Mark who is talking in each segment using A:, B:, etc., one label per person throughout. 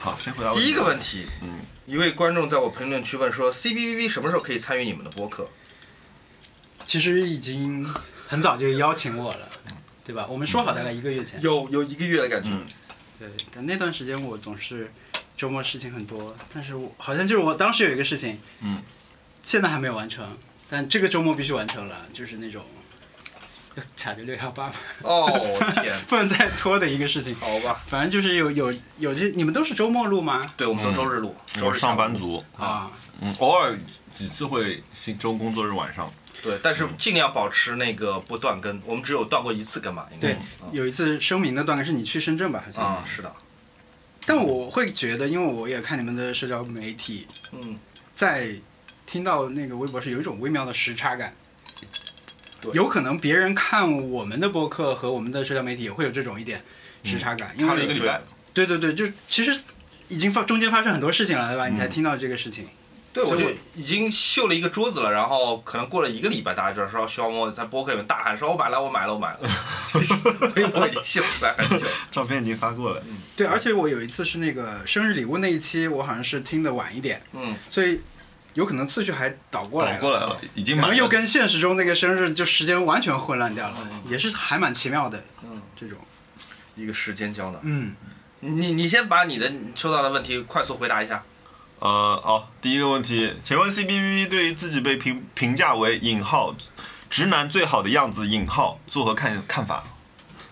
A: 好，先回答
B: 第一个问题，嗯，一位观众在我评论区问说，CBVV 什么时候可以参与你们的播客？
C: 其实已经很早就邀请我了，对吧？我们说好大概一个月前。
B: 有有一个月的感觉，
C: 对，但那段时间我总是周末事情很多，但是我好像就是我当时有一个事情，
A: 嗯，
C: 现在还没有完成，但这个周末必须完成了，就是那种要卡着六幺八嘛，
B: 哦我的天，
C: 不能再拖的一个事情。
B: 好吧，
C: 反正就是有有有这，你们都是周末录 吗？
B: 对，我们都周日录，周
A: 嗯我
B: 日
A: 是
B: 下午
A: 上班，族，
C: 啊，
A: 嗯，偶尔几次会是周工作日晚上，
B: 对，但
A: 嗯
B: 是尽量保持那个不断更，我们只有断过一次更吧，应该嗯
C: 对，有一次声明的断更是你去深圳吧？好像。
B: 啊啊，是的，
C: 但我会觉得，因为我也看你们的社交媒体，
B: 嗯，
C: 在听到那个微博是有一种微妙的时差感。
B: 对
C: 有可能别人看我们的播客和我们的社交媒体也会有这种一点时差感，因
A: 嗯差了一个
C: 为
A: 礼拜。
C: 对对对，就其实已经发中间发生很多事情了，对
A: 嗯
C: 吧？你才听到这个事情。
B: 对，我
C: 所以
B: 就
C: 我
B: 已经秀了一个桌子了，然后可能过了一个礼拜，大家就说肖某在播客里面大喊说：“我买了，我买了，我买了。” 就是我已经秀出来很久。
A: 照片已经发过了，
C: 对，而且我有一次是那个生日礼物那一期，我好像是听的晚一点，
B: 嗯，
C: 所以有可能次序还倒过
A: 倒
C: 来了。
A: 过来了，已经
C: 然
A: 买
C: 后
A: 了
C: 又跟现实中那个生日就时间完全混乱掉了，
A: 嗯
C: 也是还蛮奇妙的。
B: 嗯，
C: 这种，
B: 一个时间胶囊。
C: 嗯，
B: 你你先把你的收到的问题快速回答一下。
A: 呃，哦，第一个问题，请问 CBVV 对于自己被评评价为引号直男最好的样子引号作何看看法？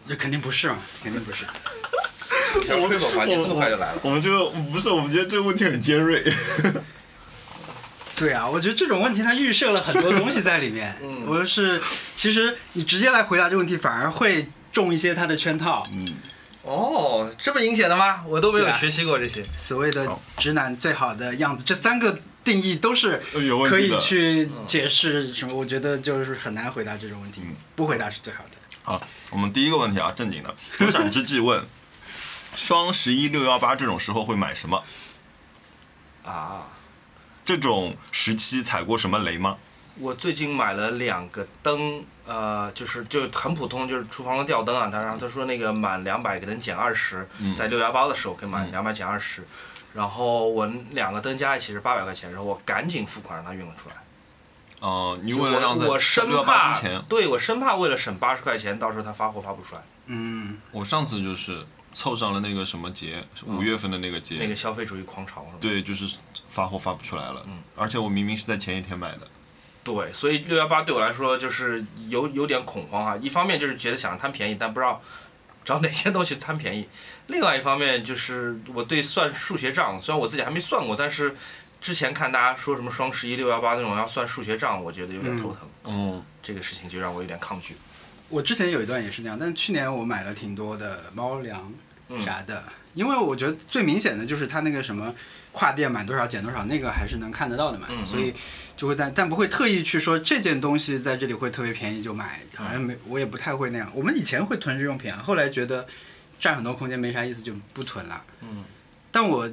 C: 这肯定不是嘛，肯定不是。
B: 我推广环节这么快就来了。
A: 我们就不是，我们觉得这个问题很尖锐。
C: 对啊，我觉得这种问题它预设了很多东西在里面。
B: 嗯
C: 我是其实你直接来回答这个问题，反而会中一些它的圈套。
A: 嗯，
B: 哦，这么阴险的吗？我都没有
C: 对啊
B: 学习过这些。
C: 所谓的
A: 好
C: 直男最好的样子，这三个定义都是
A: 有问
C: 可
A: 题
C: 以
A: 的。
C: 去解释什么。我觉得就是很难回答这种问题
A: 嗯，
C: 不回答是最好的。
A: 好，我们第一个问题啊，正经的，多闪之际问： 双十一、六幺八这种时候会买什么？
B: 啊，
A: 这种时期踩过什么雷吗？
B: 我最近买了两个灯，呃，就是就很普通，就是厨房的吊灯啊。他然后他说那个满两百给能减二十、
A: 嗯
B: 在六幺八的时候可以买两百减二十。然后我两个灯加一起是八百块钱，然后我赶紧付款让他运了出来。
A: 哦、你
B: 就
A: 为了让
B: 我
A: 在
B: 我生
A: 六幺八
B: 怕
A: 之前，，
B: 对我生怕为了省八十块钱，到时候他发货发不出来，
C: 嗯，
A: 我上次就是凑上了那个什么节，五月份的那个节，
B: 嗯那个消费主义狂潮是吧？
A: 对，就是发货发不出来了，
B: 嗯
A: 而且我明明是在前一天买的，
B: 对，所以六幺八对我来说就是有有点恐慌啊哈。一方面就是觉得想贪便宜，但不知道找哪些东西贪便宜；另外一方面就是我对算数学账，虽然我自己还没算过，但是之前看大家说什么双十一、六幺八那种要算数学账，我觉得有点头疼。
A: 嗯，
B: 这个事情就让我有点抗拒。
C: 我之前有一段也是那样，但是去年我买了挺多的猫粮
B: 嗯
C: 啥的，因为我觉得最明显的就是它那个什么跨店满多少减多少，那个还是能看得到的嘛，
B: 嗯嗯
C: 所以就会在，但不会特意去说这件东西在这里会特别便宜就买，好像没，我也不太会那样。我们以前会囤日用品啊，后来觉得占很多空间没啥意思，就不囤了。
B: 嗯，
C: 但我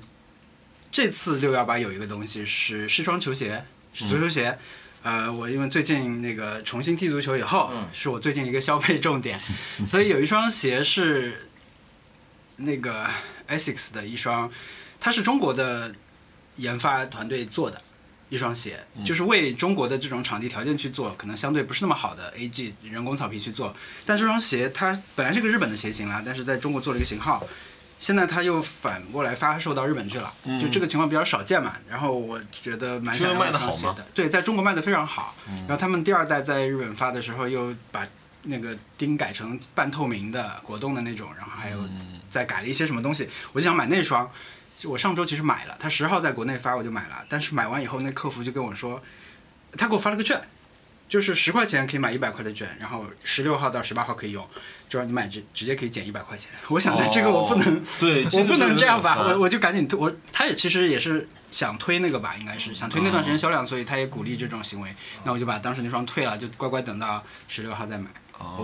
C: 这次六幺八有一个东西是是双球鞋，是足球鞋。呃，我因为最近那个重新踢足球以后，
B: 嗯
C: 是我最近一个消费重点，所以有一双鞋是那个 Asics 的一双，它是中国的研发团队做的一双鞋，就是为中国的这种场地条件去做，可能相对不是那么好的 AG 人工草皮去做。但这双鞋它本来是个日本的鞋型啦，但是在中国做了一个型号，现在它又反过来发售到日本去了，就这个情况比较少见嘛。然后我觉得蛮想要
A: 是
C: 这双鞋
A: 卖得好嗯
C: 的，对，在中国卖的非常好。然后他们第二代在日本发的时候，又把那个钉改成半透明的果冻的那种，然后还有
A: 嗯
C: 再改了一些什么东西，我就想买那双。就我上周其实买了，他十号在国内发我就买了，但是买完以后那客服就跟我说，他给我发了个券，就是十块钱可以买一百块的券，然后十六号到十八号可以用，就让你买直直接可以减一百块钱。我想的这个我不能，
A: 对，
C: 我不能这样吧，
A: 吧，
C: 我我就赶紧推我，他也其实也是想推那个吧，应该是想推那
A: 哦
C: 段时间销量，所以他也鼓励这种行为。那我就把当时那双退了，就乖乖等到十六号再买。我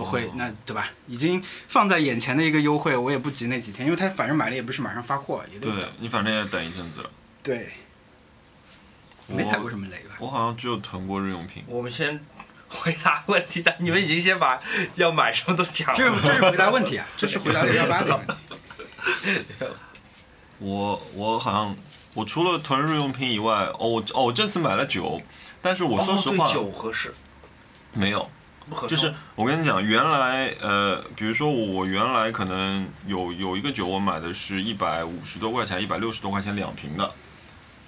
A: 哦
C: 会那对吧？已经放在眼前的一个优惠，我也不急那几天，因为他反正买了也不是马上发货，也得
A: 对
C: 等。
A: 你反正也等一阵子了，
C: 对，没踩过
A: 我
C: 什么雷吧？
A: 我好像只有囤过日用品，
B: 我们先回答问题，咱你们已经先把 要买什么都讲
C: 这
B: 了。
C: 是这是回答问题啊，这是回答六幺八的问题。
A: 我我好像我除了囤日用品以外，哦我哦我这次买了酒，但是我说实话、
B: 哦对酒合适，
A: 没有，
B: 不合
A: 就是我跟你讲，原来呃，比如说我原来可能有有一个酒，我买的是一百五十多块钱，一百六十多块钱两瓶的，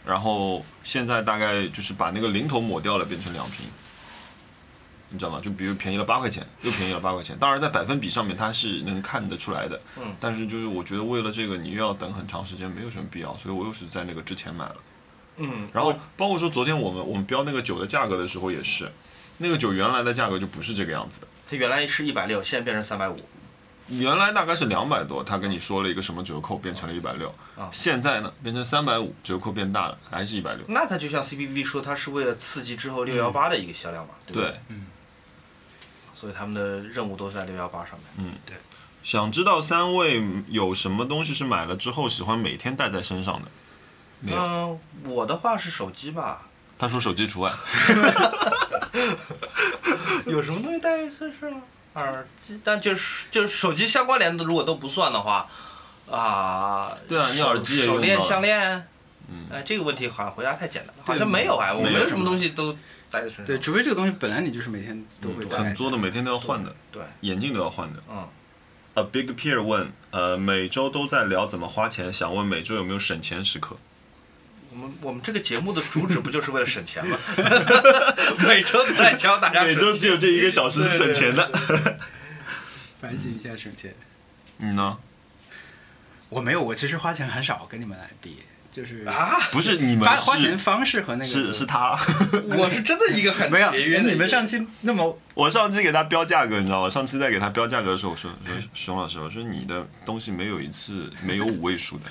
A: 然后现在大概就是把那个零头抹掉了，变成两瓶，你知道吗？就比如便宜了八块钱，又便宜了八块钱。当然在百分比上面它是能看得出来的，
B: 嗯，
A: 但是就是我觉得为了这个你又要等很长时间，没有什么必要，所以我又是在那个之前买了。
B: 嗯，
A: 然后包括说昨天我们我们标那个酒的价格的时候也是，那个酒原来的价格就不是这个样子的。
B: 它原来是一百六，现在变成三百五，
A: 原来大概是两百多，他跟你说了一个什么折扣，变成了一百六
B: 啊。
A: 现在呢，变成三百五，折扣变大了，还是一百六。
B: 那它就像 CBV 说，它是为了刺激之后六幺八的一个销量嘛，对不对
A: 嗯对，
B: 所以他们的任务都在六幺八上面。
A: 想知道三位有什么东西是买了之后喜欢每天带在身上的？没有，
B: 嗯，我的话是手机吧，
A: 他说手机除外。
B: 有什么东西带在身上？耳机，但就是就是手机相关联的，如果都不算的话，啊，
A: 对啊你
B: 手
A: 耳机也用
B: 手链、
A: 到了
B: 项链，
A: 嗯
B: 哎，这个问题好像回答太简单了，好
C: 对
B: 像没有哎，我
A: 没有
B: 没有什么东西都带在身上。
C: 对，除非这个东西本来你就是每天都会戴
A: 很多的每天都要换的，
B: 对，
A: 眼镜都要换的。
B: 嗯，
A: A Big Peer 问，呃，每周都在聊怎么花钱，想问每周有没有省钱时刻？
B: 我们我们这个节目的主旨不就是为了省钱 吗？ 每周都在教大家
A: 每周
B: 省钱
A: 只有这一个小时是省钱的。
C: 反省一下省钱。
A: 你呢？
C: 我没有，我其实花钱很少，跟你们来比， 就是
B: 啊！
A: 不是你们
C: 花
A: 是
C: 花钱方式和那个
A: 是是他。
B: 我是真的一个很
C: 没有
B: 节约的一个
C: 你们上期那么
A: 我上期给他标价格，你知道吗？上期在给他标价格的时候，我说我说熊老师，我说你的东西没有一次没有五位数 的，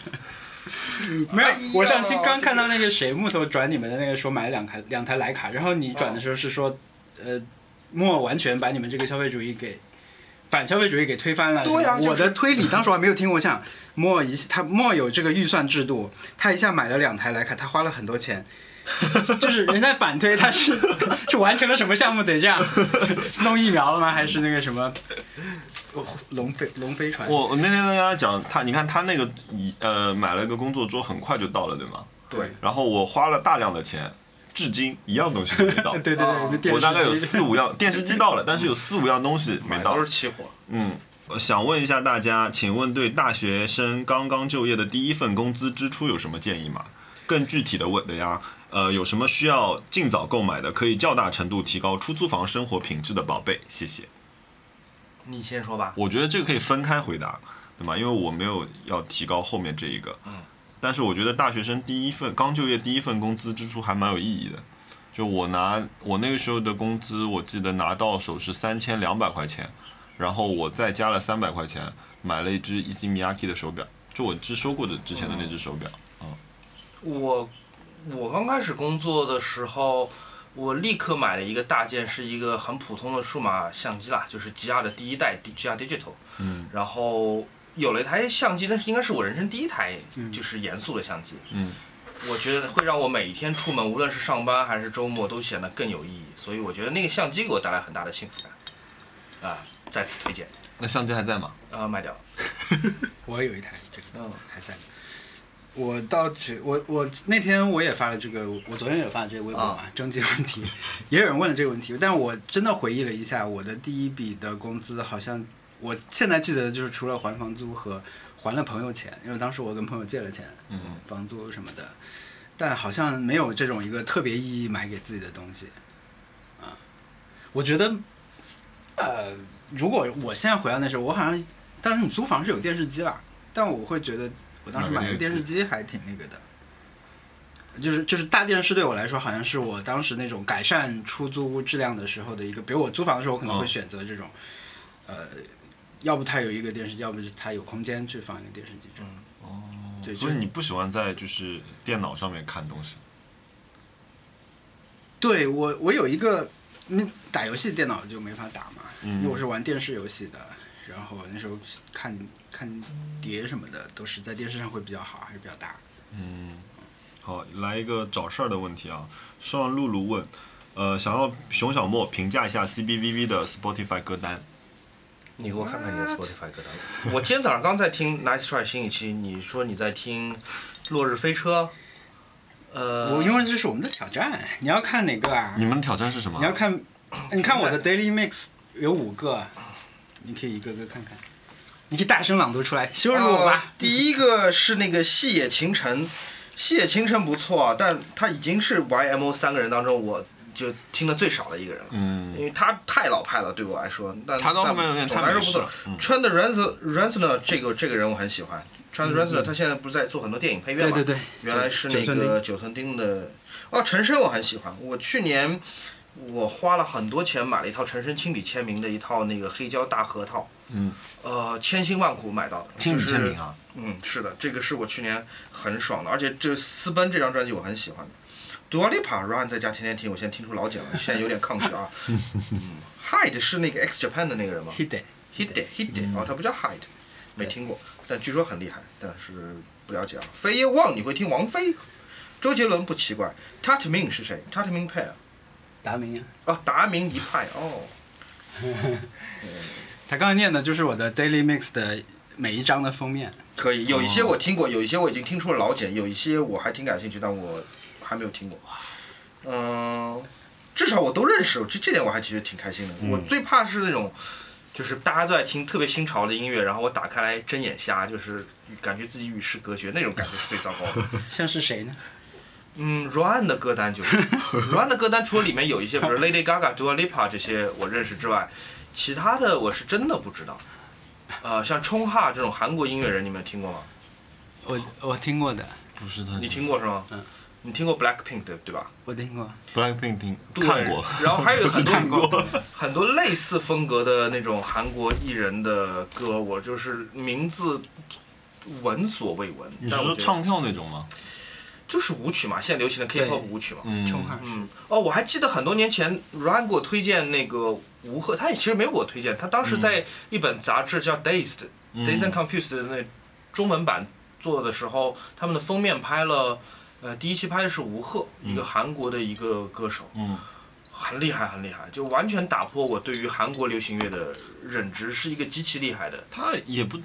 C: 没有
B: 哎呀，
C: 我上期刚看到那个谁木头转你们的那个说买了两台两台徕卡，然后你转的时候是说，呃，木偶完全把你们这个消费主义给反消费主义给推翻了。
B: 对呀就是
C: 我的推理当时我还没有听过，我想木偶一他木偶有这个预算制度，他一下买了两台徕卡，他花了很多钱。 就是人家反推他是 是完成了什么项目？得这样， 是弄疫苗了吗？还是那个什么 呃龙飞龙飞船？
A: 我我那天跟他讲，他你看他那个一呃买了一个工作桌，很快就到了，对吗？
C: 对
A: 然后我花了大量的钱，至今一样东西都没到。
C: 呃对对对，你们电视
A: 我大概有
C: 机
A: 四五样电视机到了，但是有四五样东西没
B: 买
A: 到
B: 都。是期货，
A: 嗯，我想问一下大家，请问对大学生刚刚就业的第一份工资支出有什么建议吗？更具体的问的呀，呃，有什么需要尽早购买的，可以较大程度提高出租房生活品质的宝贝？谢谢。
B: 你先说吧。
A: 我觉得这个可以分开回答，对吗？因为我没有要提高后面这一个。
B: 嗯。
A: 但是我觉得大学生第一份刚就业第一份工资支出还蛮有意义的。就我拿我那个时候的工资，我记得拿到手是三千两百块钱，然后我再加了三百块钱买了一只 e z m i y a k i 的手表，就我只收过的之前的那只手表。
B: 我我刚开始工作的时候，我立刻买了一个大件，是一个很普通的数码相机啦，就是吉亚的第一代 D- GR Digital，
A: 嗯
B: 然后有了一台相机，那是应该是我人生第一台
C: 嗯
B: 就是严肃的相机。
A: 嗯，
B: 我觉得会让我每一天出门，无论是上班还是周末，都显得更有意义。所以我觉得那个相机给我带来很大的幸福感。啊、再次推荐，
A: 那相机还在吗？
B: 啊、卖掉了。
C: 我有一台这个。
B: 嗯，
C: 还在。我到去，我我那天我也发了这个，我昨天也发了这个微博嘛，征集问题，也有人问了这个问题，但我真的回忆了一下，我的第一笔的工资好像，我现在记得就是除了还房租和还了朋友钱，因为当时我跟朋友借了钱，
A: 嗯，
C: 房租什么的，但好像没有这种一个特别意义买给自己的东西，啊，我觉得，呃，如果我现在回到那时候，我好像，当时你租房是有电视机啦，但我会觉得我当时买
A: 买
C: 个
A: 个电
C: 电
A: 视
C: 视机还挺那个的。就是就是大电视对我来说，好像是我当时那种改善出租屋质量的时候的一个，比如我租房的时候，我可能会
A: 嗯
C: 选择这种，呃，要不它有一个电视机，要不是它有空间去放一个电视机这种。哦，对，就
A: 所以你不喜欢在就是电脑上面看东西。
C: 对我，我有一个，那打游戏电脑就没法打嘛，
A: 嗯
C: 因为我是玩电视游戏的，然后那时候看看碟什么的都是在电视上会比较好，还是比较大。
A: 嗯，好，来一个找事儿的问题啊。上露露问，呃，想要熊小莫评价一下 CBVV 的 Spotify 歌单。
B: 你给我看看你的 Spotify 歌单。 我今天早上刚在听 Nice Try 新一期，你说你在听《落日飞车》，呃，
D: 我因为这是我们的挑战，你要看哪个啊？
A: 你们的挑战是什么
D: 你？要看，你看我的 daily mix 有五个，你可以一个个看看，你可以大声朗读出来，羞辱我吧
B: 呃。第一个是那个细野晴臣，细野晴臣不错啊，但他已经是 YMO 三个人当中我就听的最少的一个人了。
A: 嗯，
B: 因为他太老派了，对我来说，但
A: 他到后面有点
B: 但
A: 太
B: 总的来
A: 美
B: 说不
A: 式
B: 错
A: 了。。嗯
B: Trent Reznor 这个这个人我很喜欢，Trent Reznor 他现在不是在做很多电影配乐
D: 嗯对
B: 嘛？
D: 对对，
B: 原来是
D: 九
B: 那
D: 寸钉
B: 个九寸钉的。哦，陈升我很喜欢，我去年我花了很多钱买了一套陈升亲笔签名的一套那个黑胶大合套，
A: 嗯，
B: 呃，千辛万苦买到的，
A: 亲笔签
B: 就是
A: 名啊，
B: 嗯，是的，这个是我去年很爽的，而且这私奔这张专辑我很喜欢的。Dua Lipa Run 在家天天听，我现在听出老茧了，现在有点抗拒 啊。嗯，Hyde 是那个 X Japan 的那个人吗
D: hit it。
B: ？Hide Hide 哦，他不叫 Hyde，没听过，但据说很厉害，但是不了解啊。飞叶望你会听王菲，周杰伦不奇怪。Tatmin 是谁？Tatmin 派啊，
D: 达明啊，
B: 哦，达明一派哦。
D: 他刚才念的就是我的 daily mix 的每一张的封面。
B: 可以，哦有一些我听过，有一些我已经听出了老茧，有一些我还挺感兴趣，但我还没有听过。嗯、至少我都认识，这这点我还其实挺开心的。我最怕是那种，嗯就是大家都在听特别新潮的音乐，然后我打开来睁眼瞎，就是感觉自己与世隔绝，那种感觉是最糟糕的。
D: 像是谁呢？
B: 嗯，Run 的歌单就是 Run 的歌单，除了里面有一些，比如 Lady Gaga、Dua Lipa 这些我认识之外，其他的我是真的不知道。呃，像冲哈这种韩国音乐人，你们有听过吗？
D: 我我听过的，
A: 不是他。
B: 你听过是吗？
D: 嗯。
B: 你听过 Blackpink 对对吧？
D: 我听过。
A: Blackpink 听
B: 对
A: 看过，
B: 然后还有很多
D: 看过
B: 很多类似风格的那种韩国艺人的歌，我就是名字闻所未闻。
A: 你
B: 但
A: 是
B: 我
A: 说
B: 觉得
A: 唱跳那种吗？
B: 就是舞曲嘛，现在流行的
D: 对
B: K-pop 舞曲嘛。
A: 嗯，
D: 冲哈
B: 嗯，哦，我还记得很多年前 Ryan 给我推荐那个吴赫，他也其实没有给我推荐，他当时在一本杂志叫 Dazed、
A: 嗯
B: Dazed and Confused 的那中文版做的时候，他们的封面拍了，呃，第一期拍的是吴赫，一个韩国的一个歌手，
A: 嗯，
B: 很厉害，很厉害，就完全打破我对于韩国流行乐的认知，是一个极其厉害的，
A: 他也不，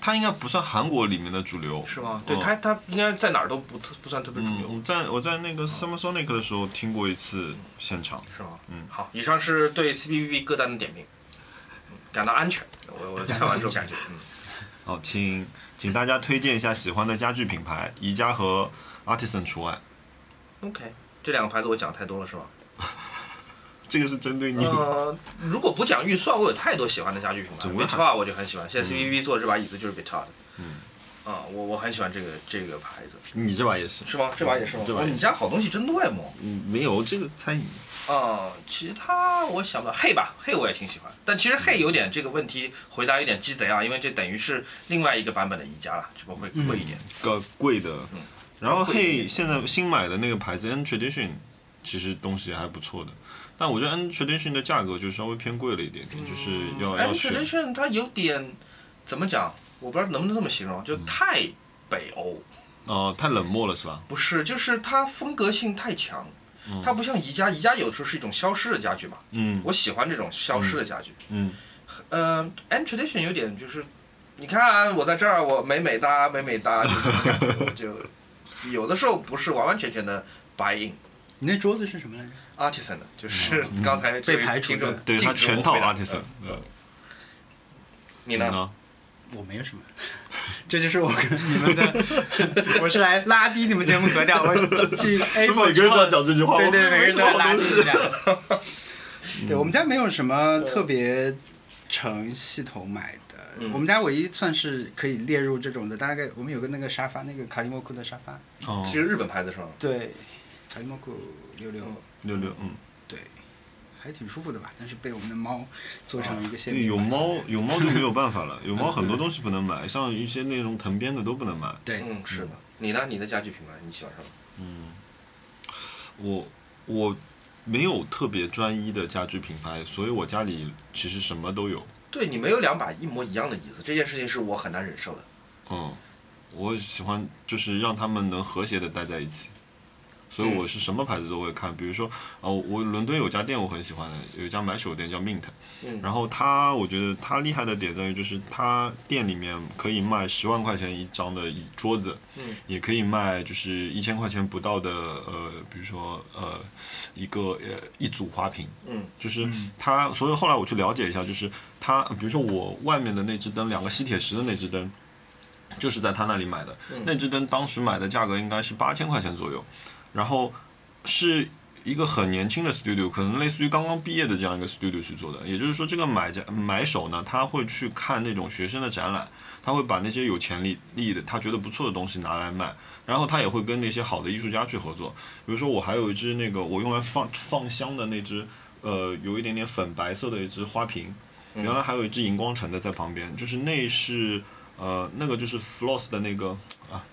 A: 他应该不算韩国里面的主流，
B: 是吗？对
A: 嗯
B: 他，他应该在哪儿都不特不算特别主流。
A: 嗯，我在我在那个 Summer Sonic 的时候听过一次现场，
B: 是吗？
A: 嗯
B: 好，以上是对 C B B 歌单的点评，嗯感到安全。我我看完之后感觉，嗯，
A: 好，请请大家推荐一下喜欢的家具品牌，宜家和 Artisan 除外。
B: OK，这两个牌子我讲得太多了是吧？
A: 这个是针对你，
D: 嗯
B: 呃，如果不讲预算，我有太多喜欢的家具品牌
A: 怎么还
B: ，Vita 我就很喜欢，现在 C B B 做的这把椅子就是 Vita 的。
A: 嗯。
B: 啊，我我很喜欢这个这个牌子，
A: 你这把也是，
B: 是吗？这把也是吗？
A: 这把
B: 哦
A: 也是
B: 你家好东西真多呀，莫。
A: 嗯，没有这个餐饮，
B: 啊，其他我想不到，嘿吧，嘿我也挺喜欢，但其实嘿有点这个问题回答有点鸡贼啊，因为这等于是另外一个版本的宜家了，只不过会贵
A: 嗯
B: 一点。
A: 个呃贵的
B: 嗯。
A: 然后
B: 贵一
A: 嘿，
B: 点
A: 现在新买的那个牌子 N Tradition，其实东西还不错的，但我觉得 N Tradition 的价格就稍微偏贵了一点点，就是
D: 嗯
A: 要
B: 哎
A: 要选。
B: ，tradition 它有点怎么讲？我不知道能不能这么形容，就
A: 嗯
B: 太北欧，
A: 哦，太冷漠了是吧？
B: 不是，就是它风格性太强
A: 嗯。
B: 它不像宜家，宜家有时候是一种消失的家具嘛，
A: 嗯
B: 我喜欢这种消失的家具。
A: 嗯，
B: 嗯、a n d tradition 有点就是，你看啊我在这儿，我美美哒，美美哒，就是这种感觉就有的时候不是完完全全的 buy in
D: 你那桌子是什么来着？
B: artisan 的，就是刚才
D: 被排除
B: 听众
D: 的
A: 嗯对，
B: 禁
A: 它
B: 止
A: 全
B: 我
A: 套
B: 回答
A: Artisan 啊
B: 嗯。
D: 呃
A: 嗯
B: 你
A: 你
B: 呢？
A: 呢？
D: 我没有什么， 这就是我跟你们的， 我是来拉低你们节目格调，我去 A
A: 怎么每个人都要讲这句话
D: 对对，
A: 我
D: 每个人都要拉
A: 没
D: 低
A: 什
D: 一下。
A: 嗯
D: 对我们家没有什么特别成系统买的，
B: 嗯
D: 我们家唯一算是可以列入这种的，大概我们有个那个沙发，那个卡迪莫库的沙发，
A: 哦
B: 其，实日本牌子是吗？
D: 对，卡迪莫库六六，
A: 六六，嗯，
D: 对，还挺舒服的吧，但是被我们的猫做成了一个限
A: 啊对，
D: 定
A: 有
D: 版。
A: 猫有猫就没有办法了，有猫很多东西不能买，像一些那种藤编的都不能买。
D: 对，
B: 嗯，是的。你呢？你的家具品牌你喜欢什么？
A: 我我没有特别专一的家具品牌，所以我家里其实什么都有。
B: 对你没有两把一模一样的椅子，这件事情是我很难忍受的。
A: 嗯，我喜欢就是让他们能和谐的待在一起。所以我是什么牌子都会看。比如说啊、我我伦敦有家店我很喜欢的，有一家买手店叫 Mint，
B: 嗯
A: 然后它我觉得它厉害的点在于就是它店里面可以卖十万块钱一张的椅桌子，
B: 嗯
A: 也可以卖就是一千块钱不到的呃，比如说呃一个呃一组花瓶，
B: 嗯，
A: 就是它，所以后来我去了解一下，就是它，比如说我外面的那只灯，两个吸铁石的那只灯，就是在他那里买的。那只灯当时买的价格应该是八千块钱左右，然后是一个很年轻的 studio，可能类似于刚刚毕业的这样一个 studio 去做的。也就是说，这个买家买手呢，他会去看那种学生的展览，他会把那些有潜力力的、他觉得不错的东西拿来卖，然后他也会跟那些好的艺术家去合作。比如说，我还有一只那个我用来放放香的那只。呃，有一点点粉白色的一只花瓶，
B: 嗯
A: 原来还有一只荧光橙的在旁边，就是那是呃那个就是 Floss 的那个啊，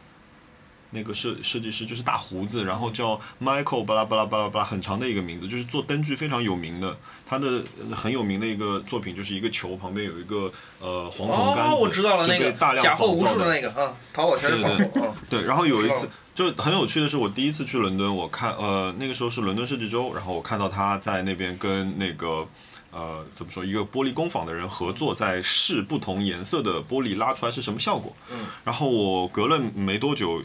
A: 那个设设计师就是大胡子，然后叫 Michael 巴拉巴拉巴拉巴拉，很长的一个名字，就是做灯具非常有名的，他的呃很有名的一个作品就是一个球旁边有一个呃黄铜杆子，
B: 哦，我知道了，
A: 就
B: 那
A: 被
B: 个
A: 大量
B: 假货
A: 仿
B: 无
A: 造
B: 数
A: 的
B: 的那个，嗯，淘宝全是仿
A: 对
B: 货，嗯
A: 对，然后有一次
B: 哦
A: 就很有趣的是，我第一次去伦敦，我看呃那个时候是伦敦设计周，然后我看到他在那边跟那个呃怎么说一个玻璃工坊的人合作，在试不同颜色的玻璃拉出来是什么效果。
B: 嗯。
A: 然后我隔了没多久。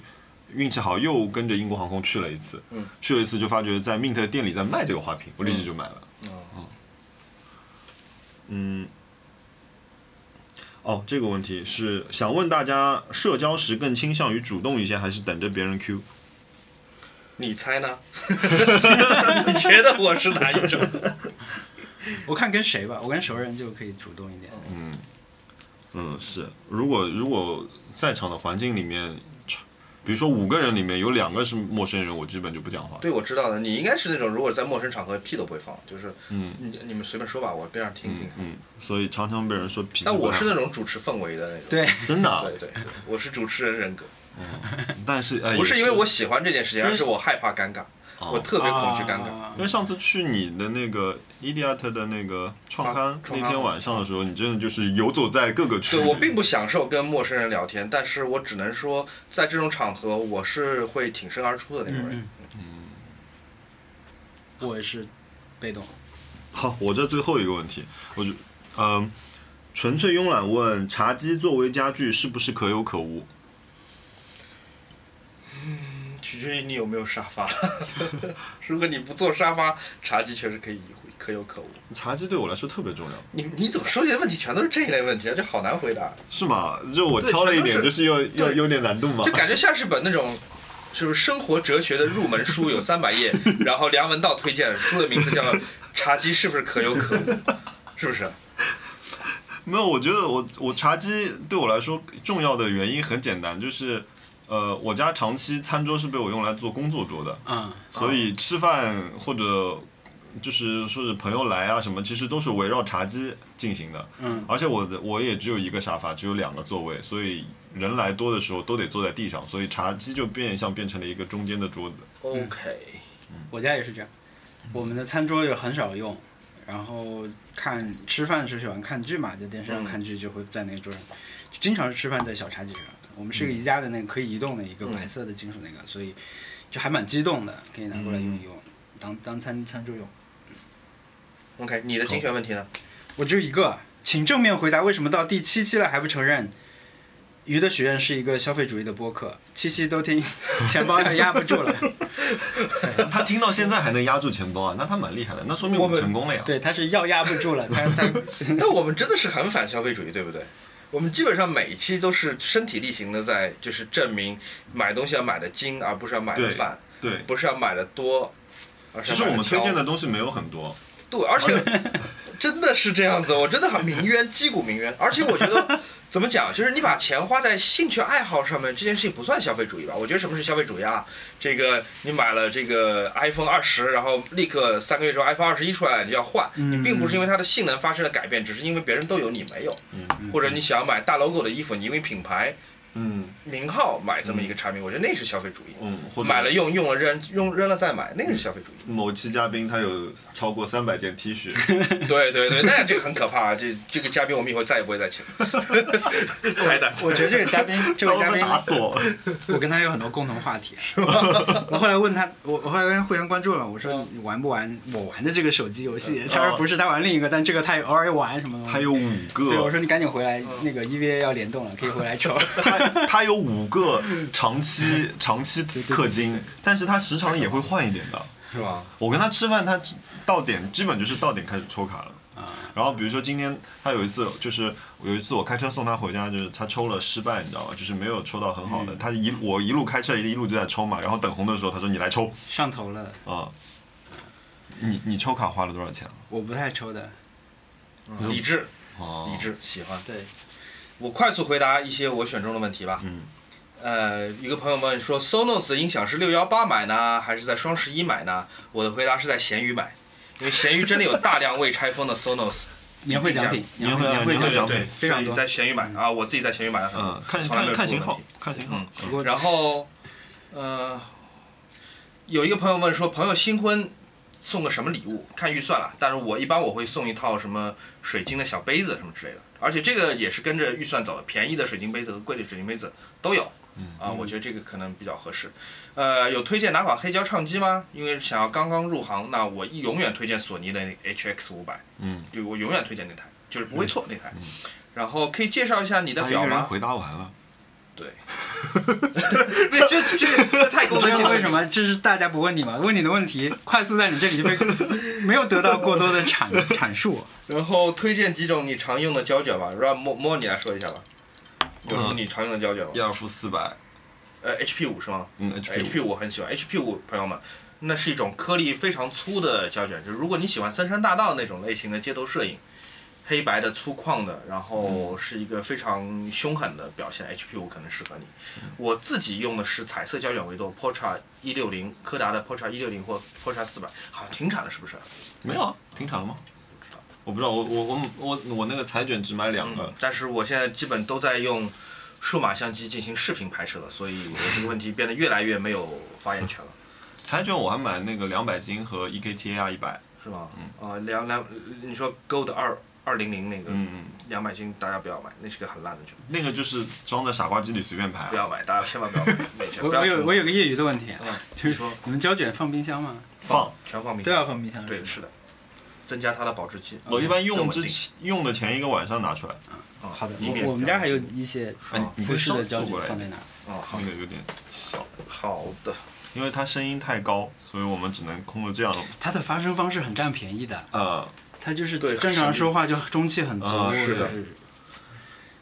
A: 运气好，又跟着英国航空去了一次，
B: 嗯
A: 去了一次就发觉在 Mint 的店里在卖这个花瓶，我立即就买了。
B: 嗯
A: 嗯，哦，这个问题是想问大家，社交时更倾向于主动一些，还是等着别人 Q？
B: 你猜 呢？你觉得我是哪一种？
D: 我看跟谁吧，我跟熟人就可以主动一点。
A: 嗯，是。如果如果在场的环境里面，比如说五个人里面有两个是陌生人，我基本就不讲话。
B: 对，我知道了，你应该是那种如果在陌生场合屁都不会放，就是
A: 嗯
B: 你你们随便说吧，我边上听听
A: 嗯。嗯，所以常常被人说脾气不
B: 但
A: 好。
B: 我是那种主持氛围的那种。
D: 对，
A: 真的啊，
B: 对对对，我是主持人人格，
A: 但是哎，
B: 不
A: 也
B: 是
A: 是
B: 因为我喜欢这件事情，
A: 因为
B: 而是我害怕尴尬，
A: 哦
B: 我特别恐惧尴尬。
D: 啊
A: 因为上次去你的那个 Idiot 的那个创刊
B: 创
A: 那
B: 刊
A: 天晚上的时候，你真的就是游走在各个区域。
B: 对我并不享受跟陌生人聊天，但是我只能说，在这种场合，我是会挺身而出的那种人。
D: 我是被动。
A: 好，我这最后一个问题，我就嗯、纯粹慵懒问：茶几作为家具是不是可有可无？
B: 嗯取决于你有没有沙发。如果你不坐沙发，茶几确实可以可有可无。
A: 茶几对我来说特别重要，
B: 你你怎么收集的问题全都是这一类问题啊？这好难回答，
A: 是吗？就我挑了一点，
B: 对全
A: 就
B: 都是
A: 是有有有点难度嘛
B: 就。 感觉像是本那种。就是生活哲学的入门书有三百页，然后梁文道推荐，书的名字叫《茶几是不是可有可无》，是不是？
A: 没有，我觉得我我茶几对我来说重要的原因很简单，就是呃，我家长期餐桌是被我用来做工作桌的，
D: 嗯，
A: 所以吃饭或者就是说是朋友来啊什么，其实都是围绕茶几进行的。
D: 嗯，
A: 而且我的我也只有一个沙发，只有两个座位，所以人来多的时候都得坐在地上，所以茶几就变相变成了一个中间的桌子。
B: OK，
D: 我家也是这样，我们的餐桌也很少用，然后看吃饭是喜欢看剧嘛，在电视
B: 嗯
D: 上看剧就会在那个桌上，就经常是吃饭在小茶几上。我们是一个宜家的那个可以移动的一个
B: 嗯
D: 白色的金属那个，所以就还蛮激动的，可以拿过来
B: 嗯
D: 用一用，当当餐餐桌用。
B: OK，你的精选问题呢？
D: 我只有一个，请正面回答为什么到第七期了还不承认《鱼的许愿》是一个消费主义的播客？七期都听， 钱包要压不住 了。
A: 他听到现在还能压住钱包啊，那他蛮厉害的，那说明我们成功了呀。
D: 对，他是要压不 住了，他他
B: 但我们真的是很反消费主义，对不对？我们基本上每一期都是身体力行的在，就是证明买东西要买的精，而不是要买的
A: 对
B: 泛，
A: 对，
B: 不是要买的多，而是
A: 其
B: 要
A: 实我
B: 买
A: 们
B: 得
A: 推
B: 挑
A: 荐的东西没有很多，
B: 对，而且真的是这样子，我真的很鸣冤，击鼓鸣冤。而且我觉得怎么讲，就是你把钱花在兴趣爱好上面，这件事情不算消费主义吧？我觉得什么是消费主义啊？这个你买了这个 iPhone 二十，然后立刻三个月之后 iPhone 二十一出来了，你就要换，
D: 嗯
B: 你并不是因为它的性能发生了改变，只是因为别人都有你没有，
A: 嗯
B: 或者你想要买大 logo 的衣服，你因为品牌。
A: 嗯
B: 名号买这么一个产品，我觉得那是消费主义。
A: 嗯，或者
B: 买了用，用了扔，用扔了再买，那个是消费主义。
A: 某期嘉宾他有超过三百件 T 恤，
B: 对对对，那这个很可怕。啊这这个嘉宾我们以后再也不会再请。猜的，
C: 我觉得这个 嘉宾， 这
A: 他会
C: 位嘉
A: 不会
C: 宾
A: 打死我。
D: 我跟他有很多共同话 题。
C: 我后来问他，我我后来跟他互相关注了，我
D: 嗯
C: 说你玩不玩我玩的这个手机游戏？他说不是，他玩另一个，但这个他也偶尔玩什么东西。
A: 他有五
C: 对，我
A: 个，
C: 说你赶紧回来，
D: 嗯
C: 那个 EVA 要联动了，可以回来抽。
A: 他他有五个长期长期氪金，但是他时常也会换一点的。
B: 是吧？
A: 我跟他吃饭，他到点基本就是到点开始抽卡了。
C: 啊
A: 然后比如说今天他有一次就是有一次我开车送他回家，就是他抽了失败，你知道吗？就是没有抽到很好
C: 嗯
A: 的。他一我一路开车一路就在抽嘛，然后等红的时候他说你来抽
C: 上头了，
A: 啊、你你抽卡花了多少钱？啊
C: 我不太抽的。
B: 理智，
A: 哦
B: 理智，喜欢。
C: 对，
B: 我快速回答一些我选中的问题吧。
A: 嗯，
B: 呃，一个朋友问说，Sonos 音响是六幺八买呢，还是在双十一买呢？我的回答是在闲鱼买，因为闲鱼真的有大量未拆封的 Sonos，
C: 年会奖品，
A: 年会
C: 会
A: 年
C: 年
A: 会
C: 奖
A: 奖
C: 品
A: 品
B: 对，
C: 非常
B: 所
C: 多
B: 以在闲鱼买啊，我自己在闲鱼买的，
A: 嗯，看
B: 从来
A: 看
B: 没有
A: 看
B: 出过
A: 型号
B: 问
A: 看
B: 题，
A: 型号。
B: 嗯
A: 嗯
B: 然后，呃，有一个朋友问说，朋友新婚送个什么礼物？看预算了，但是我一般我会送一套什么水晶的小杯子什么之类的，而且这个也是跟着预算走的，便宜的水晶杯子和贵的水晶杯子都有。
A: 嗯
B: 啊，我觉得这个可能比较合适。呃，有推荐哪款黑胶唱机吗？因为想要刚刚入行，那我一永远推荐索尼的那个 HX 五百，
A: 嗯，
B: 就我永远推荐那台，就是不会错那台。然后可以介绍一下你的
A: 他嗯一个
B: 表
A: 人
B: 吗？
A: 回答完了，
B: 对，对，这这这这太功
C: 这
B: 能
C: 是
B: 性
C: 为什么？这是大家不问你吗？问你的问题，快速在你这里就被没有得到过多的阐阐述。
B: 然后推荐几种你常用的胶卷吧，让莫莫你来说一下吧。啊有什么你常用的胶卷吗
A: 伊？尔夫四百，
B: 呃，HP 五是吗
A: 嗯，HP
B: ？HP 我很喜欢，HP 五朋友们，那是一种颗粒非常粗的胶卷，就是如果你喜欢森山大道那种类型的街头摄影，黑白的粗犷的，然后是一个非常凶狠的表现，HP 五可能适合你。我自己用的是彩色胶卷维度，Portra 一六零，柯达的 Portra 一六零或 Portra 四百，好像停产了是不是？
A: 没有啊，停产了吗？我不知道，我我我我我那个彩卷只买两个，
B: 但是我现在基本都在用数码相机进行视频拍摄了，所以我这个问题变得越来越没有发言权了，
A: 彩卷我还买那个两百斤和 EKTR 一百，
B: 是吗？
C: 嗯
B: 啊、两两，你说 Gold 二二零零那个
A: 嗯嗯，
B: 两百斤，大家不要买，那是个很烂的卷，
A: 那个就是装在傻瓜机里随便排啊
B: 不，要买，大家千万不要买，美卷
C: 我
B: 不要
C: 我有
B: 囤
C: 我有个业余的问题，
B: 嗯
C: 就是
B: 你说
C: 你们胶卷放冰箱吗？
A: 放。
B: 全放冰
C: 都
B: 箱，
C: 要啊放冰箱。
B: 对，
C: 是
B: 是的，增加它的保质期。
A: 我一般用
B: 更稳
A: 之
B: 定
A: 前用的前一个晚上拿出来，
B: 嗯
C: 吧。好的，
B: 以免
C: 我我们家还有一些
A: 哎
C: 啊
A: 你
C: 复式
A: 可
C: 的
A: 以收
C: 胶
A: 收过来
C: 卷放在那儿。
B: 啊、好
A: 那个有点小，
B: 好的，
A: 因为它声音太高，所以我们只能空了这样。
C: 它的发声方式很占便宜的，
A: 呃，
C: 它就是
B: 对
C: 正常说话就中气很足，
A: 啊
B: 是的
C: 就是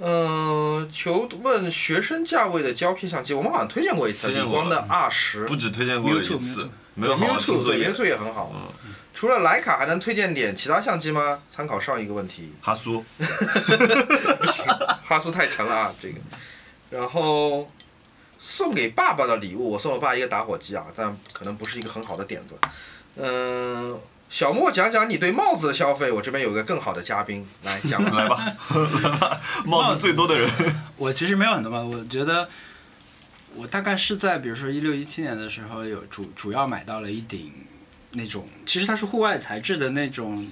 B: 嗯、求问学生价位的胶片相机，我们好像推荐过一次，
A: 推荐
B: 理
A: 过
B: 光的 R 十，
A: 不止推荐过一
C: Mewtwo，
A: 次
C: Mewtwo，
A: 没有好好
B: Mewtwo
A: 做作
B: 对
A: 业。
B: Mewtwo 也很好。
A: 嗯，
B: 除了徕卡，还能推荐点其他相机吗？参考上一个问题
A: 哈苏，
B: 哈苏太沉了啊，这个。然后送给爸爸的礼物，我送我爸一个打火机啊，但可能不是一个很好的点子。嗯、小莫讲讲你对帽子的消费，我这边有个更好的嘉宾来讲
A: 来吧， 来吧，帽子最多的人，
C: 我其实没有很多吧，我觉得我大概是在比如说一六一七年的时候有主主要买到了一顶那种，其实它是户外材质的那种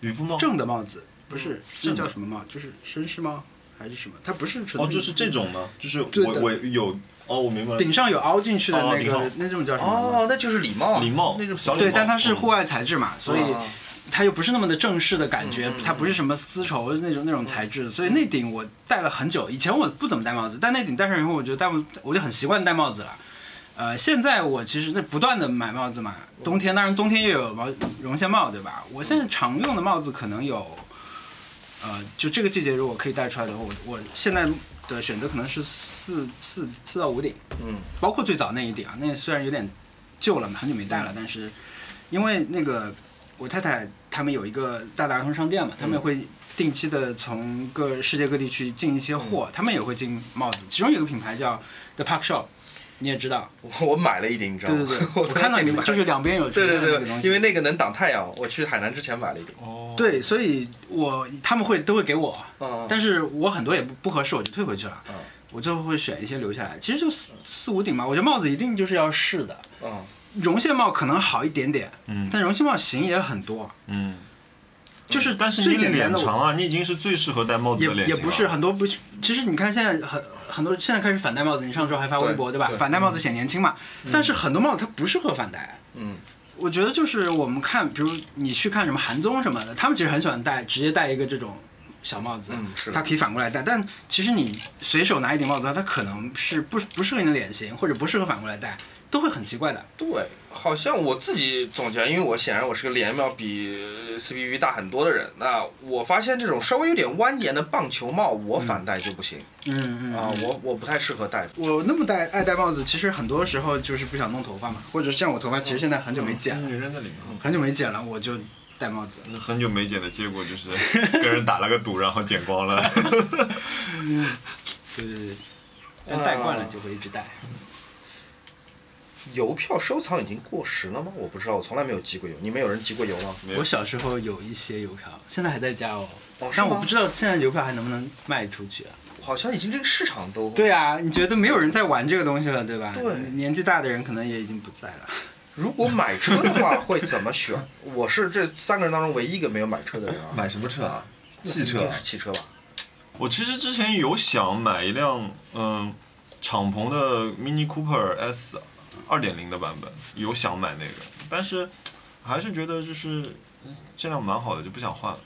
A: 渔夫帽。
C: 正的帽子，不是
A: 嗯正
C: 那
A: 的
C: 叫什么帽？就是绅士帽还是什么？它不是纯
A: 哦，就是这种吗？就是
C: 对
A: 我
C: 的
A: 我有哦，我明白了。
C: 顶上有凹进去的
A: 哦
C: 那
A: 顶上哦
C: 个那种叫什么帽
B: 哦
C: 子？，
B: 那就是礼帽啊，
A: 礼帽
B: 那就
A: 小礼
C: 对，
A: 帽嗯
C: 但它是户外材质嘛，所以
A: 哦
B: 啊
C: 它又不是那么的正式的感觉
B: 嗯嗯，
C: 它不是什么丝绸那种那种材质，所以那顶我戴了很久。以前我不怎么戴帽子，但那顶戴上以后，我就戴帽，我就很习惯戴帽子了。呃，现在我其实那不断的买帽子嘛，冬天当然冬天又有毛绒线帽，对吧？我现在常用的帽子可能有，呃，就这个季节如果可以戴出来的话，我我现在的选择可能是四四四到五顶，
B: 嗯，
C: 包括最早那一顶啊，那虽然有点旧了，很久没
B: 嗯
C: 戴了，但是因为那个我太太他们有一个大的儿童商店
B: 嗯
C: 嘛，他们会定期的从各世界各地去进一些货，
B: 嗯
C: 他们也会进帽子，其中有一个品牌叫 The Park Shop，你也知道，
B: 我我买了一顶，你知道
C: 对
B: 吗？
C: 对对，
B: 我
C: 我看到你
B: 们
C: 们就是两边有
B: 对
C: 折
B: 对
C: 的那个
B: 对
C: 东，西，
B: 因为那个能挡太阳，我去海南之前买了一顶。
A: 哦，
C: 对，所以我他们会都会给我，
B: 嗯，
C: 但是我很多也不不合适，我就退回去了。
B: 嗯
C: 我最后会选一些留下来。其实就四四五顶吧，我觉得帽子一定就是要试的。
B: 嗯，
C: 绒线帽可能好一点点，
A: 嗯
C: 但绒线帽型也很多，
A: 嗯，
C: 就是
A: 但是
C: 最
A: 你
C: 简单
A: 脸
C: 的
A: 长啊，你已经是最适合戴帽子
C: 也
A: 的脸型啊
C: 也
A: 了。
C: 不是很多不是，其实你看现在很很多现在开始反戴帽子，你上周还发微博
B: 对
C: 对吧？
B: 对
C: 反戴帽子显年轻嘛，
A: 嗯
C: 但是很多帽子它不适合反戴。
B: 嗯，
C: 我觉得就是我们看，比如你去看什么韩综什么的，他们其实很喜欢戴，直接戴一个这种小帽子，
B: 嗯是的
C: 它可以反过来戴。但其实你随手拿一顶帽子的话，它可能是不不适合你的脸型，或者不适合反过来戴，都会很奇怪的。
B: 对，好像我自己总结，因为我显然我是个脸要比 CBB 大很多的人，那我发现这种稍微有点蜿蜒的棒球帽，我反戴就不行、
C: 嗯嗯
B: 啊，我我不太适合戴。
C: 我那么戴爱戴帽子，其实很多时候就是不想弄头发嘛，或者像我头发，其实现在很久没
B: 嗯
C: 剪
A: 嗯
C: 了，
A: 你扔在里面。
C: 很久没剪了，我就戴帽子。
A: 那很久没剪的结果就是跟人打了个赌，然后剪光 了。
C: 对对
B: 嗯
C: 对，但戴惯了就会一直戴。
B: 邮票收藏已经过时了吗？我不知道，我从来没有寄过邮。你们有人寄过邮吗？
A: 没有
C: 我小时候有一些邮票，现在还在家哦，
B: 哦，是
C: 但我
B: 吗
C: 不知道现在邮票还能不能卖出去啊？
B: 好像已经这个市场都。
C: 对啊，你觉得没有人在玩这个东西了，对吧？
B: 哦对
C: 年纪大的人可能也已经不在了。
B: 如果买车的话，会怎么选？我是这三个人当中唯一一个没有买车的人啊。
E: 买什么车啊？汽车
B: 应
E: 啊
B: 该，是汽车吧？
A: 我其实之前有想买一辆嗯敞篷的 Mini Cooper S 二点零的版本，有想买那个，但是还是觉得就是嗯质量蛮好的，就不想换了。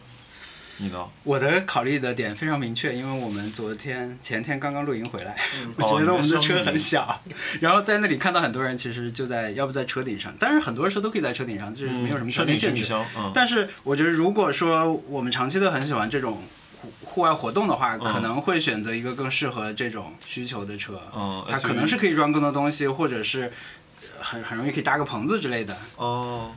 A: 你呢？
C: 我的考虑的点非常明确，因为我们昨天前天刚刚露营回来， 我
A: 哦
C: 觉
A: 你
C: 得我们
A: 在
C: 的车
A: 双
C: 很
A: 营
C: 小，然后在那里看到很多人其实就在要不在车顶上，但是很多车都可以在车顶上，就是嗯没有什么条
A: 车嗯
C: 件
A: 顶行
C: 限
A: 李
C: 制。
A: 箱，嗯，
C: 但是我觉得如果说我们长期都很喜欢这种户户外活动的
A: 嗯
C: 话，可能会选择一个更适合这种需求的车，
A: 嗯
C: 它
A: SUV
C: 可能是可以装更多东西，或者是呃很很容易可以搭个棚子之类的。
A: 哦，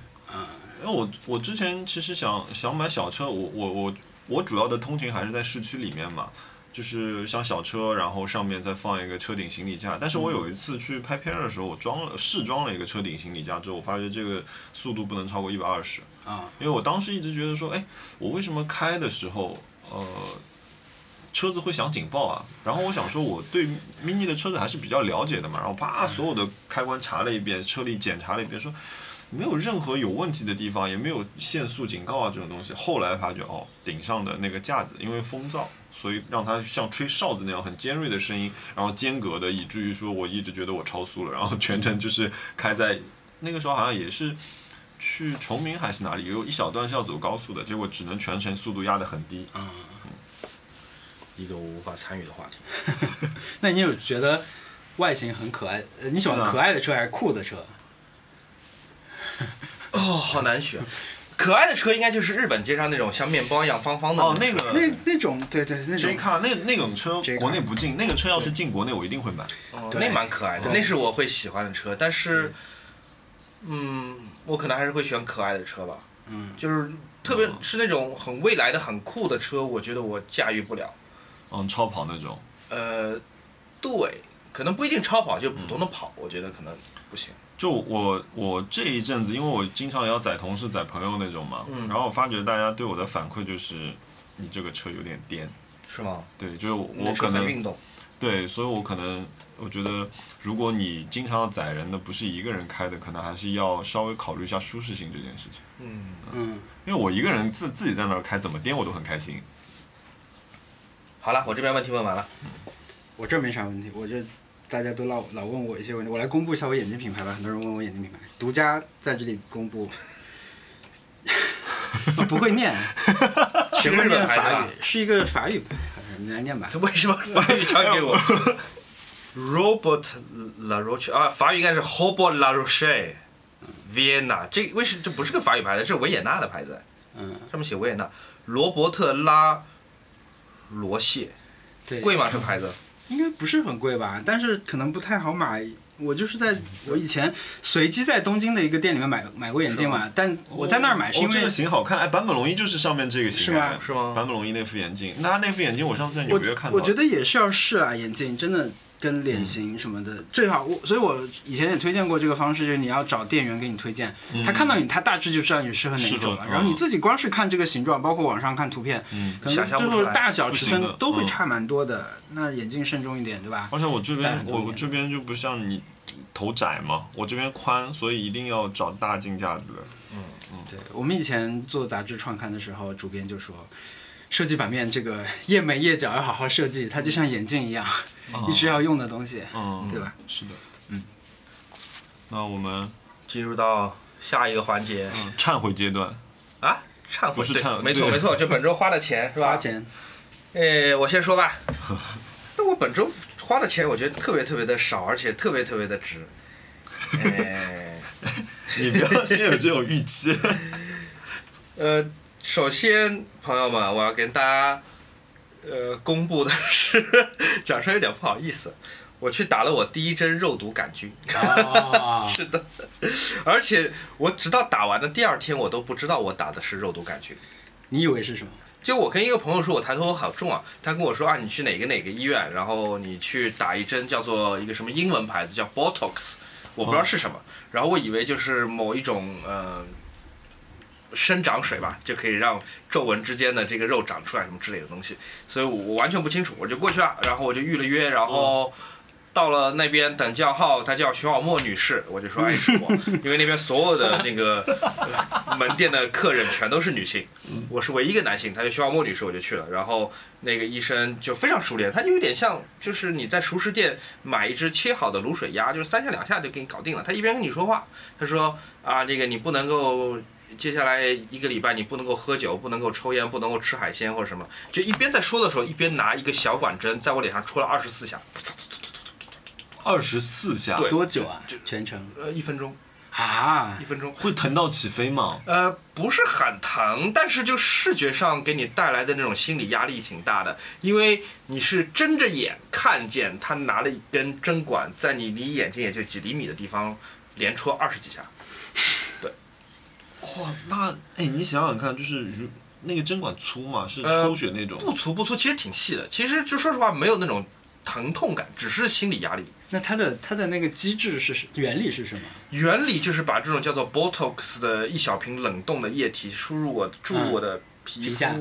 A: 因为我我之前其实想想买小车，我我我我主要的通勤还是在市区里面嘛，就是像小车，然后上面再放一个车顶行李架。但是我有一次去拍片儿的时候，我装了试装了一个车顶行李架之后，我发觉这个速度不能超过一百二十
C: 啊，
A: 因为我当时一直觉得说，哎，我为什么开的时候，呃。车子会响警报啊，然后我想说，我对 mini 的车子还是比较了解的嘛，然后啪，所有的开关查了一遍，车里检查了一遍，说没有任何有问题的地方，也没有限速警告啊这种东西。后来发觉哦，顶上的那个架子因为风噪，所以让它像吹哨子那样很尖锐的声音，然后间隔的，以至于说我一直觉得我超速了，然后全程就是开在那个时候好像也是去崇明还是哪里，有一小段是要走高速的，结果只能全程速度压得很低。
B: 一个我无法参与的话题。
C: 那你有觉得外形很可爱？呃你喜
A: 是
C: 欢
A: 啊
C: 可爱的车还是酷的车？
B: 哦，好难选。可爱的车应该就是日本街上那种像面包一样方方的
A: 哦，
B: 种
A: 那个
C: 那那种对对那种
A: J。car 那那种车
C: J car
A: 国内不进，那个车要是进国内我一定会买。
B: 哦
C: 对
B: 那蛮可爱的，那是我会喜欢的车。但是，嗯，我可能还是会选可爱的车吧。
C: 嗯，
B: 就是特别是那种很未来的、很酷的车，我觉得我驾驭不了。
A: 嗯，超跑那种。
B: 呃，对，可能不一定超跑，就普通的跑，我觉得可能不行。
A: 就我我这一阵子，因为我经常要载同事、载朋友那种嘛，
B: 嗯
A: 然后我发觉大家对我的反馈就是，你这个车有点颠，
B: 是吗？
A: 对，就是我
B: 那
A: 我
B: 车
A: 可
B: 很
A: 能
B: 运动。
A: 对，所以我可能我觉得，如果你经常要载人的，不是一个人开的，可能还是要稍微考虑一下舒适性这件事情。
B: 嗯，
C: 嗯，
A: 因为我一个人自自己在那儿开，怎么颠我都很开心。
B: 好了，我这边问题问完了。
C: 我这没啥问题，我这大家都老老问我一些问题，我来公布一下我眼镜品牌吧。很多人问我眼镜品牌，独家在这里公布。 我不会念，
B: 学
C: 是
B: 过日本
C: 念
B: 牌子
C: 法
B: 吧
C: 语？，是一个法语牌，你来念吧。
B: 为什么法语传给我 ？Robert La Roche 啊，法语应该是 Robert La Roche Vienna。这为什这不是个法语牌子？这是维也纳的牌子，
C: 嗯，
B: 上面写维也纳。罗伯特拉罗谢，
C: 对，
B: 贵吗？这牌子？
C: 应该不是很贵吧，但是可能不太好买。我就是在我以前随机在东京的一个店里面买买过眼镜嘛，但我在那儿买是因
A: 哦这
C: 为
A: 个型好看，哎，坂本龙一就是上面这个型，
C: 是吗
A: 哎
B: 是吗
A: 坂本龙一那副眼镜，那他那副眼镜我上次在纽
C: 我
A: 约看到，嗯
C: 我觉得也是要试啊，眼镜真的跟脸型什么的，最好我，所以我以前也推荐过这个方式，就是你要找店员给你推荐，他看到你，他大致就知道你适合哪一种
A: 适
C: 了。
A: 合
C: 然后你
A: 嗯
C: 自己光是看这个形状，包括网上看图片，可能
B: 想象
C: 最
B: 不
C: 后
B: 出来
C: 大小
A: 不
C: 尺
A: 行
C: 寸
A: 的
C: 都会
A: 嗯哦
C: 差蛮多的。那眼镜慎重一点，对吧？
A: 而且我这
C: 戴
A: 边
C: 很多
A: 我
C: 年
A: 我这边就不像你头窄嘛，我这边宽，所以一定要找大镜架子的。
C: 对我们以前做杂志创刊的时候，主编就说，设计版面这个页眉页脚要好好设计，它就像眼镜一样，
A: 哦
C: 一直要用的东西，
A: 嗯，
C: 对吧？
A: 是的，嗯。那我们
B: 进入到下一个环节
A: 嗯忏悔阶段，
B: 啊，忏悔，
A: 不是
B: 对
A: 忏悔
B: 没错
A: 对
B: 没错，就本周花的钱是吧？
C: 花钱，
B: 诶，我先说吧。那我本周花的钱，我觉得特别特别的少，而且特别特别的值。呃诶，
A: 你不要先有这种预期。
B: 呃，首先，朋友们，我要跟大家呃公布的是， 讲出来有点不好意思，我去打了我第一针肉毒杆菌。
A: 哦
D: 啊，
B: 是的，而且我直到打完的第二天，我都不知道我打的是肉毒杆菌。
C: 你以为是什么？
B: 就我跟一个朋友说，我抬头好重啊，他跟我说啊，你去哪个哪个医院，然后你去打一针，叫做一个什么英文牌子叫 Botox，我不知道是什么，然后我以为就是某一种呃生长水吧，就可以让皱纹之间的这个肉长出来什么之类的东西，所以我我完全不清楚，我就过去了，然后我就预了约，然后。到了那边等叫号，她叫徐小沫女士，我就说哎是我，因为那边所有的那个呃门店的客人全都是女性，我是唯一一个男性，她就徐小沫女士，我就去了。然后那个医生就非常熟练，他就有点像就是你在熟食店买一只切好的卤水鸭，就是三下两下就给你搞定了。他一边跟你说话，他说啊这个你不能够。接下来一个礼拜你不能够喝酒，不能够抽烟，不能够吃海鲜或者什么，就一边在说的时候，一边拿一个小管针在我脸上戳了二十四下，
A: 二十四下，
B: 对
C: 多久啊？全程
B: 呃，一分钟，
C: 啊
B: 一？分钟，
A: 会疼到起飞吗？
B: 呃，不是很疼，但是就视觉上给你带来的那种心理压力挺大的，因为你是睁着眼看见他拿了一根针管，在你离眼睛也就几厘米的地方连戳二十几下，
A: 哇，那哎，你想想看，就是如那个针管粗嘛，是
B: 呃
A: 抽血那种，
B: 不粗不粗，其实挺细的，其实就说实话没有那种疼痛感，只是心理压力。
C: 那它的它的那个机制是原理是什么？
B: 原理就是把这种叫做 Botox 的一小瓶冷冻的液体输入我注入我的皮
C: 嗯皮
B: 肤。
C: 下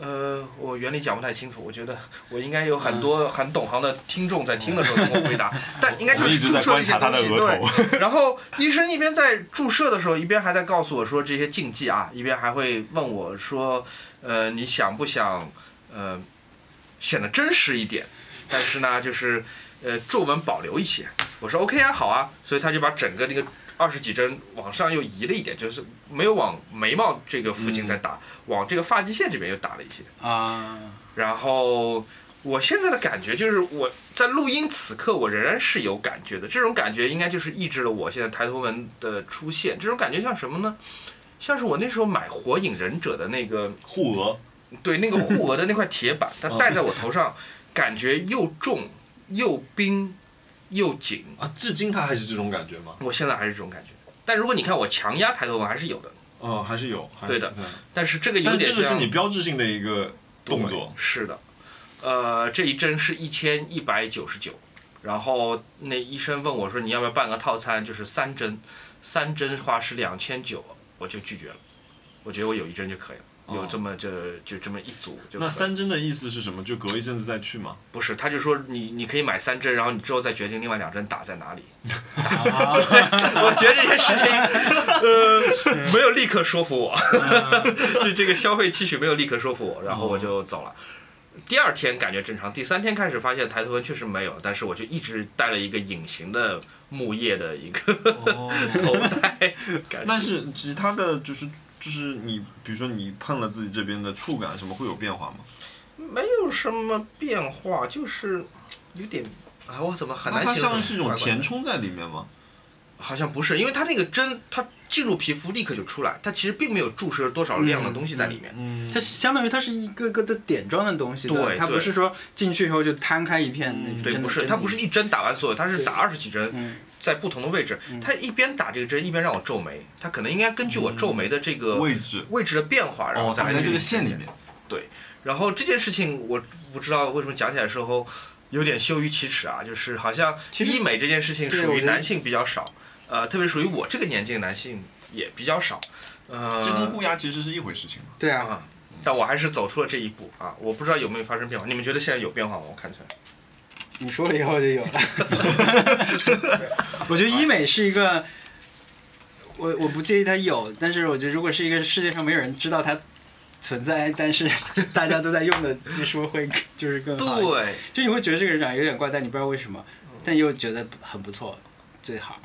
B: 呃，我原理讲不太清楚，我觉得我应该有很
C: 嗯
B: 多很懂行的听众在听的时候跟我回 答，但应该就
A: 我一
B: 是
A: 直
B: 注
A: 在
B: 射
A: 观
B: 这些
A: 察他
B: 东
A: 的
B: 西。
A: 额头
B: 对，。然后医生一边在注射的时候，一边还在告诉我说这些禁忌啊，一边还会问我说，呃，你想不想，呃，显得真实一点？但是呢，就是呃皱纹保留一些。我说 OK 啊，好啊，所以他就把整个那个二十几针往上又移了一点，就是没有往眉毛这个附近再打，往这个发际线这边又打了一些。
C: 啊，
B: 然后我现在的感觉就是，我在录音此刻，我仍然是有感觉的。这种感觉应该就是抑制了我现在抬头纹的出现。这种感觉像什么呢？像是我那时候买《火影忍者》的那个
A: 护额，
B: 对那个护额的那块铁板，它戴在我头上，感觉又重又冰又紧。
A: 啊，至今他还是这种感觉吗？
B: 我现在还是这种感觉。但如果你看我强压抬头纹还是有的，
A: 嗯，还是有。还是
B: 对的。但是这个有
A: 但
B: 点
A: 这个是
B: 像
A: 你标志性的一个动作
B: 对，是的，呃，这一针是一千一百九十九，然后那医生问我说你要不要办个套餐，就是三针，三针的话是两千九，我就拒绝了，我觉得我有一针就可以了。有
A: 哦
B: 这么这就这么一组就可
A: 那
B: 以了
A: 三针的意思是什么？就隔一阵子再去嘛。
B: 不是，他就说你你可以买三针，然后你之后再决定另外两针打在哪里。
C: 啊
B: 我觉得这件事情，呃，没有立刻说服我， 就这个消费期许没有立刻说服我，然后我就走了。第二天感觉正常，第三天开始发现抬头纹确实没有，但是我就一直戴了一个隐形的木叶的一个头戴，感觉
A: 但是其他的就是就是你，比如说你碰了自己这边的触感什么会有变化吗？
B: 没有什么变化，就是有点，哎，我怎么很
A: 那
B: 难
A: 它
B: 形容？
A: 像是一种
B: 怪怪的
A: 填充在里面吗？
B: 好像不是，因为它那个针，它进入皮肤立刻就出来，它其实并没有注射多少量的东西在里面。
A: 嗯
C: 它相当于它是一个个的点状的东西的，
B: 对
C: 它不
B: 对
C: 是说进去以后就摊开一片那种。
B: 对，
C: 真的
B: 不是，
C: 真
B: 它
C: 的
B: 不是一针打完所有，它是打二十几针，
C: 嗯
B: 在不同的位置，它一边打这个针一边让我皱眉，它可能应该根据我皱眉的这个
A: 位置
B: 位置的变化，然后
A: 哦，
B: 再
A: 打
B: 来
A: 在这
B: 决定
A: 个线里面。
B: 然后这件事情我不知道为什么讲起来的时候，有点羞于启齿啊，就是好像
D: 其实
B: 医美这件事情
D: 对
B: 属
D: 我
B: 于
D: 觉得
B: 男性比较少，呃，特别属于我这个年纪的男性也比较少，呃，
A: 这跟固压其实是一回事情嘛。
D: 对啊，
B: 啊，但我还是走出了这一步啊，我不知道有没有发生变化，你们觉得现在有变化吗？我看起来，
D: 你说了以后就 有了。
C: 我觉得医美是一个，我我不介意它有，但是我觉得如果是一个世界上没有人知道它存在，但是大家都在用的技术会就是更好一点。
B: 对，
C: 就你会觉得这个人长得有点怪，但你不知道为什么，但又觉得很不错，最好，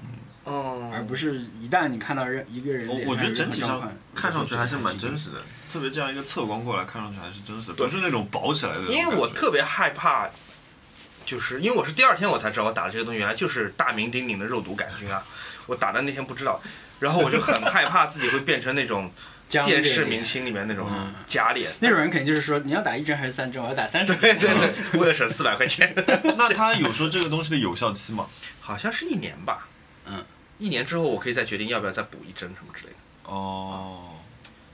B: 嗯，
C: 而不是一旦你看到人一个人
A: 我
C: 脸
A: 我觉得
C: 有
A: 整
C: 任何
A: 体
C: 状
A: 上
C: 况
A: 看上去还是蛮真实的，特别这样一个侧光过来看上去还是真实的，不是那种薄起来的那种感觉。
B: 因为我特别害怕，就是因为我是第二天我才知道我打的这个东西原来就是大名鼎鼎的肉毒杆菌啊，我打的那天不知道，然后我就很害怕自己会变成那 种
C: 僵
B: 电视
C: 脸
B: 明星里面那种
A: 嗯
B: 假脸。
C: 那种人嗯肯定就是说，你要打一针还是三针？我要打三十针。
B: 对对对，为了省四百块钱，
A: 那它有说这个东西的有效期吗？
B: 好像是一年吧，
C: 嗯，
B: 一年之后我可以再决定要不要再补一针什么之类的。
A: 哦，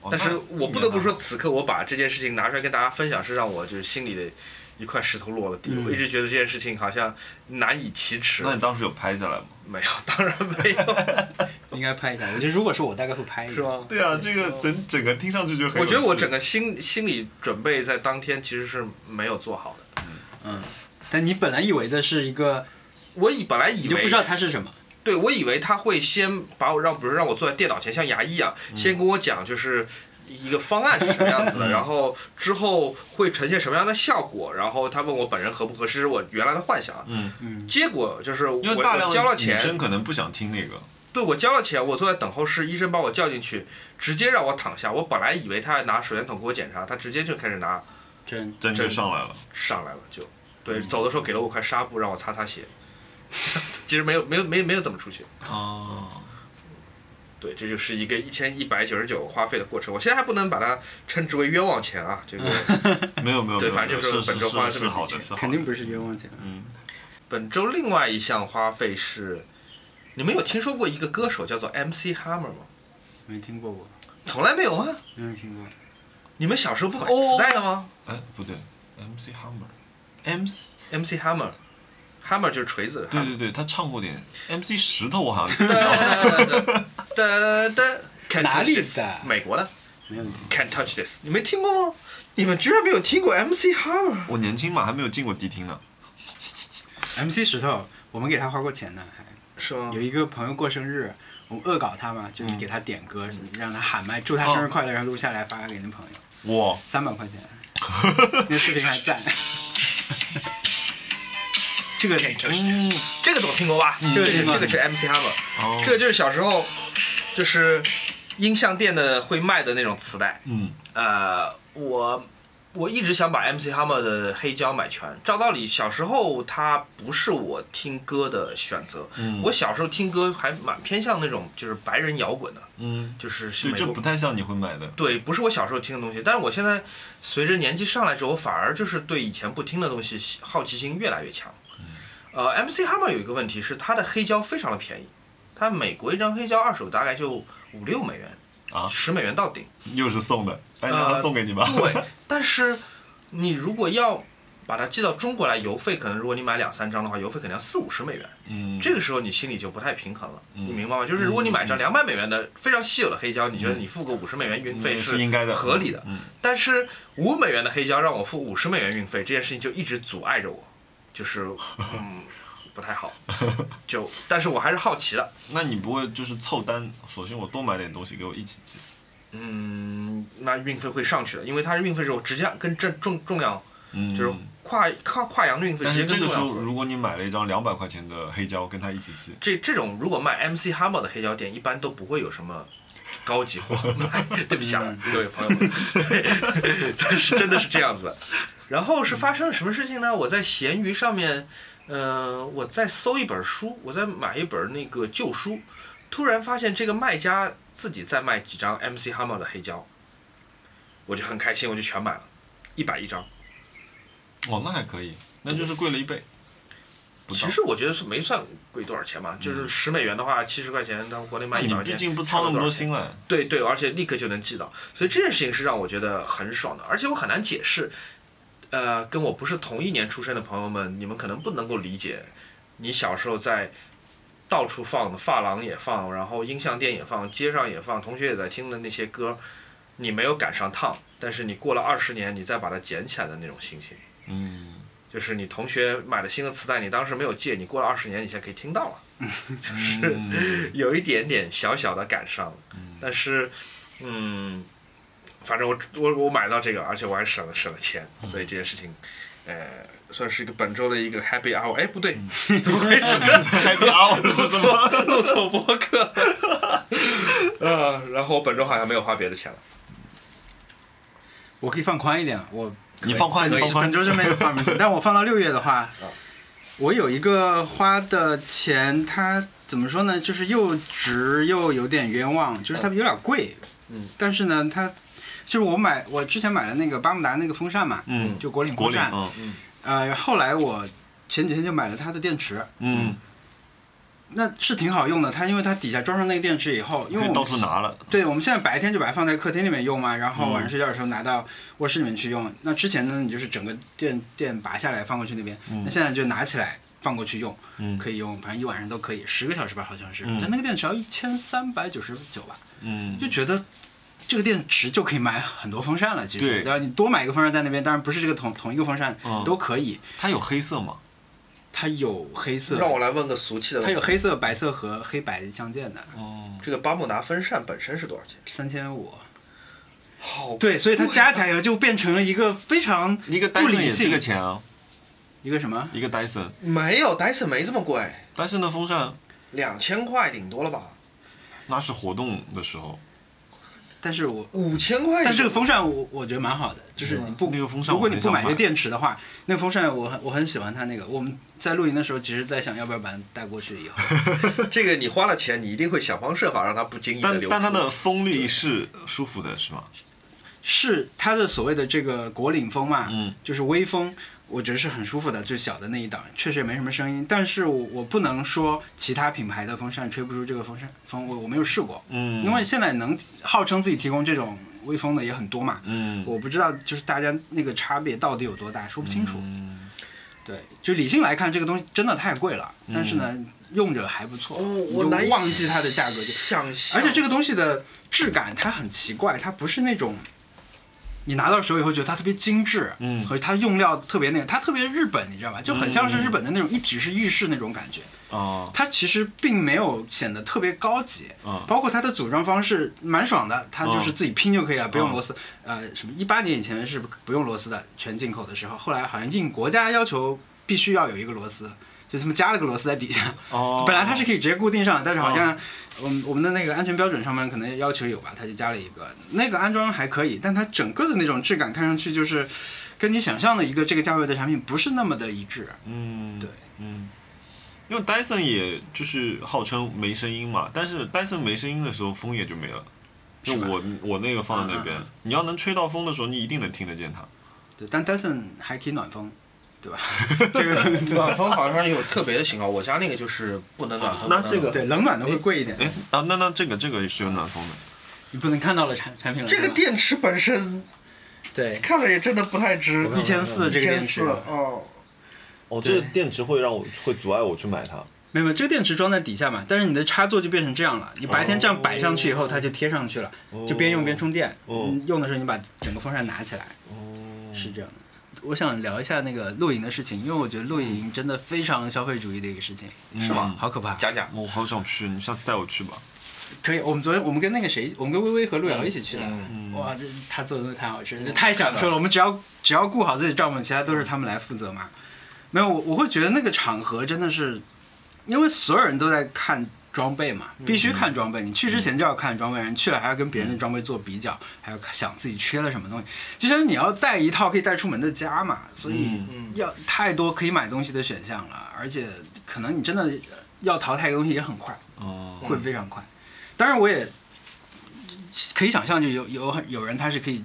A: 哦
B: 但是
A: 那
B: 我不得不说，此刻我把这件事情拿出来跟大家分享，是让我就是心里的一块石头落了地。
C: 嗯
B: 我一直觉得这件事情好像难以启齿，
A: 那你当时有拍下来吗？
B: 没有，当然没 有，
C: 应该拍一下。我觉得如果是我，大概会拍一下。
B: 是吗？
A: 对啊，这个整整个听上去就很有
B: 我觉得我
A: 趣
B: 整个心心理准备在当天其实是没有做好的。
C: 嗯，但你本来以为的是一个，
B: 我以本来以
C: 你就
B: 为
C: 不知道它是什么。
B: 对，我以为他会先把我让，比如让我坐在电脑前，像牙医一样，先跟我讲就是一个方案是什么样 子的，然后之后会呈现什么样的效果，然后他问我本人合不合适，是我原来的幻想啊。
A: 嗯，
C: 嗯，
B: 结果就是我
A: 因为大量
B: 我交了
A: 的女
B: 钱
A: 生，可能不想听那个，
B: 对我交了钱，我坐在等候室，医生把我叫进去，直接让我躺下。我本来以为他要拿手电筒给我检查，他直接就开始拿
C: 真
A: 真就
B: 真
A: 上来了。
B: 上来了，就对，走的时候给了我块纱布让我擦擦血，其实没有没有没有没有怎么出血。
A: 哦，
B: 对，这就是一个一千一百九十九花费的过程。我现在还不能把它称之为冤枉钱啊，这个
A: 没有没有，
B: 对
A: 没有
B: 反正
A: 没有
B: 就是
A: 是
B: 本周花了
A: 是
B: 这
A: 是
B: 么
A: 好
B: 笔
A: 的，
B: 钱
A: 是好的
C: 肯定不是冤枉钱。
A: 嗯，
B: 本周另外一项花费是，你们有听说过一个歌手叫做 MC Hammer 吗？
C: 没听过我，
B: 从来没有啊！
C: 没有听过。
B: 你们小时候不买磁带的吗、
A: 哎不对，MC Hammer，MC
B: m c Hammer，Hammer 就是锤子。
A: 对
B: hammer
A: 对对，他唱过点 MC 石头，我好像
B: 啊哒哒哒，Can't touch
C: 哪里的
B: this，美国的
C: 没有听。
B: Can't Touch This，你没听过吗？你们居然没有听过 MC Hammer？
A: 我年轻嘛，还没有进过迪厅呢。
C: MC 石头，我们给他花过钱呢，还
B: 是吗
C: 有？一个朋友过生日，我们恶搞他嘛，
A: 嗯
C: 就是给他点歌，让他喊麦，祝他
A: 哦
C: 生日快乐，然后录下来发给那朋友，
A: 哇，
C: 三百 块钱，那视频还在。这个
A: 嗯，
B: 这个总听过吧？这个嗯是这个是 MC Hammer。
A: 哦，
B: 这个就是小时候，就是音像店的会卖的那种磁带。
A: 嗯，
B: 呃，我我一直想把 MC Hammer 的黑胶买全。照道理，小时候它不是我听歌的选择。
A: 嗯
B: 我小时候听歌还蛮偏向那种就是白人摇滚的，
A: 嗯，
B: 就是
A: 对，
B: 美
A: 这
B: 国
A: 不。太像你会买的。
B: 对，不是我小时候听的东西，但是我现在随着年纪上来之后，我反而就是对以前不听的东西好奇心越来越强。
A: 嗯
B: 呃，MC Hammer 有一个问题是它的黑胶非常的便宜，它美国一张黑胶二手大概就五六美元
A: 啊
B: 十美元到顶。
A: 又是送的，哎，
B: 呃
A: 让他送给你吧。
B: 对，但是你如果要把它寄到中国来，邮费可能如果你买两三张的话，邮费可能要四五十美元。
A: 嗯，
B: 这个时候你心里就不太平衡了，
A: 嗯
B: 你明白吗？就是如果你买张两百美元的非常稀有的黑胶，你觉得你付个五十美元运费
A: 嗯是应该的
B: 合理的，
A: 嗯
B: 但是五美元的黑胶让我付五十美元运费，这件事情就一直阻碍着我，就是嗯 不太好，就但是我还是好奇的，
A: 那你不会就是凑单，索性我多买点东西给我一起寄？
B: 嗯，那运费会上去的，因为它运费是我直接跟正重重量
A: 嗯，
B: 就是跨跨跨洋的运费
A: 但
B: 直接
A: 是这
B: 跟
A: 个
B: 重
A: 时
B: 量
A: 候，
B: 合。
A: 如果你买了一张两百块钱的黑胶，跟他一起寄，
B: 这这种如果卖 MC Hammer 的黑胶店，一般都不会有什么高级 货卖。对不起
A: 嗯
B: 啊，各位朋友们，对是真的是这样子的。然后是发生了什么事情呢？我在闲鱼上面，呃，我在搜一本书，我在买一本那个旧书，突然发现这个卖家自己在卖几张 MC Hammer 的黑胶，我就很开心，我就全买了，一百一张。
A: 哦，那还可以，那就是贵了一倍。不到嗯
B: 其实我觉得是没算贵多少钱嘛，就是十美元的话，七十块钱，到国内卖
A: 那
B: 一
A: 你
B: 百块
A: 毕
B: 钱，
A: 竟不操那么多心了。
B: 对对，而且立刻就能记到，所以这件事情是让我觉得很爽的，而且我很难解释呃，跟我不是同一年出生的朋友们，你们可能不能够理解，你小时候在到处放的，发廊也放，然后音像店也放，街上也放，同学也在听的那些歌，你没有赶上趟，但是你过了二十年，你再把它捡起来的那种心情，
A: 嗯，
B: 就是你同学买了新的磁带，你当时没有借，你过了二十年，你现在可以听到了。
A: 是，
B: 有一点点小小的感伤，但是，嗯，反正我我我买到这个，而且我还省了省了钱，
C: 嗯
B: 所以这件事情，呃，算是一个本周的一个 happy hour。哎，不对，
C: 嗯
B: 怎么 回 事？
A: 还别熬是什 么？
B: 录错播客。呃，然后我本周好像没有花别的钱了。
C: 我可以放宽一点，我
A: 你放宽，你
C: 本
A: 放宽嗯
C: 本，周就没有花名字，但我放到六月的 话
B: 啊，
C: 我有一个花的钱，它怎么说呢？就是又值又有点冤枉，就是它有点贵。
B: 嗯，
C: 但是呢，它就是我买我之前买了那个巴慕达那个风扇嘛，
A: 嗯，
C: 就国领
A: 国
C: 风
A: 领，
C: 扇。
A: 嗯
C: 呃，后来我前几天就买了它的电池，
A: 嗯，
C: 那是挺好用的。它因为它底下装上那个电池以后，因
A: 可
C: 为
A: 以
C: 我
A: 到
C: 们
A: 处拿了，
C: 对，我们现在白天就把它放在客厅里面用嘛，然后
A: 嗯
C: 晚上睡觉的时候拿到卧室里面去用。那之前呢，你就是整个电电拔下来放过去那边，
A: 嗯
C: 那现在就拿起来放过去用，
A: 嗯
C: 可以用，反正一晚上都可以，十个小时吧，好像是。
A: 嗯
C: 但那个电池要一千三百九十九吧，
A: 嗯，
C: 就觉得这个电池就可以买很多风扇了。其
A: 对
C: 实，然后你多买一个风扇在那边，当然不是这个同同一个风扇、
A: 嗯
C: 都可以，
A: 它有黑色嘛，
C: 它有黑色，
B: 让我来问个俗气的
C: 它
B: 问
C: 有
B: 题：
C: 黑色、白色和黑白相间的，
A: 哦，
B: 这个巴慕达风扇本身是多少钱？
C: 三千五。
B: 好
C: 对，所以它加起来以后就变成了一个非常
A: 一个
C: 不
A: Dyson
C: 理
A: 也是
C: 性
A: 个钱啊，
C: 一个什么？
A: 一个 Dyson，
B: 没有戴森没这么贵，
A: Dyson 的风扇
B: 两千块顶多了吧？
A: 那是活动的时候，
C: 但是我
B: 五千块
C: 但这个风扇我我觉得蛮好的，就是你不
A: 嗯那个风扇
C: 如果
A: 我
C: 你
A: 很想
C: 不买一个
A: 买
C: 电池的话，那个风扇我很我很喜欢它那个。我们在露营的时候，其实在想要不要把它带过去以后，
B: 这个你花了钱，你一定会想方设法让它不经意的
A: 但
B: 流出。
A: 但它的风力是舒服的，是吗？
C: 是它的所谓的这个国领风嘛，
A: 嗯，
C: 就是微风，我觉得是很舒服的，最小的那一档，确实也没什么声音。但是我我不能说其他品牌的风扇吹不出这个风扇风，我我没有试过，
A: 嗯，
C: 因为现在能号称自己提供这种微风的也很多嘛，
A: 嗯，
C: 我不知道就是大家那个差别到底有多大，说不清楚。
A: 嗯
C: 对，就理性来看，这个东西真的太贵了，但是呢，用着还不错，
B: 哦
C: 你
B: 嗯我
C: 就
B: 难以
C: 忘记它的价格就。
B: 想象，
C: 而且这个东西的质感它很奇怪，它不是那种你拿到手以后觉得它特别精致，
A: 嗯
C: 和它用料特别那个，它特别日本，你知道吧？就很像
B: 嗯
C: 是日本的那种一体式浴室那种感觉，
A: 啊
C: 它其实并没有显得特别高级。
A: 啊，
C: 包括它的组装方式蛮爽的，它就是自己拼就可以了，
A: 啊
C: 不用螺丝。呃，什么一八年以前是不用螺丝的，全进口的时候，后来好像应国家要求必须要有一个螺丝，就他们加了个螺丝在底下。
A: 哦啊
C: 本来它是可以直接固定上的，但是好像我们我们的那个安全标准上面可能要求有吧，它就加了一个。那个安装还可以，但它整个的那种质感看上去就是跟你想象的一个这个价位的产品不是那么的一致。
A: 嗯，
C: 对，
A: 嗯，因为 Dyson 也就是号称没声音嘛，但是 Dyson 没声音的时候风也就没了。就是啊
C: 吧
A: 我我那个放在那边
C: 嗯嗯，
A: 你要能吹到风的时候，你一定能听得见它。
C: 对，但 Dyson 还可以暖风，对 吧？这个
B: 暖风好像有特别的型号，我家那个就是不能暖风。啊
A: 那
B: 不能
A: 这个
C: 对冷暖的会贵一点。
A: 哎啊，那那这个这个是有暖风的，
C: 你不能看到了产产品了。
B: 这个
C: 是吧
B: 电池本身
C: 对，
B: 看着也真的不太值，
C: 一千四这个电池
B: 1400，哦，
A: 哦，
C: 这个
A: 电池会让我会阻碍我去买它。
C: 没有没有，这个电池装在底下嘛，但是你的插座就变成这样了。你白天这样摆上去以后，它就贴上去了，就边用边充电。
A: 哦
C: 嗯，用的时候你把整个风扇拿起来，
A: 哦，
C: 是这样的。我想聊一下那个露营的事情，因为我觉得露营真的非常消费主义的一个事情，
B: 是吗？
C: 好可怕。
B: 讲讲。
A: 我好想去，你下次带我去吧。
C: 可以，我们昨天我们跟那个谁，我们跟薇薇和路遥一起去的，
B: 嗯
C: 哇，这他做的东西太好吃，了，这太享受了。我们只要只要顾好自己帐篷，其他都是他们来负责嘛。没有，我我会觉得那个场合真的是，因为所有人都在看装备嘛，
B: 嗯
C: 必须看装备。你去之前就要看装备，然后你去了还要跟别人的装备做比较，还要想自己缺了什么东西。就像你要带一套可以带出门的家嘛，所以
B: 嗯
C: 要太多可以买东西的选项了，而且可能你真的呃要淘汰一个东西也很快。
A: 哦，
C: 会非常快。当然，我也可以想象，就有有有人他是可以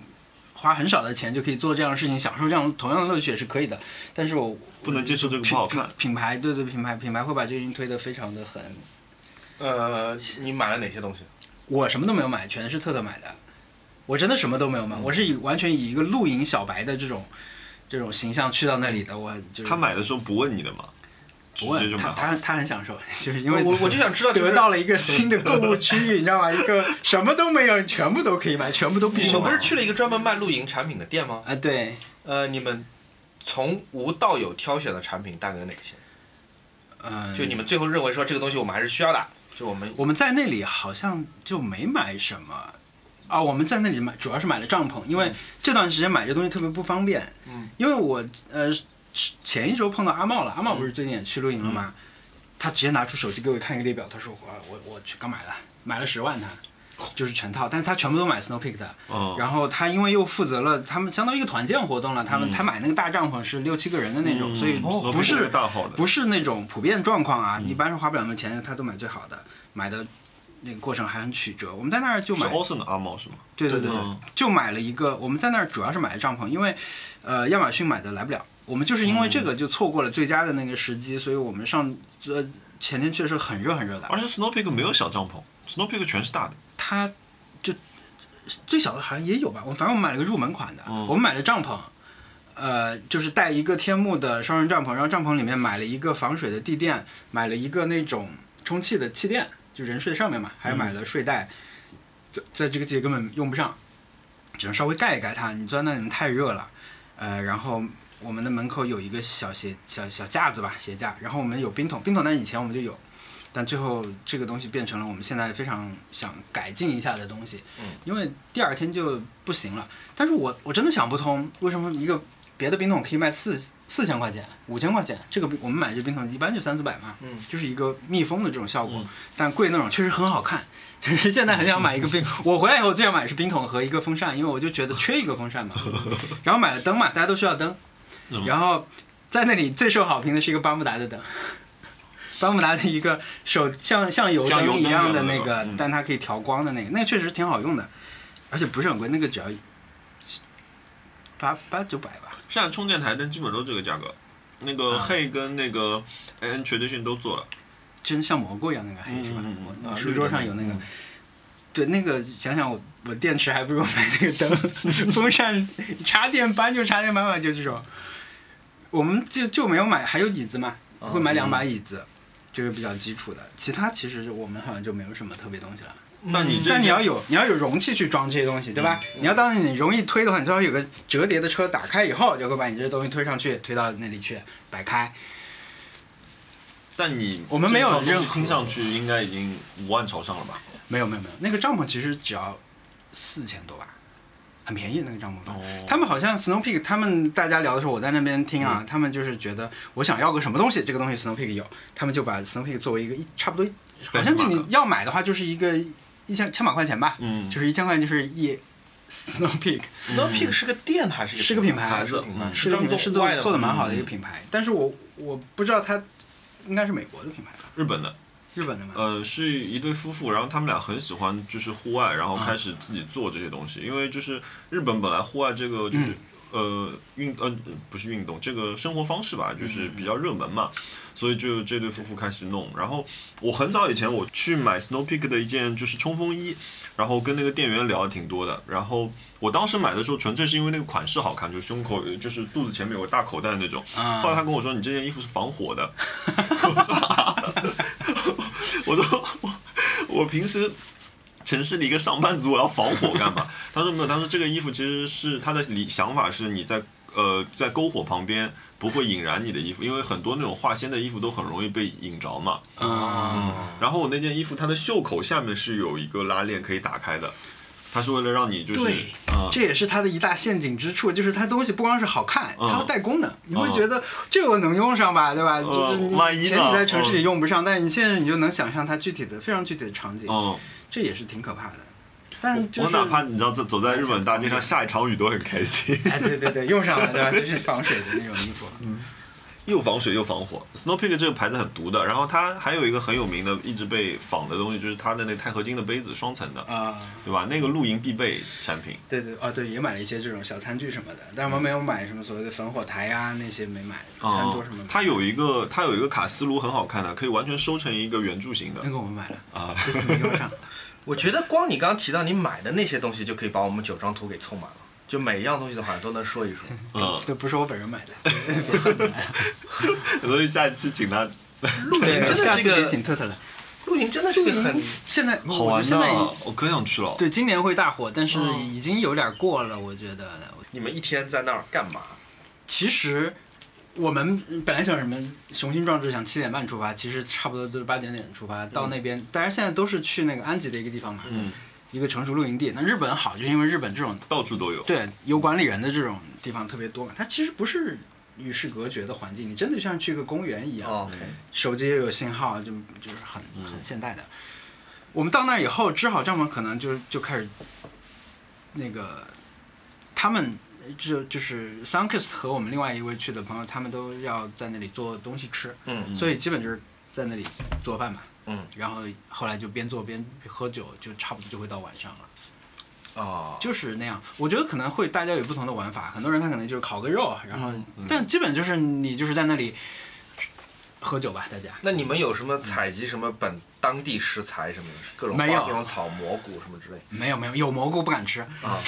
C: 花很少的钱就可以做这样的事情，享受这样同样的乐趣也是可以的。但是我
A: 不能接受这个不好看
C: 品。品牌对对品牌品牌会把这个事情推得非常的狠。
B: 呃，你买了哪些东西？
C: 我什么都没有买，全是特特买的。我真的什么都没有买，我是以完全以一个露营小白的这种这种形象去到那里的，我就是
A: 他买的时候不问你的嘛，直
C: 不
A: 接
C: 问
A: 就
C: 他，
A: 买好。
C: 他他很享受，就是因为
B: 我我就想知道，就
C: 得
B: 是
C: 到了一个新的购物区域，你知道吗？一个什么都没有，你全部都可以买，全部都必
B: 你
C: 须
B: 们
C: 买。
B: 不是去了一个专门卖露营产品的店吗？
C: 啊？对，
B: 呃，你们从无到有挑选的产品大概有哪些？
C: 嗯，
B: 呃就你们最后认为说这个东西我们还是需要的，就我们
C: 我们在那里好像就没买什么啊，我们在那里买主要是买了帐篷，因为这段时间买这东西特别不方便。
B: 嗯，
C: 因为我呃是前一周碰到阿茂了，阿茂
B: 嗯
C: 不是最近也去露营了吗？他直接拿出手机给我看一个列表，他说我我我去刚买了，买了十万他。就是全套，但是他全部都买 Snow Peak 的，
A: 嗯，
C: 然后他因为又负责了他们相当于一个团建活动了，他
A: 嗯
C: 们、他买那个大帐篷是六七个人的那种，
A: 嗯
C: 所以
A: 哦
C: 不是
A: 大号的，嗯
C: 不
A: 是
C: 是那种普遍状况啊，一般是花不了什么钱，他都买最好的，买的那个过程还很曲折。我们在那儿就买，
A: Olsen 的阿猫是吗？哦
C: 对对对，对
A: 嗯
C: 就买了一个。我们在那儿主要是买的帐篷，因为呃亚马逊买的来不了，我们就是因为这个就错过了最佳的那个时机，所以我们上呃前天去的时候很热很热的，
A: 而且 Snow Peak 没有小帐篷，Snow Peak 全是大的。
C: 它就呃最小的好像也有吧，我反正我们买了个入门款的，
A: 嗯
C: 我们买了帐篷。呃，就是带一个天幕的双人帐篷，然后帐篷里面买了一个防水的地垫，买了一个那种充气的气垫，就人睡在上面嘛，还买了睡袋，在在这个季节根本用不上，只能稍微盖一盖它。你钻那里面太热了，呃，然后我们的门口有一个小鞋小小架子吧，鞋架，然后我们有冰桶，冰桶那以前我们就有，但最后这个东西变成了我们现在非常想改进一下的东西，
B: 嗯
C: 因为第二天就不行了。但是我我真的想不通，为什么一个别的冰桶可以卖四四千块钱、五千块钱，这个冰我们买这冰桶一般就三四百嘛，
B: 嗯
C: 就是一个密封的这种效果，
A: 嗯
C: 但贵那种确实很好看。 就是现在很想买一个冰， 我回来以后最想买的是冰桶和一个风扇，因为我就觉得缺一个风扇 嘛。然后买了灯嘛，大家都需要灯
A: 嗯。
C: 然后在那里最受好评的是一个巴慕达的灯， 巴慕达的一个手像像油
A: 像油
C: 灯
A: 灯
C: 一
A: 一样
C: 样的
A: 的那
C: 那个
A: 个嗯，
C: 但它可以调光的那个，那个确实挺好用的，而且不是很贵，那个只要八八九百吧。
A: 现在充电台灯基本都这个价格，那个
C: 啊
A: Hey 跟那个 N Tradition 都做了，
C: 真像蘑菇一样那个黑
A: 嗯
C: 是吧
A: 嗯嗯？
C: 我
A: 啊
C: 书桌上有那个
A: 嗯，
C: 对那个想想我我电池还不如买那个灯，风扇插电板就插电板吧，就这种。我们就就没有买，还有椅子嘛，
A: 哦
C: 会买两把
A: 嗯
C: 椅子，这个比较基础的。其他其实我们好像就没有什么特别东西了。
A: 那你嗯这
C: 但你要有你要有容器去装这些东西，对吧？你要当你容易推的话，你最好有个折叠的车，打开以后就会把你这些东西推上去，推到那里去摆开。
A: 但你
C: 我们没有
A: 这套东西
C: 任何
A: 听上去应该已经五万朝上了吧？
C: 没有没有没有，那个帐篷其实只要四千多吧，很便宜那个帐篷费。
A: 哦
C: 他们好像 Snow Peak，他们大家聊的时候，我在那边听啊，他们就是觉得我想要个什么东西，这个东西 Snow Peak 有，他们就把 Snow Peak 作为一个一差不多，好像就你要买的话就是一个一千千把块钱吧，
A: 嗯，
C: 就是一千块钱就是一 Snow Peak，
B: Snow Peak 是个店还是
C: 是个品牌
B: 牌子？
A: 嗯
C: 是
B: 专
C: 品
B: 门
C: 牌
B: 做
C: 是
B: 户外
C: 做
B: 的
C: 做的嗯
B: 吗
C: 蛮好的一个品牌，但是我我不知道它应该是美国的品牌吧，
A: 日本的，
C: 日本的吗？
A: 呃，是一对夫妇，然后他们俩很喜欢就是户外，然后开始自己做这些东西，因为就是日本本来户外这个就是、
C: 嗯
A: 呃运呃不是运动，这个生活方式吧，
C: 嗯
A: 就是比较热门嘛，所以就这对夫妇开始弄。然后我很早以前我去买 Snow Peak 的一件就是冲锋衣，然后跟那个店员聊的挺多的。然后我当时买的时候纯粹是因为那个款式好看，就是胸口就是肚子前面有个大口袋那种。
C: 啊
A: 后来他跟我说你这件衣服是防火的，我说我我平时。城市里一个上班族，我要防火干嘛？他说没有，他说这个衣服其实是他的理想法是你在呃在篝火旁边不会引燃你的衣服，因为很多那种化纤的衣服都很容易被引着嘛。嗯
B: 啊，
A: 然后我那件衣服它的袖口下面是有一个拉链可以打开的，它是为了让你就是
C: 对
A: 啊、
C: 这也是它的一大陷阱之处，就是它东西不光是好看，
A: 嗯
C: 它要带功能。你会
A: 嗯
C: 觉得这个能用上吧，对吧？就是你
A: 呃万一呢嗯
C: 前你在城市里用不上，但是你现在你就能想象它具体的非常具体的场景，
A: 嗯，
C: 这也是挺可怕的。但就
A: 我
C: 是
A: 哪怕你知道走走在日本大街上下一场雨都很开心，
C: 哎，对对对，用上了，对吧？就是防水的那种衣服，
A: 又防水又防火。Snow Peak 这个牌子很毒的，然后它还有一个很有名的一直被仿的东西，就是它的那钛合金的杯子，双层的，
C: 啊、
A: 对吧？那个露营必备产品。
C: 对对啊，对，也买了一些这种小餐具什么的，但我们没有买什么所谓的防火台呀、那些没买，餐桌什么的。
A: 啊它有一个它有一个卡斯炉很好看的，可以完全收成一个圆柱形的
C: 那个我们买了，
A: 啊。
C: 这 次没用上。
B: 我觉得光你刚提到你买的那些东西，就可以把我们九张图给凑满了。就每一样东西的好像都能说一说。
A: 嗯，
C: 这不是我本人买 的，
A: 所以下一期请 他
B: 露营真
C: 下
B: 的
C: 次
B: 是
C: 得
B: 个
C: 请特特来。
B: 露营真的是个很
C: 现在
A: 好
C: 我
A: 玩
C: 们
A: 的
C: 现在已，
A: 我可想去了。
C: 对今年会大火，但是
B: 嗯
C: 已经有点过了，我觉得。
B: 你们一天在那儿干嘛？
C: 其实我们本来想什么雄心壮志，想七点半出发，其实差不多都是八点点出发到那边。大家现在都是去那个安吉的一个地方嘛，
A: 嗯，
C: 一个成熟露营地。那日本好，就是因为日本这种
A: 到处都有。
C: 对有管理人的这种地方特别多嘛，它其实不是与世隔绝的环境，你真的像去一个公园一样。
B: 哦，
C: 手机也有信号，就就是很
B: 嗯
C: 很现代的。我们到那以后支好帐篷，可能就就开始那个他们就就是 Sunkist 和我们另外一位去的朋友，他们都要在那里做东西吃，
B: 嗯，
C: 所以基本就是在那里做饭嘛。
B: 嗯，
C: 然后后来就边做边喝酒，就差不多就会到晚上了，
B: 哦，
C: 就是那样。我觉得可能会大家有不同的玩法，很多人他可能就是烤个肉，啊然
B: 嗯
C: 后、但基本就是你就是在那里喝酒吧，大家。
B: 那你们有什么采集什么本当地食材什么的，各种花
C: 没有
B: 各种草、蘑菇什么之类
C: 没有没有，有蘑菇不 敢吃。
B: 啊？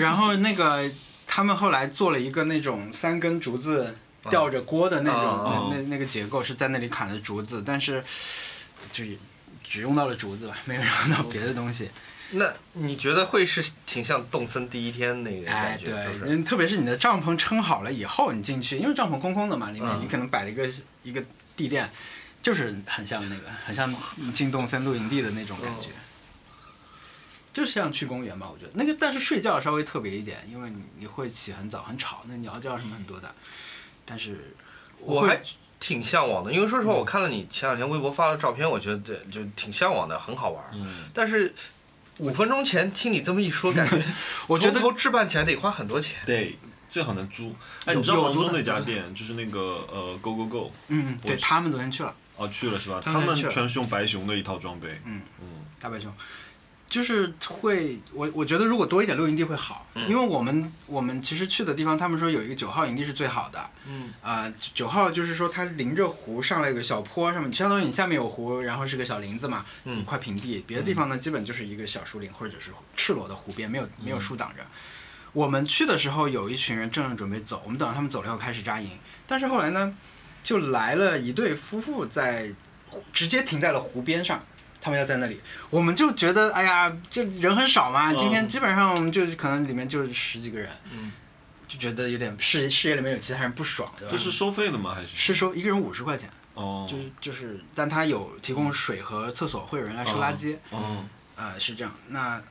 C: 然后那个他们后来做了一个那种三根竹子吊着锅的那种、
B: 哦
C: 那那那个结构，是在那里砍的竹子，但是就只用到了竹子吧，没有用到别的东西。
B: 那你觉得会是挺像动森第一天那个
C: 哎
B: 感，觉，
C: 对
B: 是，不是？
C: 嗯，特别是你的帐篷撑好了以后，你进去，因为帐篷空空的嘛，里面
B: 嗯
C: 你可能摆了一个、一个地垫，就是很像那个，很像进洞森露营地的那种感觉。
B: 哦
C: 就像去公园吧，我觉得那个，但是睡觉稍微特别一点，因为你你会起很早，很吵，那鸟叫什么很多的。但是
B: 我
C: 会
B: 还挺向往的，因为说实话，
C: 嗯
B: 我看了你前两天微博发的照片，我觉得对就挺向往的，很好玩。
A: 嗯，
B: 但是五分钟前听你这么一说，感觉
C: 我觉得
B: 从头置办起来得花很多钱。
A: 对，最好能租。哎，
C: 有
A: 你知道
C: 有
A: 杭州
C: 租的
A: 那家店，就是那个呃，Go Go Go，
C: 嗯，对
A: 我
C: 他们昨天去了
A: 哦，去了是吧？
C: 他
A: 他
C: 们
A: 们
C: 去了
A: 全是用白熊的一套装备。
C: 嗯
A: 嗯，
C: 大白熊，就是会我我觉得如果多一点露营地会好，
B: 嗯
C: 因为我们我们其实去的地方，他们说有一个九号营地是最好的，
B: 嗯，
C: 啊，九、号就是说它临着湖上来有个小坡，上面相当于你下面有湖，然后是个小林子嘛，
B: 嗯
C: 一块平地。别的地方呢，基本就是一个小树林或者是赤裸的湖边，
A: 嗯
C: 没有没有树挡着。我们去的时候有一群人正准备走，我们等到他们走了以后开始扎营，但是后来呢，就来了一对夫妇在湖直接停在了湖边上。他们要在那里，我们就觉得，哎呀，这人很少嘛。
A: 嗯
C: 今天基本上我们就可能里面就十几个人，
B: 嗯
C: 就觉得有点视视野里面有其他人不爽，对吧？
A: 这是收费的吗？还是
C: 是收一个人五十块钱，
A: 哦，
C: 就是就是，但他有提供水和厕所，会有人来收垃圾，
A: 嗯
C: 呃，是这样。那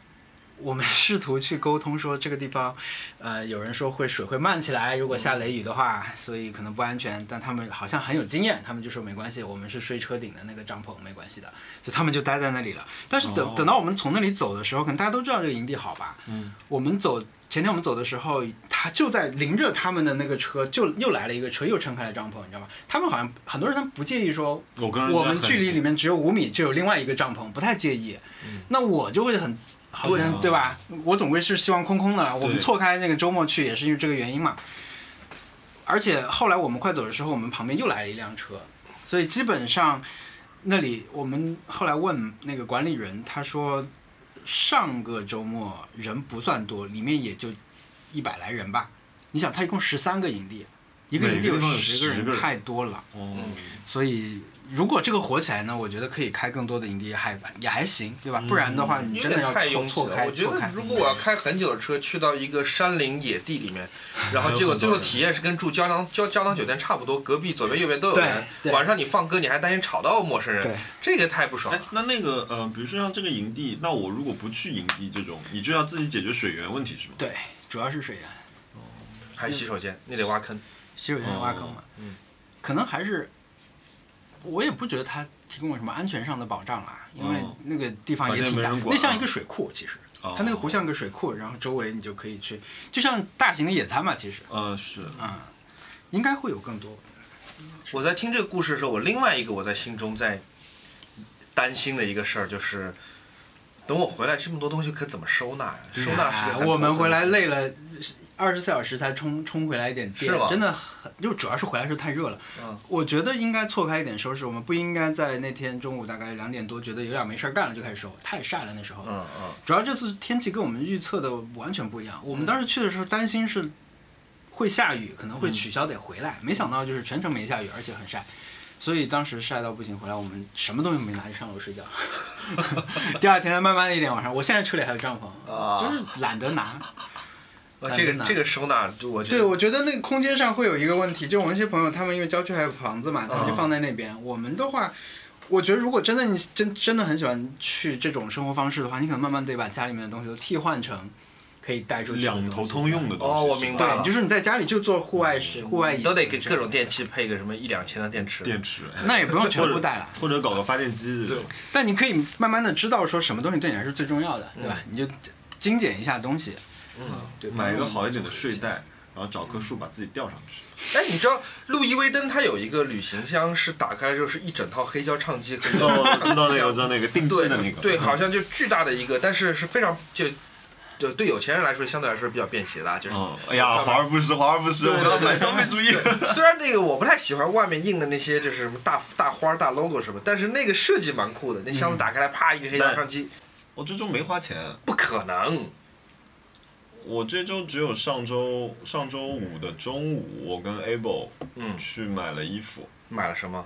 C: 我们 试图去沟通说这个地方，呃，有人说会水会漫起来，如果下雷雨的话，所以可能不安全。但他们好像很有经验，他们就说没关系，我们是睡车顶的那个帐篷，没关系的。就他们就待在那里了。但是等、
A: 哦
C: 等到我们从那里走的时候，可能大家都知道这个营地好吧？
A: 嗯，
C: 我们走前天我们走的时候，他就在临着他们的那个车，就又来了一个车，又撑开了帐篷，你知道吗？他们好像很多人他们不介意说
A: 我跟人家
C: 我们
A: 很
C: 距离
A: 近嗯
C: 里面只有五米就有另外一个帐篷，不太介意。那我就会很好
A: 对
C: 像
A: 啊
C: 对吧？我总归是希望空空的。我们
A: 对
C: 错开那个周末去也是因为这个原因嘛。而且后来我们快走的时候，我们旁边又来了一辆车，所以基本上那里我们后来问那个管理人，他说上个周末人不算多，里面也就一百来人吧。你想，他一共十三个营地，一个
A: 每
C: 营地
A: 个
C: 有
A: 地方有
C: 十个
A: 10个
C: 人，
A: 人
C: 太多了。
B: 嗯
A: 哦，
C: 所以如果这个火起来呢，我觉得可以开更多的营地，还也还行，对吧？不然的话，你
B: 嗯有
C: 真的
B: 点
C: 要
B: 太
C: 错
B: 拥挤
C: 错
B: 了。
C: 开
B: 我觉
C: 错
B: 得
C: 开。
B: 如果我要开很久的车去到一个山林野地里面，
C: 嗯
B: 然后结果最后体验是跟住胶囊胶胶囊酒店差不多，隔壁左边右边都有
C: 对
B: 人。
C: 对
B: 晚上你放歌，你还担心吵到陌生人
C: 对，
B: 这个太不爽
A: 哎
B: 了。，
A: 那那个呃，比如说像这个营地，那我如果不去营地这种，你就要自己解决水源问题是吗？
C: 对，主要是水源，
B: 还有洗手间，你得挖坑。
C: 洗手间挖坑嘛，
B: 嗯，
C: 可能还是。我也不觉得它提供了什么安全上的保障啦，因为
B: 哦
A: 嗯
C: 那个地方
A: 反
C: 也
A: 正
C: 挺
A: 没
C: 大
A: 人，管
C: 那像
A: 啊
C: 一个水库，其实
A: 哦
C: 它那个湖像个水库，然后周围你就可以去，就像大型的野餐嘛，其实，
A: 呃，是
C: 嗯，应该会有更多。
B: 我在听这个故事的时候，我另外一个我在心中在担心的一个事儿就是，等我回来，这么多东西可怎么收纳呀？收纳是个
D: 啊
B: 很
C: 哎我们
B: 头疼
C: 回来
B: 的事
C: 累了，二十四小时才充充回来一点电
B: 是吗，
C: 真的很，就主要是回来时候太热了。
B: 嗯
C: 我觉得应该错开一点收拾，我们不应该在那天中午大概两点多觉得有点没事儿干了就开始收，太晒了那时候。
B: 嗯嗯，
C: 主要这次天气跟我们预测的完全不一样，我们
B: 嗯
C: 当时去的时候担心是会下雨，可能会取消得回来，没想到就是全程没下雨，而且很晒。所以当时晒到不行，回来我们什么东西没拿，就上楼睡觉。 第二天慢慢一点晚上，我现在车里还有帐篷，
B: 啊
C: 就是懒 得拿。
B: 呃这
C: 真
B: 个
C: 的
B: 这个收纳，就我觉得
C: 对，我觉得那个空间上会有一个问题，就我那些朋友，他们因为郊区还有房子
B: 嗯
C: 嘛，他们就放在那边。我们的话，我觉得如果真的你真真的很喜欢去这种生活方式的话，你可能慢慢得把家里面的东西都替换成可以带出去的
A: 两头通用的东西。
B: 哦我
A: 是吧
B: 明白了
C: 对，就是你在家里就做户外室、户外
B: 你嗯都得给
C: 饮食
B: 各种电，器配个什么一两千的电池。
A: 电池，
C: 那也不用全部带了，
A: 或者搞个发电机。
B: 对
C: 但你可以慢慢的知道说什么东西对你来说最重要的，对吧？你就精简一下东西，
B: 嗯，
C: 对，
A: 买一个好一点的睡袋，然后找棵树把自己吊上 去。
B: 哎，你知道路易威登它有一个旅行箱，是打开了之后是一整套黑胶唱机，可以
A: 哦，我知道那个，
B: 箱
A: 我知道那个定制
B: 对
A: 的那个。嗯
B: 对，好像就巨大的一个，但是是非常就就对有钱人来说相对来说比较便携的啊，就是
A: 嗯，哎呀，华而不实，华而不实，我
B: 对
A: 们要反消费主义。
B: 虽然那个我不太喜欢外面印的那些就是什么大大花、大 logo 什么，但是那个设计蛮酷的。那箱子打开来，啪，一个黑胶唱机，
A: 我这周没花钱，
B: 不可能。
A: 我这周只有上周上周五的中午，我跟 Able
B: 嗯，
A: 去买了衣服，
B: 买了什么？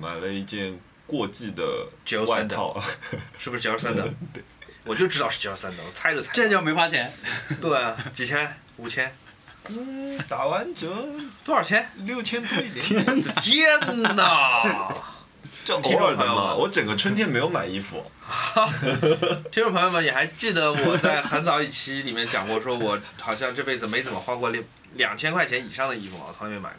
A: 买了一件过季的
B: Jill
A: 外
B: Sander
A: 套。
B: 是不是九二三的？对，我就知道是九二三的，我猜就猜。
C: 这叫没花钱。
B: 对啊，几千、五千、
A: 嗯，打完折
B: 多少钱？
A: 六千多一点，
B: 天哪！
A: 就偶尔的
B: 听众朋友
A: 嘛。
B: 们
A: 我整个春天没有买衣服，
B: 听众朋友们，你还记得我在很早一期里面讲过，说我好像这辈子没怎么花过两两千块钱以上的衣服嘛，我从来没买过。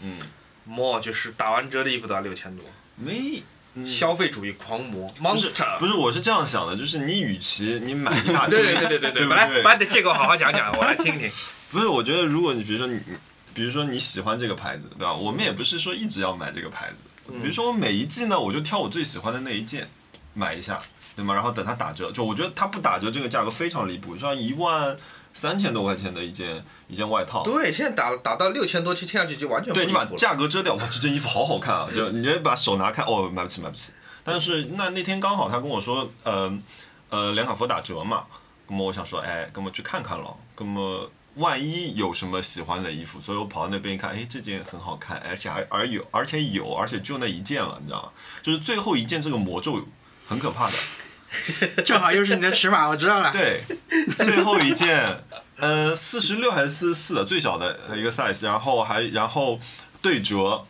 A: 嗯，
B: 魔就是打完折的衣服都要六千多，
A: 没。嗯
B: 消费主义狂魔
A: 不是
B: monster。
A: 不是，我是这样想的，就是你与其你买一大堆，
B: 对对对对对
A: 对
B: 对，
A: 不
B: 本来
A: 对
B: 把你的借口好好讲讲，我来听听。
A: 不是，我觉得如果你比如说你，比如说你喜欢这个牌子，对吧？我们也不是说一直要买这个牌子，比如说我每一季呢，我就挑我最喜欢的那一件买一下，对吗？然后等它打折，就我觉得它不打折这个价格非常离谱，像一万三千多块钱的一件一件外套。
B: 对，现在打打到六千多，去听上去就完全不
A: 对
B: 离
A: 你
B: 谱
A: 把
B: 了。
A: 价格遮掉，哇，这件衣服好好看啊！就你直接把手拿开，哦，买不起，买不起。但是那那天刚好他跟我说，呃呃，两卡佛打折嘛，那么我想说，哎，那么去看看咯，那么万一有什么喜欢的衣服，所以我跑到那边一看，哎，这件很好看，而且还而有而且有，而且就那一件了，你知道吗？就是最后一件这个魔咒很可怕的，
C: 正好又是你的尺码，我知道了。
A: 对，最后一件，呃，四十六还是四十四，最小的一个 size，然后还然后对折，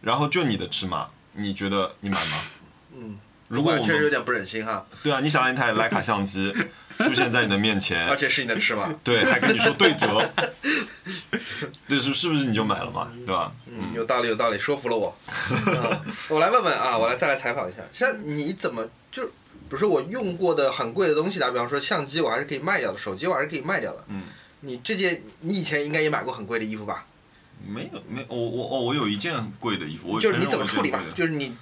A: 然后就你的尺码，你觉得你买吗？
B: 嗯，
A: 如果我
B: 我确实有
A: 们
B: 点不忍心哈，
A: 对啊，你想一台徕卡相机出现在你的面
B: 而
A: 前，
B: 且是你的尺码，
A: 对，还跟你说对折，对是是不是你就买了嘛？对吧？
B: 嗯，有道理有道理，说服 了我。嗯我来问问啊，我来再来采访一下，像你怎么就是，比如说我用过的很贵的东西，打比方说相机，我还是可以卖掉的，手机我还是可以卖掉的。
A: 嗯，
B: 你这件你以前应该也买过很贵的衣服吧？
A: 没有没有我我哦我有一件很贵的衣服，我
B: 就是
A: 承
B: 你
A: 认
B: 怎么
A: 我有一
B: 处理
A: 件
B: 吧
A: 贵的？
B: 就是你，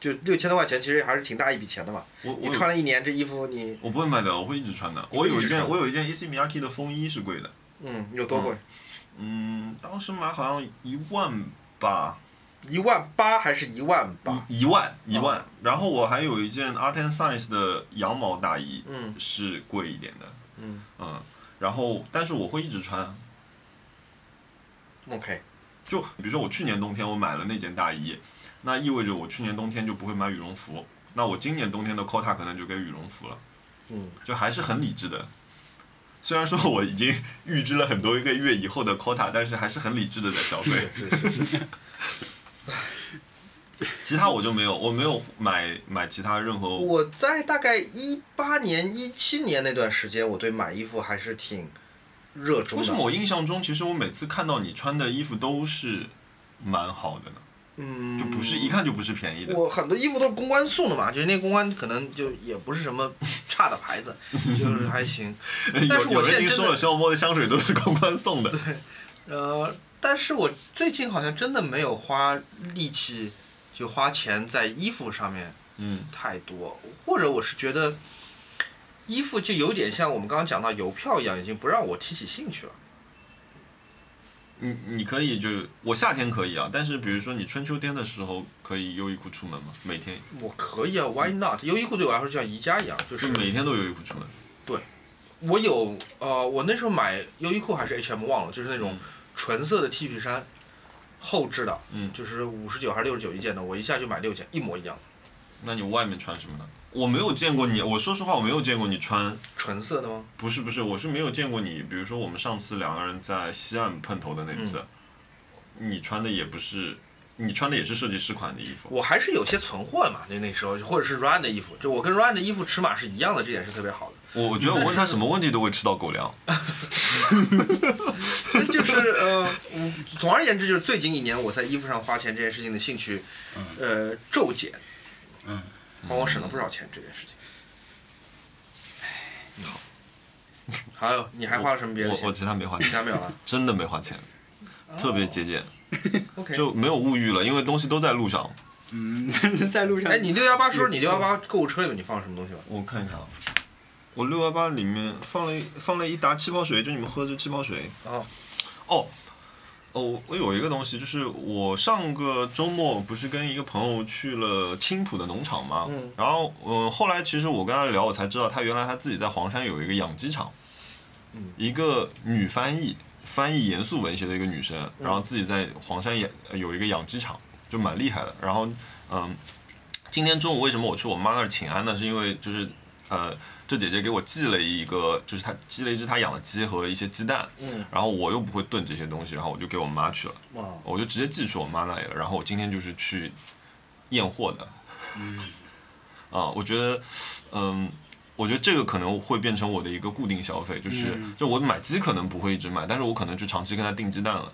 B: 就六千多块钱，其实还是挺大一笔钱的嘛。
A: 我我
B: 你
A: 有
B: 穿了一年这衣服你，
A: 我不会卖的，我会一直穿的。
B: 你
A: 我有
B: 一
A: 一
B: 直
A: 件
B: 穿
A: 我有一件 AC Miyake 的风衣是贵的。
B: 嗯有多贵？
A: 嗯，当时买好像一万吧，
B: 一万八还是一万八？
A: 一万一万。然后我还有一件 Art and Science 的羊毛大衣，
B: 嗯
A: 是贵一点的，
B: 嗯
A: 嗯。然后，但是我会一直穿。
B: ，OK，
A: 就比如说我去年冬天我买了那件大衣，那意味着我去年冬天就不会买羽绒服，那我今年冬天的 quota 可能就给羽绒服了，
B: 嗯，
A: 就还是很理智的。虽然说我已经 预支了很多个月以后的 quota，但是还是很理智的在消费。
B: 是是是，
A: 其他我就没有，我没有买买其他任何
B: 我在大概一八年、一七年那段时间，我对买衣服还是挺热衷的。
A: 为什么？我印象中，其实我每次看到你穿的衣服都是蛮好的呢？
B: 嗯，
A: 就不是一看就不是便宜的。
B: 我很多衣服都是公关送的嘛，就是那公关可能就也不是什么差的牌 子，就是还行。 但是
A: 有有
B: 我
A: 人
B: 现在
A: 已经
B: 真
A: 说了，
B: 的，
A: 消摸的香水都是公关送的。
B: 呃，但是我最近好像真的没有花力气，就花钱在衣服上面。
A: 嗯
B: 太多，或者我是觉得衣服就有点像我们刚刚讲到邮票一样，已经不让我提起兴趣了。
A: 你你可以就我夏天可以啊，但是比如说你春秋天的时候可以优衣库出门吗？每天
B: 我可以啊，Why not？优衣库对我来说就像宜家一样，就
A: 就是每天都优衣库出门。
B: 我有呃，我那时候买优衣库还是 H&M 忘了，就是那种纯色的 T 恤衫，后置的，
A: 嗯
B: 就是五十九还是六十九一件的，我一下就买六件，一模一样，
A: 那你外面穿什么呢？我没有见过你，我说实话我没有见过你穿，
B: 纯色的吗？
A: 不是不是，我是没有见过你。比如说我们上次两个人在西岸碰头的那次，你穿的也不是，你穿的也是设计师款的衣服。
B: 我还是有些存货的嘛，就那时候，或者是 Run 的衣服，就我跟 Run 的衣服尺码是一样的，这点是特别好的。
A: 我我觉得我问他什么问题都会吃到狗粮。
B: 就是呃，嗯总而言之，就是最近一年我在衣服上花钱这件事情的兴趣，呃，骤减，
C: 嗯，
B: 帮我省了不少钱这件事情。 好，还有你还花了什么别的
A: 我我
B: 钱？
A: 其他没花
B: 其他
A: 钱，
B: 没有 了。哦
A: 真的没花钱，特别节俭，
B: OK。
A: 就没有物欲了，因为东西都在路上。
C: 嗯， 在路上，
B: 哎，你六幺八时候，你六幺八购物车里面你放了什么东西了？
A: 我看一下，啊，我六幺八里面放了一放了一打气泡水，就你们喝的气泡水。
B: 哦，
A: 哦，哦，我有一个东西，就是我上个周末不是跟一个朋友去了青浦的农场嘛，
B: 嗯
A: 然后嗯，后来其实我跟他聊，我才知道他原来他自己在黄山有一个养鸡场，
B: 嗯
A: 一个女翻译，翻译严肃文学的一个女生，然后自己在黄山也有一个养鸡场，就蛮厉害的。然后嗯，今天中午为什么我去我妈那儿请安呢？是因为就是呃，这姐姐给我寄了一个，就是她寄了一只她养的鸡和一些鸡蛋，
B: 嗯，
A: 然后我又不会炖这些东西，然后我就给我妈去了，
B: 哇，
A: 我就直接寄去我妈那里了。然后我今天就是去验货的。嗯， 啊，我觉得，嗯，我觉得这个可能会变成我的一个固定消费，就是、
B: 嗯
A: 就我买鸡可能不会一直买，但是我可能就长期跟她订鸡蛋了。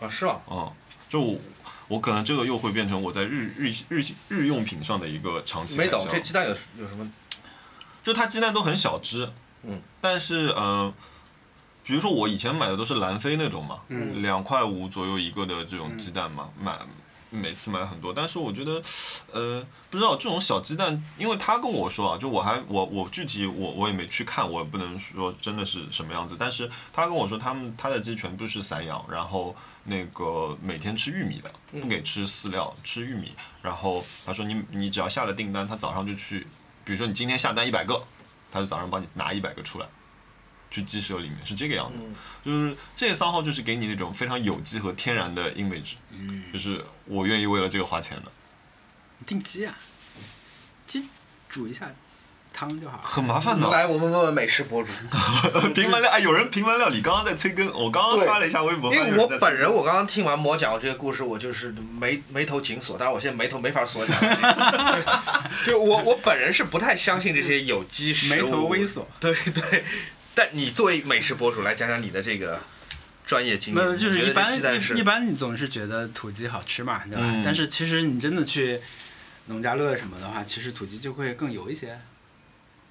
B: 啊是吗？
A: 嗯，就我。我可能这个又会变成我在日日日日用品上的一个长期
B: 没
A: 开销。
B: 懂这鸡蛋有有什么？
A: 就它鸡蛋都很小只，
B: 嗯，
A: 但是呃，比如说我以前买的都是南非那种嘛，
C: 嗯
A: 两块五左右一个的这种鸡蛋嘛，买每次买很多，但是我觉得，呃，不知道这种小鸡蛋，因为他跟我说啊，就我还我我具体我我也没去看，我也不能说真的是什么样子，但是他跟我说他们他的鸡全部是散养，然后那个每天吃玉米的，不给吃饲料，吃玉米，然后他说你你只要下了订单，他早上就去。比如说你今天下单一百个，他就早上帮你拿一百个出来，去鸡舍里面是这个样子。
B: 嗯
A: 就是这些三号就是给你那种非常有机和天然的 image，、
C: 嗯，
A: 就是我愿意为了这个花钱的，
C: 定鸡啊，鸡煮一下汤就好了。
A: 很麻烦的。
B: 来，我们问问美食博主，
A: 评完料，哎，有人评完料理，刚刚在催更，我刚刚
B: 对
A: 发了一下微博，
B: 因
A: 发现
B: 为
A: 有
B: 我
A: 在催更
B: 本人我刚刚听完魔讲我这个故事，我就是眉眉头紧锁，但是我现在眉头没法锁起来， 就我我本人是不太相信这些有机食
C: 眉
B: 物，
C: 头微锁，
B: 对 对。但你作为美食博主来讲讲你的这个专业经
C: 没
B: 验，
C: 有，就
B: 你
C: 是
B: 觉得
C: 一般
B: 这鸡蛋是
C: 一一般，你总是觉得土鸡好吃嘛，对吧？
A: 嗯
C: 但是其实你真的去农家乐什么的话，其实土鸡就会更油一些，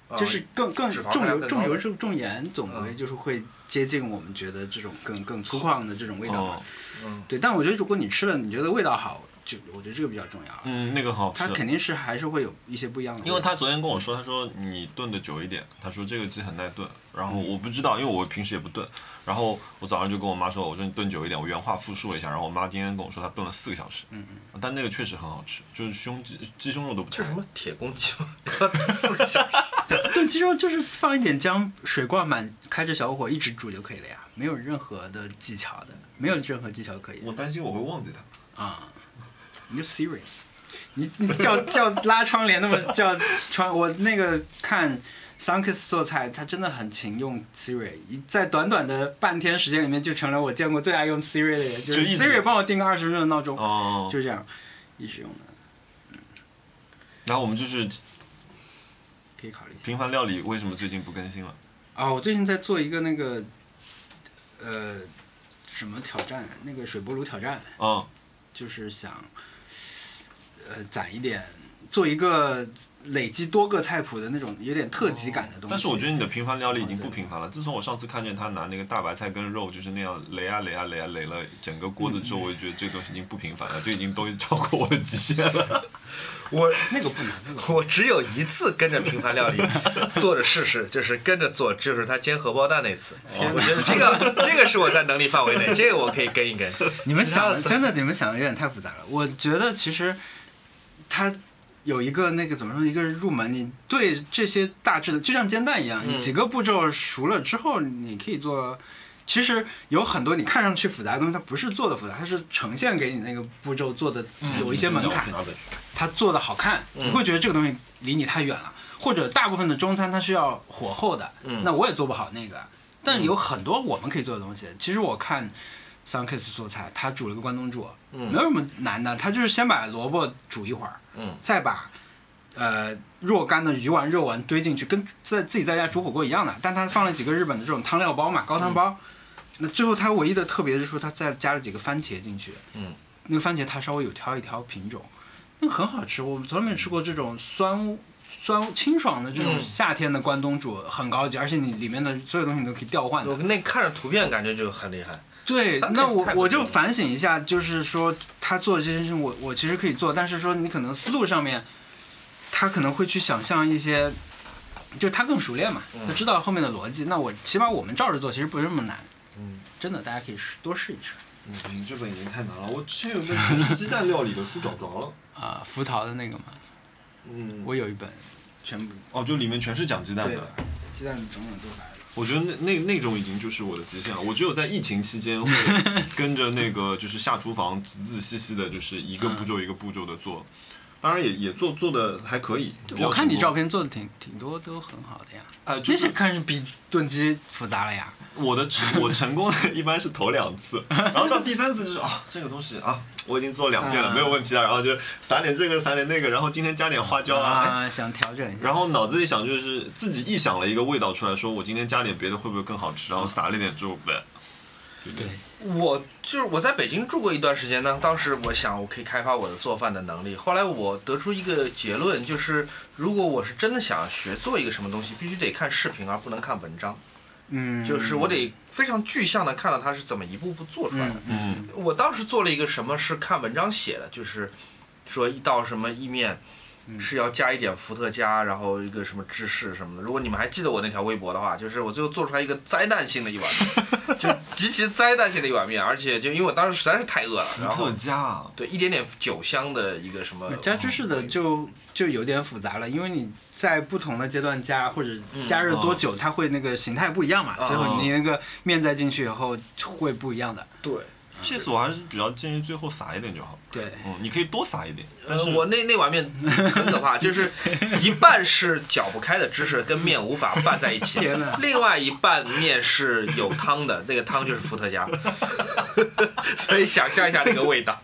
B: 啊
C: 就是更更
B: 脂肪
C: 重
B: 含量
C: 油
B: 更
C: 重
B: 高
C: 油重重盐，总归就是会接近我们觉得这种更更粗犷的这种味道嘛。
A: 哦
C: 对，但我觉得如果你吃了，你觉得味道好，就我觉得这个比较重要。啊
A: 嗯，那个很好吃
C: 它。肯定是还是会有一些不一样的味道，
A: 因为他昨天跟我说，他说你炖的久一点，他说这个鸡很耐炖，然后我不知道，因为我平时也不炖，然后我早上就跟我妈说，我说你炖久一点，我原话复述了一下，然后我妈今天跟我说她炖了四个小时，嗯嗯，但那个确实很好吃，就是胸鸡鸡胸肉都不
B: 这
A: 差
B: 是什，么铁公鸡吗？ 四个小时
C: 炖鸡肉就是放一点姜，水灌满，开着小火一直煮就可以了呀，没有任何的技巧的，没有任何技巧可以
A: 我担心我会忘记它。
C: 啊。你就 Siri，你你叫叫拉窗帘那么叫窗，我那个看 Sunkiss 做菜，他真的很勤用 Siri，一在短短的半天时间里面就成了我见过最爱用 Siri 的人，就
A: 就是一直
C: Siri 帮我定个二十分钟的闹钟，
A: 哦，
C: 就这样一直用的，
A: 然后我们就是
C: 可以考虑一下。
A: 平凡料理为什么最近不更新了？
C: 啊，我最近在做一个那个，呃，什么挑战？那
A: 哦
C: 个水波炉挑战，
A: 嗯
C: 就是想，呃，攒一点做一个累积多个菜谱的那种有点特级感的东西。
A: 哦但是我觉得你的平凡料理已经不平凡了。自从我上次看见他拿那个大白菜跟肉就是那样擂啊擂啊擂啊擂了整个锅子
C: 嗯
A: 之后，我就觉得这个东西已经不平凡了，这已经东西超过我的极限了。
B: 我
C: 那个不难，那个
B: 我只有一次跟着平凡料理做着试试，就是跟着做，就是他煎荷包蛋那次。我觉得这个这个是我在能力范围内，这个我可以跟一跟。
C: 你们想的
B: 其他
C: 真的，你们想的有点太复杂了。我觉得其实它有一个那个怎么说，一个入门，你对这些大致的，就像煎蛋一样，
B: 嗯
C: 你几个步骤熟了之后，你可以做。其实有很多你看上去复杂的东西，它不是做的复杂，它是呈现给你那个步骤做的
B: 嗯
C: 有一些门槛。
A: 拿本书
C: 它做的好看，你会觉得这个东西离你太远了。或者大部分的中餐它是要火候的，那我也做不好那个。但有很多我们可以做的东西。其实我看 Sunkiss 做菜，他煮了个关东煮，没有什么难的，他就是先把萝卜煮一会儿，
B: 嗯
C: 再把呃若干的鱼丸、肉丸堆进去，跟在自己在家煮火锅一样的。但他放了几个日本的这种汤料包嘛，高汤
B: 嗯
C: 包。那最后他唯一的特别之处，他再加了几个番茄进去，
B: 嗯，
C: 那个番茄他稍微有挑一挑品种，那个很好吃，我从来没有吃过这种酸酸清爽的这种
B: 嗯
C: 夏天的关东煮，很高级，而且你里面的所有东西你都可以调换的
B: 我。那看着图片感觉就很厉害。
C: 对
B: 三，
C: 那
B: 类似
C: 我
B: 菜
C: 我
B: 不是
C: 就
B: 吗
C: 反省一下，就是说他做的这件事情我，我其实可以做，但是说你可能思路上面，他可能会去想象一些，就他更熟练嘛，
B: 嗯
C: 他知道后面的逻辑。那我起码我们照着做，其实不是那么难。
B: 嗯，
C: 真的，大家可以试多试一试。
A: 嗯你这本已经太难了。我之前有一本就是鸡蛋料理的书找不着了。
C: 啊、福桃的那个嘛，
A: 嗯，
C: 我有一本，全部
A: 哦，就里面全是讲鸡蛋
C: 对
A: 的
C: 的。，鸡蛋种种都来了。
A: 我觉得那那那种已经就是我的极限了。我只有在疫情期间 会跟着那个就是下厨房仔仔细细的，就是一个步骤一个步骤的做。当然也也做做的还可以。比较
C: 我看你
A: 成功
C: 照，片做的挺挺多，都很好的呀。
A: 呃，就
C: 那
A: 是
C: 些看着比炖鸡复杂了呀。
A: 我的 成我成功的一般是头两次，然后到第三次就是啊这个东西啊我已经做两遍了，
C: 啊
A: 没有问题了，然后就撒点这个撒点那个，然后今天加点花椒啊，哎
C: 啊，想调整一下。
A: 然后脑子里想就是自己臆想了一个味道出来，说我今天加点别的会不会更好吃，然后撒了点之后呗。
B: 我就是我在北京住过一段时间呢，当时我想我可以开发我的做饭的能力。后来我得出一个结论，就是如果我是真的想学做一个什么东西，必须得看视频而不能看文章，
C: 嗯，
B: 就是我得非常具象的看到它是怎么一步步做出来的。
A: 嗯，
B: 我当时做了一个什么是看文章写的，就是说一道什么意面是要加一点伏特加，然后一个什么芝士什么的。如果你们还记得我那条微博的话，就是我最后做出来一个灾难性的一碗面，就极其灾难性的一碗面，而且就因为我当时实在是太饿了，然后
A: 加啊，
B: 对一点点酒香的一个什
A: 嗯
B: 么
C: 加芝士的就就有点复杂了，因为你在不同的阶段加或者加热多久，它会那个形态不一样嘛，
B: 嗯
C: 最后你那个面再进去以后会不一样的。
B: 对。
A: 这次我还是比较建议最后撒一点就好。
C: 对，
A: 嗯，你可以多撒一点，但
B: 呃，
A: 是、
B: 我那那碗面很可怕，就是一半是搅不开的芝士跟面无法拌在一起
C: 天哪，
B: 另外一半面是有汤的，那个汤就是伏特加， 所以想象一下那个味道。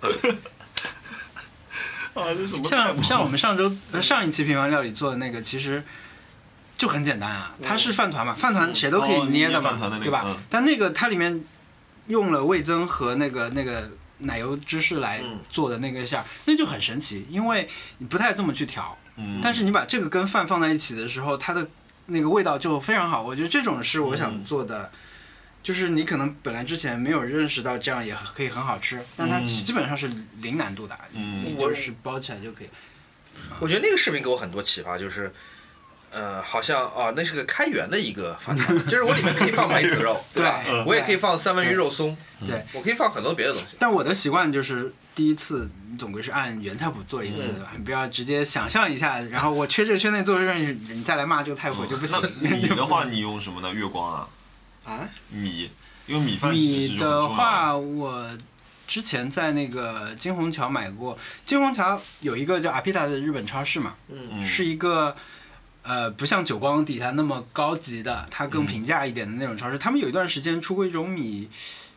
A: 啊，这什么菜谱
C: 像像我们上周呃上一期平凡料理做的那个，其实就很简单啊，它是饭团嘛，饭团谁都可以
A: 嗯哦
C: 捏的
A: 捏
C: 嘛，
A: 饭团的那个
C: 对吧？
A: 嗯
C: 但那个它里面用了味增和那个那个奶油芝士来
B: 嗯
C: 做的那个馅儿，那就很神奇，因为你不太这么去调，
A: 嗯，
C: 但是你把这个跟饭放在一起的时候，它的那个味道就非常好。我觉得这种是我想做的，
A: 嗯
C: 就是你可能本来之前没有认识到这样也可以很好吃，但它
A: 嗯
C: 基本上是零难度的，
A: 嗯
C: 你就是包起来就可以。
B: 我觉得那个视频给我很多启发，就是，呃，好像啊，那是个开源的一个饭团，就是我里面可以放梅子肉，对吧？
C: 对
B: 我也可以放三文鱼肉松，
A: 嗯
C: 对，
B: 我可以放很多别的东西。
C: 但我的习惯就是第一次你总归是按原菜谱做一次，
A: 嗯
C: 你不要直接想象一下，然后我缺这个缺那做这个，你你再来骂这个菜谱就不行。
A: 哦那米的话，你用什么呢？月光啊，
C: 啊，米
A: 米，因为米饭其实
C: 米
A: 是很
C: 的
A: 重要的。
C: 话，我之前在那个金虹桥买过，金虹桥有一个叫阿皮达的日本超市嘛，
A: 嗯
C: 是一个呃不像久光底下那么高级的，它更平价一点的那种超市。他们有一段时间出过一种米，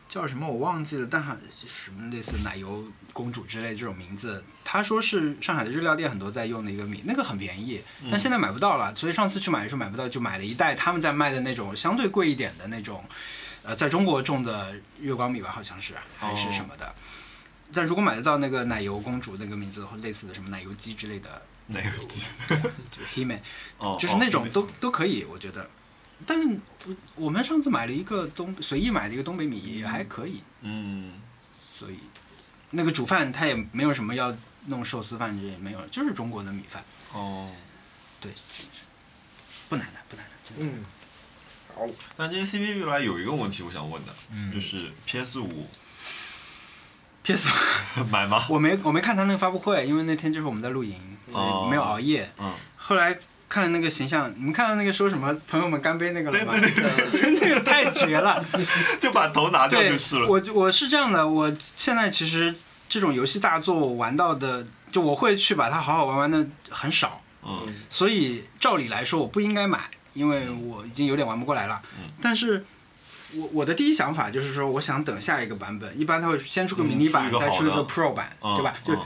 C: 叫什么我忘记了，但好什么类似奶油公主之类这种名字。他说是上海的日料店很多在用的一个米，那个很便宜，但现在买不到了。所以上次去买的时候买不到，就买了一袋他们在卖的那种相对贵一点的那种，呃，在中国种的月光米吧，好像是还是什么的。但如果买得到那个奶油公主那个名字或类似的什么奶油鸡之类的
A: 哪个？
C: 黑妹，
A: 哦，
C: 就是
A: 哦
C: 那种
A: 对
C: 都都可以，我觉得。但是我我们上次买了一个东随意买的一个东北米也还可以，
A: 嗯，
C: 所以那个煮饭它也没有什么要弄寿司饭这些没有，就是中国的米饭，
A: 哦。
C: 对，不难的不难的，真的
B: 嗯，好，
A: 那今天 C P 未来有一个问题我想问的，就是 P S 五
C: PS，
A: 买吗？
C: 我没我没看他那个发布会，因为那天就是我们在露营，所以没有熬夜。
A: 嗯，
C: 后来看了那个形象，你们看到那个说什么“朋友们干杯”那个了吗？ 那个太绝了。
A: 就把头拿掉
C: 对
A: 就是，了。
C: 我我是这样的，我现在其实这种游戏大作我玩到的，就我会去把它好好玩玩的很少，
A: 嗯
C: 所以照理来说我不应该买，因为我已经有点玩不过来了。
A: 嗯
C: 但是。我我的第一想法就是说，我想等下一个版本，一般它会先出个迷你版，
A: 嗯出一个
C: 再出一
A: 好
C: 个
A: 的
C: Pro 版，
A: 嗯，
C: 对吧？就
A: 嗯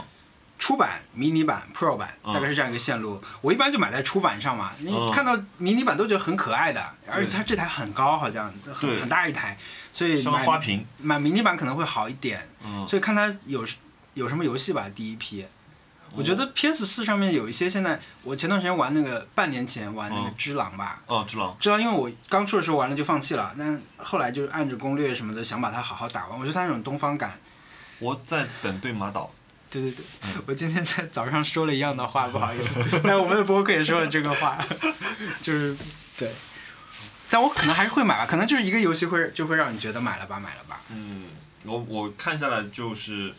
C: 出版、迷你版、Pro 版，
A: 嗯
C: 大概是这样一个线路。我一般就买在出版上嘛，你
A: 嗯
C: 看到迷你版都觉得很可爱的，而且它这台很高，好像
A: 对
C: 很很大一台，所以
A: 像个花
C: 买
A: 瓶。
C: 买迷你版可能会好一点。
A: 嗯，
C: 所以看它有有什么游戏吧，第一批。我觉得 PS 四上面有一些现在，我前段时间玩那个半年前玩那个
A: 嗯
C: 《只狼》吧，
A: 哦，知道。
C: 知道，因为我刚出的时候玩了就放弃了，但后来就按着攻略什么的想把它好好打完。我觉得它那种东方感，
A: 我在等对马岛。
C: 对对对， 我今天在早上说了一样的话，不好意思，在我们的博客也说了这个话， 就是对，但我可能还是会买吧，可能就是一个游戏会就会让你觉得买了吧，买了吧
A: 嗯，我我看下来就是，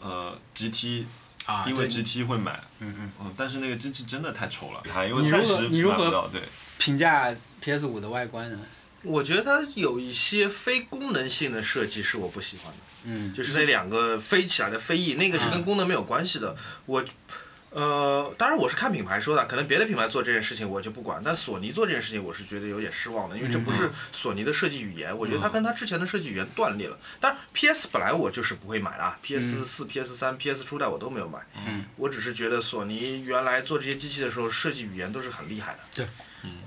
A: 呃，GT，
C: 啊，
A: 因为
C: 对
A: GT 会买，
C: 嗯嗯，
A: 嗯，但是那个机器真的太丑了，还因为
C: 你如
A: 暂
C: 何
A: 时
C: 你如
A: 买不
C: 何
A: 到，对，
C: 评价 PS 五的外观呢？
B: 我觉得它有一些非功能性的设计是我不喜欢的，
C: 嗯，
B: 就是那两个飞起来的飞翼，那个是跟功能没有关系的。我，呃，当然我是看品牌说的，可能别的品牌做这件事情我就不管，但索尼做这件事情我是觉得有点失望的，因为这不
C: 嗯
B: 是索尼的设计语言，我觉得它跟它之前的设计语言断裂了。当然 PS 本来我就是不会买的啊，PS 四、PS 三、PS 初代我都没有买，
C: 嗯
B: 我只是觉得索尼原来做这些机器的时候设计语言都是很厉害的。
C: 对。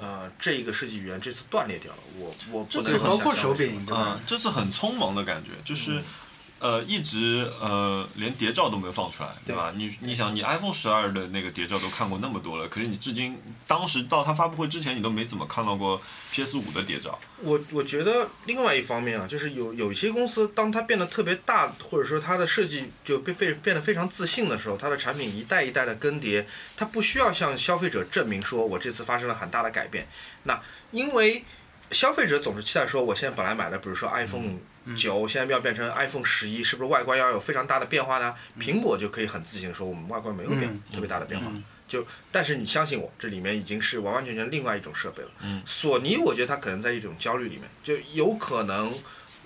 B: 呃，这个设计语言这次断裂掉了，我我不
C: 这
B: 能
C: 次
B: 很
C: 包
B: 想
C: 括
B: 象
C: 手
B: 为什
C: 柄
B: 么
C: 对吧
A: 嗯？，
C: 嗯
A: 这次很匆忙的感觉，就是，呃，一直呃连谍照都没有放出来，对吧？你你想，你 iPhone 十二的那个谍照都看过那么多了，可是你至今当时到它发布会之前，你都没怎么看到过 PS 五的谍照，
B: 我我觉得另外一方面啊，就是有有一些公司，当它变得特别大，或者说它的设计就变非变得非常自信的时候，它的产品一代一代的更迭，它不需要向消费者证明说我这次发生了很大的改变。那因为消费者总是期待说，我现在本来买的，比如说 iPhone
C: 嗯
B: 九、现在要变成 iPhone 十一，是不是外观要有非常大的变化呢？苹果就可以很自信地说，我们外观没有变、
C: 嗯
B: 特别大的变化。就但是你相信我，这里面已经是完完全全另外一种设备了。索尼我觉得它可能在一种焦虑里面，就有可能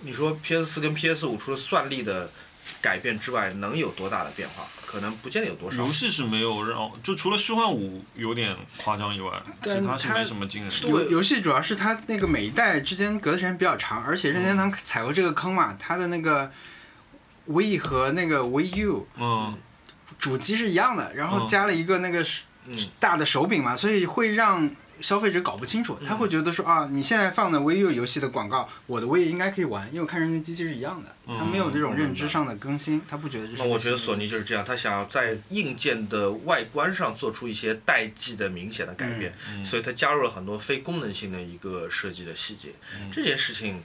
B: 你说 PS 四跟 PS 五除了算力的改变之外，能有多大的变化？可能不见得有多少
A: 游。戏是没有让，就除了虚幻五有点夸张以外，
C: 但
A: 其他是
C: 它
A: 没什么惊人的。
B: 对
C: 游游戏主要是它那个每一代之间隔的时间比较长，而且任天堂踩过这个坑嘛，它的那个 V 和那个 Wii U
A: 嗯，
C: 主机是一样的，然后
A: 嗯
C: 加了一个那个是
B: 嗯，
C: 大的手柄嘛，所以会让消费者搞不清楚，他会觉得说啊，你现在放的 Wii U 游戏的广告，我的 Wii 应该可以玩，因为我看人家机器是一样的，
A: 嗯
C: 他没有这种认知上的更新，他不觉得这是。
B: 那我觉得索尼就是这样，它想要在硬件的外观上做出一些代际的明显的改变，
A: 嗯嗯
B: 所以它加入了很多非功能性的一个设计的细节。这件事情，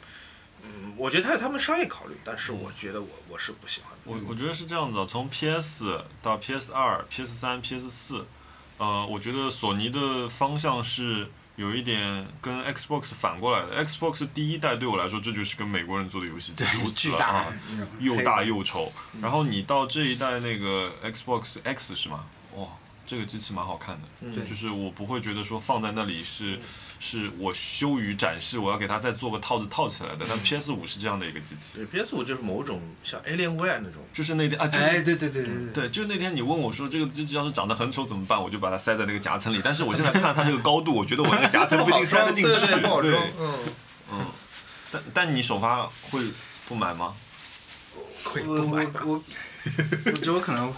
B: 嗯，我觉得它有他们商业考虑，但是
A: 嗯
B: 我觉得我我是不喜欢的。
A: 我
C: 嗯
A: 我觉得是这样子的，从 PS 到 PS 二、PS 三、PS 四，呃，我觉得索尼的方向是有一点跟 Xbox 反过来的。Xbox 第一代对我来说，这就是跟美国人做的游戏机，如此
C: 巨
A: 了
C: 大
A: 啊，
C: 那种嗯
A: 又大又丑。然后你到这一代那个 Xbox X 是吗？哇，这个机器蛮好看的，
B: 嗯
A: 就是我不会觉得说放在那里是。
C: 嗯
A: 是我羞于展示，我要给它再做个套子套起来的。但
C: 嗯
A: PS 五是这样的一个机器，
B: 对，PS 五就是某种像 Alienware 那种。
A: 就是那天啊，就是
C: 哎，对对对对对，
A: 对，就那天你问我说这个机器要是长得很丑怎么办，我就把它塞在那个夹层里。但是我现在看它这个高度，我觉得我那个夹层不一定塞得进去。
B: 对对，不好装
A: 对。
B: 嗯，
A: 但但你首发会不买吗？
B: 会
C: 我
B: 不买
C: 我我，我觉得我可能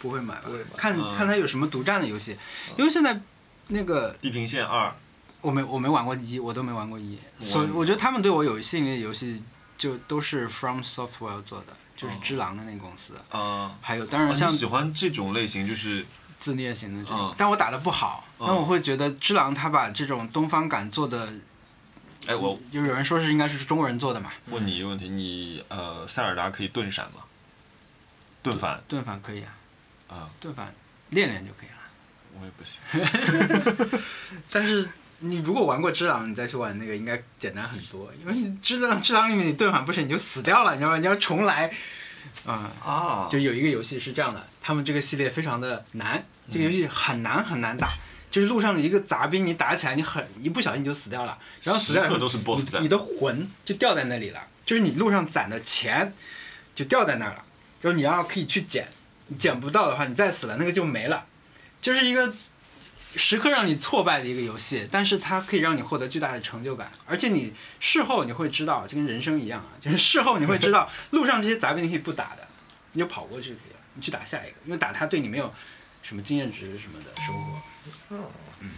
C: 不会买吧
B: 不会买，啊嗯
C: 看
A: 嗯
C: 看他有什么独占的游戏，因为现在那个
A: 地平线二，
C: 我没我没玩过一，我都没玩过一，
A: 我
C: 所以我觉得他们对我有吸引力的游戏就都是 From
B: 嗯
C: Software 做的，就是只狼的那个公司。
A: 啊、
B: 哦
C: 还有，当然
A: 啊
C: 像
A: 你喜欢这种类型，就是
C: 自虐型的这种
A: 嗯，
C: 但我打的不好，
B: 嗯
C: 但我会觉得之狼他把这种东方感做的，
A: 哎，我
C: 就是有人说是应该是中国人做的嘛，
A: 问你一个问题，你呃塞尔达可以盾闪吗？盾反
C: 盾反可以啊，
A: 啊，
C: 盾反练练就可以了。
A: 我也不行。
C: 但是你如果玩过《只狼》，你再去玩那个应该简单很多，因为你《只狼》《只狼》里面你盾反不是你就死掉了，你知道吗？你要重来，啊、
A: 啊
C: 就有一个游戏是这样的，他们这个系列非常的难，这个游戏很难很难打。就是路上的一个杂兵，你打起来，你很一不小心你就死掉了，然后死掉以
A: 时
C: 后
A: 刻都是 boss
C: 你
A: 战
C: 你的魂就掉在那里了，就是你路上攒的钱就掉在那儿了，然后你要可以去捡，你捡不到的话，你再死了那个就没了，就是一个时刻让你挫败的一个游戏，但是它可以让你获得巨大的成就感，而且你事后你会知道，就跟人生一样啊，就是事后你会知道路上这些杂兵你可以不打的，你就跑过去就可以了，你去打下一个，因为打他对你没有什么经验值什么的收获。
B: 嗯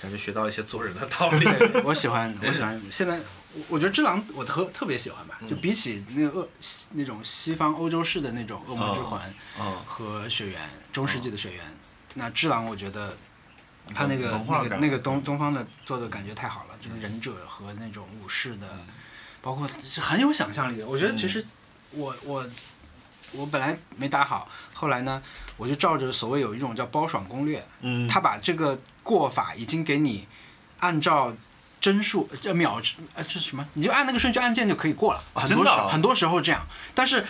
B: 感觉学到一些做人的道理。
C: 我喜 欢，我喜欢。现在我我觉得《只狼》我特特别喜欢吧，
A: 嗯
C: 就比起那个恶那种西方欧洲式的那种《恶魔之
A: 哦
C: 环》
A: 啊，
C: 和《雪原》中世纪的《雪原》，那《只狼》我觉得他那个
A: 文化
C: 那个
A: 感嗯
C: 那个东东方的做的感觉太好了，就是忍者和那种武士的，
A: 嗯
C: 包括是很有想象力的。我觉得其实我我我本来没打好，后来呢，我就照着所谓有一种叫包爽攻略，
A: 嗯，
C: 他把这个过法已经给你按照。帧数呃秒呃这是什么？你就按那个顺序按键就可以过了。很
A: 真的
C: 多时
A: 啊
C: 很多时候这样，但是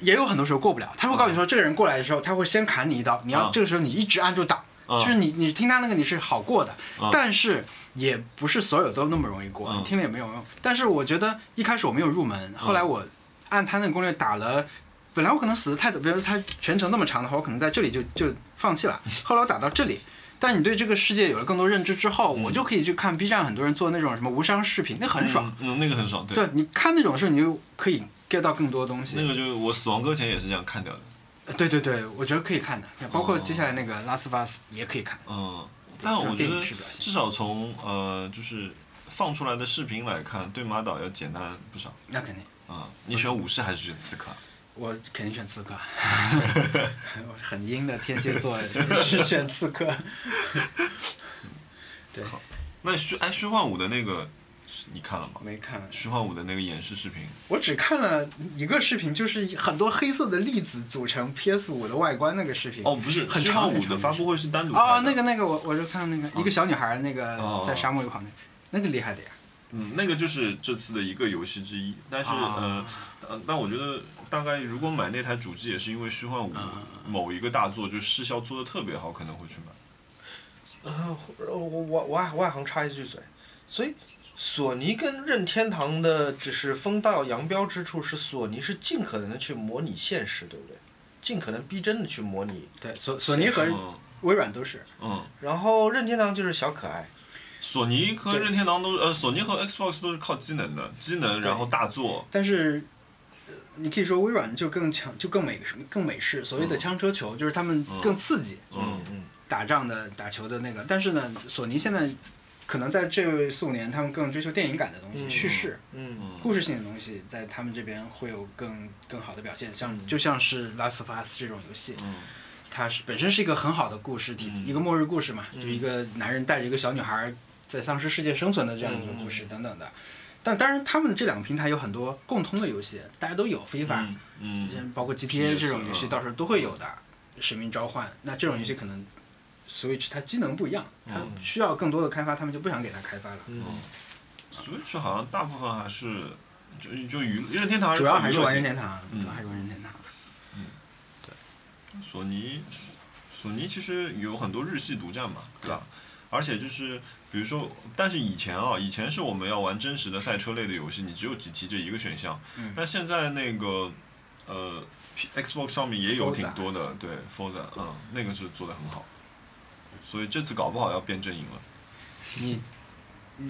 C: 也有很多时候过不了。他会告诉你说，这个人过来的时候，他会先砍你一刀，你要
A: 嗯
C: 这个时候你一直按住挡，
A: 嗯
C: 就是你你听他那个你是好过的
A: 嗯，
C: 但是也不是所有都那么容易过，
A: 嗯
C: 你听了也没有用。但是我觉得一开始我没有入门，后
A: 啊
C: 来我按他那个攻略打了。本来我可能死的太早，比如说他全程那么长的话，我可能在这里就就放弃了。后来我打到这里，但你对这个世界有了更多认知之后，
A: 嗯
C: 我就可以去看 B 站很多人做那种什么无伤视频，那很爽。
A: 嗯，那个很爽，对，
C: 对，你看那种事，你就可以 get 到更多东西。
A: 那个就是我死亡搁浅也是这样看掉的，
C: 呃对对对，我觉得可以看的，包括接下来那个《拉斯巴斯》也可以看。
A: 嗯，
C: 对
A: 但
C: 这种
A: 我觉
C: 电
A: 得
C: 影式表现
A: 至少从呃就是放出来的视频来看，对马岛要简单不少
C: 那肯定，
A: 啊。你选武士还是选刺客啊？
C: 我肯定选 刺客。我很阴的天蝎座是选刺客。对，
A: 那虚哎虚幻五的那个是你看了吗？
C: 没看，
A: 虚幻五的那个演示视频，
C: 我只看了一个视频，就是很多黑色的粒子组成 PS 五的外观那个视频。
A: 哦，不是，
C: 很
A: 虚
C: 长
A: 幻
C: 很
A: 五
C: 长
A: 的啊发布会是单独开的
C: 哦，那个那个，我我就看那个一个小女孩，那个
A: 哦
C: 在沙漠里跑那个，那个厉害的呀。
A: 嗯，那个就是这次的一个游戏之一，但是、
C: 啊
A: 呃呃，但我觉得大概如果买那台主机，也是因为虚幻五某一个大作就视效做的特别好，可能会去买。
B: 呃，我我我外我外行插一句嘴，所以索尼跟任天堂的只是分道扬镳之处是，索尼是尽可能的去模拟现实，对不对？尽可能逼真的去模拟，
C: 对，索索尼和
A: 嗯
C: 微软都是。
A: 嗯，
B: 然后任天堂就是小可爱，
A: 索尼和
C: 对
A: 任天堂都呃，索尼和 Xbox 都是靠机能的，机能然后大作，
C: 但是，呃你可以说微软就更强，就更美式，更美式。所谓的枪车球，就是他们更刺激
A: 嗯
B: 嗯，
C: 打仗的打球的那个。但是呢，索尼现在可能在这四五年，他们更追求电影感的东西，
B: 嗯
C: 叙事、
B: 嗯
A: 嗯
C: 故事性的东西，在他们这边会有更更好的表现。像
B: 嗯
C: 就像是《Last of Us》这种游戏，
A: 嗯
C: 它是本身是一个很好的故事体，
A: 嗯
C: 一个末日故事嘛，
B: 嗯
C: 就一个男人带着一个小女孩在丧尸世界生存的这样一个故事
B: 嗯
C: 等等的。但当然，他们这两个平台有很多共通的游戏，大家都有非法，
A: 嗯嗯，
C: 包括 GTA 这种游戏，
A: 嗯
C: 到时候都会有的。
B: 嗯
C: 使命召唤，那这种游戏可能 Switch 它机能不一样，它
B: 嗯
C: 需要更多的开发，他们就不想给它开发了。
B: 嗯，
A: Switch 好像大部分还是就就娱任天堂
C: 主要还是玩任
A: 娱乐
C: 天堂，
A: 嗯
C: 主要还是玩任天堂。
A: 性索尼，索尼其实有很多日系独占嘛，对吧？而且就是比如说，但是以前啊，以前是我们要玩真实的赛车类的游戏，你只有 GT 这一个选项，
C: 嗯
A: 但现在那个呃 P- Xbox 上面也有
C: Forza
A: 挺多的，对 Forza，嗯，那个是做的很好，所以这次搞不好要变阵营了。
C: 你，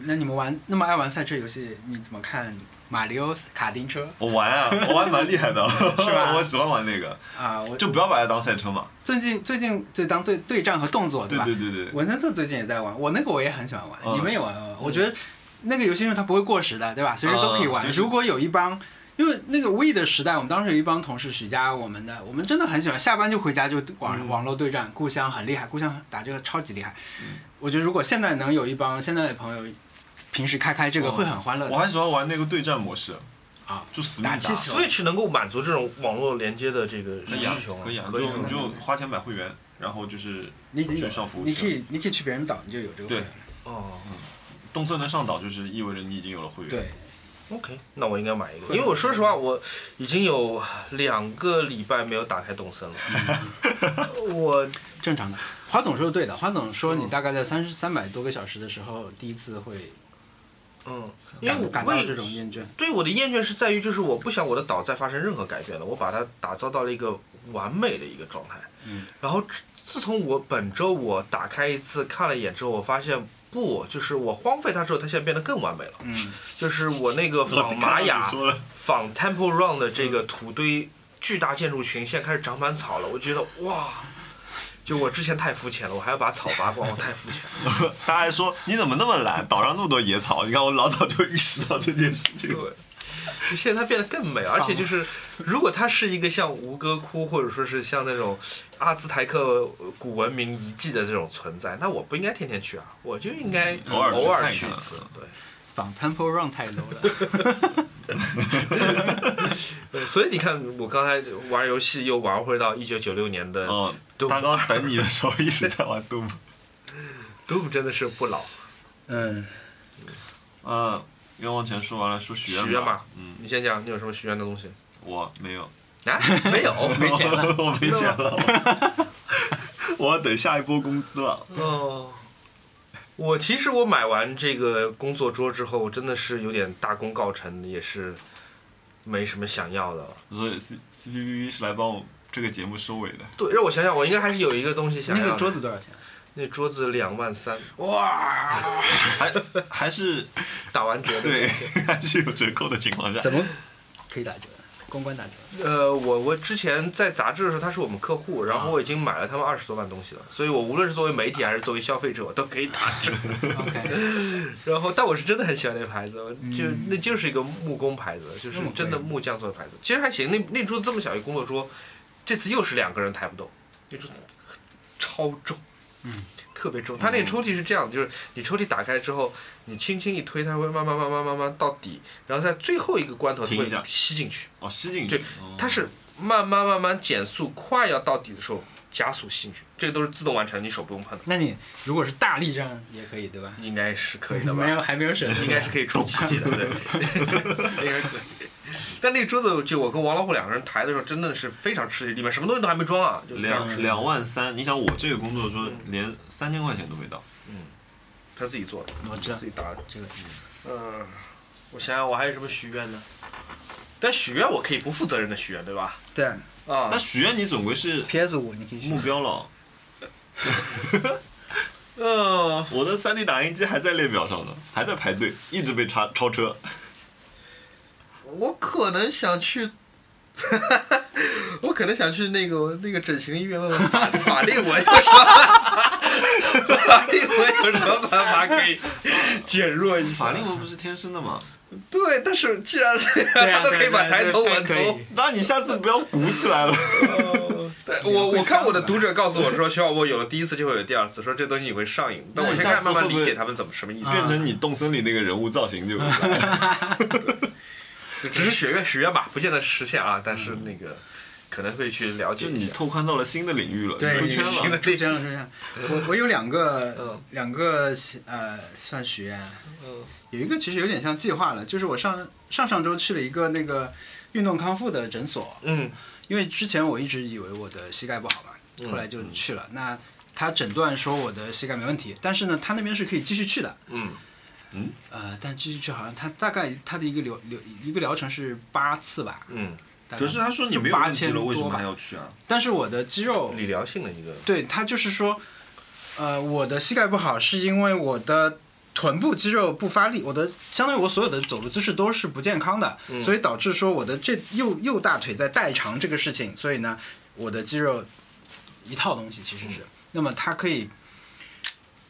C: 那你们玩那么爱玩赛车游戏，你怎么看马里奥卡丁车
A: 我玩啊，我玩蛮厉害 的，
C: 吧
A: 我喜欢玩那个，
C: 啊？我
A: 就不要把它当赛车嘛。
C: 最近最近就当对哦对战和动作
A: 对
C: 吧？
A: 对对对，
C: 文森特最近也在玩，我那个我也很喜欢玩，啊
A: 嗯
C: 你们也玩吗？我觉得那个游戏因为它不会过时的，对吧？随时都可以玩。
A: 嗯随时
C: 如果有一帮，因因为那个 We 的时代，我们当时有一帮同事，许佳，我们的，我们真的很喜欢，下班就回家就
A: 嗯
C: 网网络对战，故乡很厉害，故乡打这个超级厉害。
A: 嗯
C: 我觉得如果现在能有一帮现在的朋友，平时开开
A: 嗯
C: 这个会很欢乐
A: 我
C: 的
A: 还喜欢玩那个对战模式
C: 啊，
A: 就死命
C: 打气球
B: Switch 能够满足这种网络连接的这个
A: 可以啊
B: 需求，吗？
A: 可以啊，
B: 可以
A: 就
B: 吗
A: 你就花钱买会员，然后就是
C: 你已经有
A: 就上服务器
C: 你可以你可以去别人岛，你就有这个会
A: 对
C: 员了。
B: 哦
A: 东村能上岛，就是意味着你已经有了会员。
C: 对，
B: ，OK，那我应该买一个，因为我说实话，我已经有两个礼拜没有打开动森 了。我
C: 正常的。花总说的对的，花总说你大概在三十三百多个小时的时候，第一次会
B: 嗯，因为
C: 感
B: 我
C: 感到
B: 为
C: 这种厌倦。
B: 对我的厌倦是在于，就是我不想我的岛再发生任何改变了，我把它打造到了一个完美的一个状态。
C: 嗯，
B: 然后自自从我本周我打开一次看了一眼之后，我发现不，就是我荒废它之后，它现在变得更完美了。
C: 嗯，
B: 就是我那个
A: 老
B: 仿玛雅
A: 看到你、说了
B: 仿 Temple Run 的这个土堆巨大建筑群，现在开始长满草了。我觉得哇，就我之前太肤浅了，我还要把草拔光，我太肤浅了。
A: 大家还说你怎么那么懒？岛上那么多野草，你看我老早就意识到这件事情。
B: 对，就现在它变得更美，而且就是，如果它是一个像吴哥窟或者说是像那种阿兹台克古文明遗迹的这种存在，那我不应该天天去啊，我就应该
A: 嗯偶尔去
B: 偶尔
A: 看一
B: 去一
A: 看
B: 次。对
C: 仿 Temple Run 太 low 了。
B: 对，所以你看，我刚才玩游戏又玩回到一九九六年的
A: 嗯，
B: Doom
A: 大刚等你的时候一直在玩 Doom。
B: Doom，真的是不老。
C: 嗯，
A: 呃，愿望钱说完了，说许愿
B: 嗯许愿吧
A: 吧。嗯，
B: 你先讲，你有什么许愿的东西？
A: 我没有，
B: 啊， 没有，没钱了。
A: 我没钱了，我要等下一波工资了。
B: 哦，我其实我买完这个工作桌之后，真的是有点大功告成，也是没什么想要的了。
A: 所以 C C P B B 是来帮我这个节目收尾的。
B: 对，让我想想，我应该还是有一个东西想
C: 那
B: 要的。
C: 个桌子多少钱？
B: 那桌子两万三，
C: 哇，
A: 还还是
B: 打完折的
A: 对
B: 价钱。，
A: 还是有折扣的情况下，
C: 怎么可以打折？公关打折？
B: 呃，我我之前在杂志的时候，他是我们客户，然后我已经买了他们二十多万东西了，所以我无论是作为媒体还是作为消费者，我都可以打折。
C: OK，
B: 然后，但我是真的很喜欢那牌子，就那就是一个木工牌子，就是
C: 那么贵
B: 真的木匠做的牌子，其实还行。那那桌这么小一工作桌，这次又是两个人抬不动，那桌超重，嗯，特别重。它那个抽屉是这样的，就是你抽屉打开之后，你轻轻一推，它会慢慢慢慢慢慢到底，然后在最后一个关头它
A: 停
B: 会
A: 一下
B: 吸进去，
A: 哦，吸进去
B: 对，
A: 哦
B: 它是慢慢慢慢减速，快要到底的时候加速吸进去，这个都是自动完成，你手不用碰的，
C: 那你如果是大力这样也可以对吧？
B: 应该是可以的吧？
C: 没有，还没有选择，
B: 应该是可以出奇迹的， 对。应该是可以但那个桌子，就我跟王老虎两个人抬的时候，真的是非常吃力，里面什么东西都还没装啊，就非常吃
A: 两
B: 力。
A: 两万三。嗯你想我这个工作桌连三千块钱都没到，
B: 他自己做的，
C: 我知道
B: 自己打的。
C: 这个。
B: 嗯，我想想，我还有什么许愿呢？但许愿我可以不负责任的许愿，对吧？
C: 对
B: 啊、
A: 但许愿你总归是
C: ，PS 五你可以选
A: 目标了。
B: 嗯，
A: 我的 3D 打印机还在列表上呢，还在排队，一直被超超车。
B: 我可能想去。 我可能想去那个那个整形医院问问法法令纹有什么办法，法令纹有什么办法可以减弱一下？
A: 法令纹不是天生的吗？
B: 对，但是既 然
C: 对啊
B: 他都可以把
C: 对啊
B: 抬头纹
C: 对啊
B: 头
C: 可以，
A: 那你下次不要鼓起来了。
B: 对我我看我的读者告诉我说，徐小波有了第一次就会有第二次，说这东西你会上瘾。但我现
A: 那你
B: 在
A: 下次
B: 慢慢
A: 会不啊
B: 理
A: 会
B: 解他们怎么什么意 思，
A: 变成你动森里那个人物造型就可以了。
B: 就只是许愿许愿吧，不见得实现啊，但是那个可能会去了解
A: 嗯就
B: 一
A: 你
B: 下。
A: 拓宽到了新的领域了，
C: 对
A: 你出圈
C: 新
A: 了。
B: 的
C: 出圈了，出圈了。我我有两个
B: 嗯
C: 两个呃，算许愿，
B: 嗯
C: 有一个其实有点像计划了，就是我上上上周去了一个那个运动康复的诊所，
B: 嗯
C: 因为之前我一直以为我的膝盖不好嘛，
A: 嗯
C: 后来就去了。那他诊断说我的膝盖没问题，但是呢，他那边是可以继续去的，
B: 嗯，
C: 呃，但继续去好像他大概他的一个疗疗一个疗程是八次吧，
B: 嗯，
C: 大概
A: 可是他说你没有问题了，为什么还要去啊？
C: 但是我的肌肉
B: 理疗性的一个
C: 对他就是说，呃，我的膝盖不好是因为我的臀部肌肉不发力，我的相当于我所有的走路姿势都是不健康的，所以导致说我的这右右大腿在代偿这个事情，所以呢，我的肌肉一套东西其实是，那么它可以，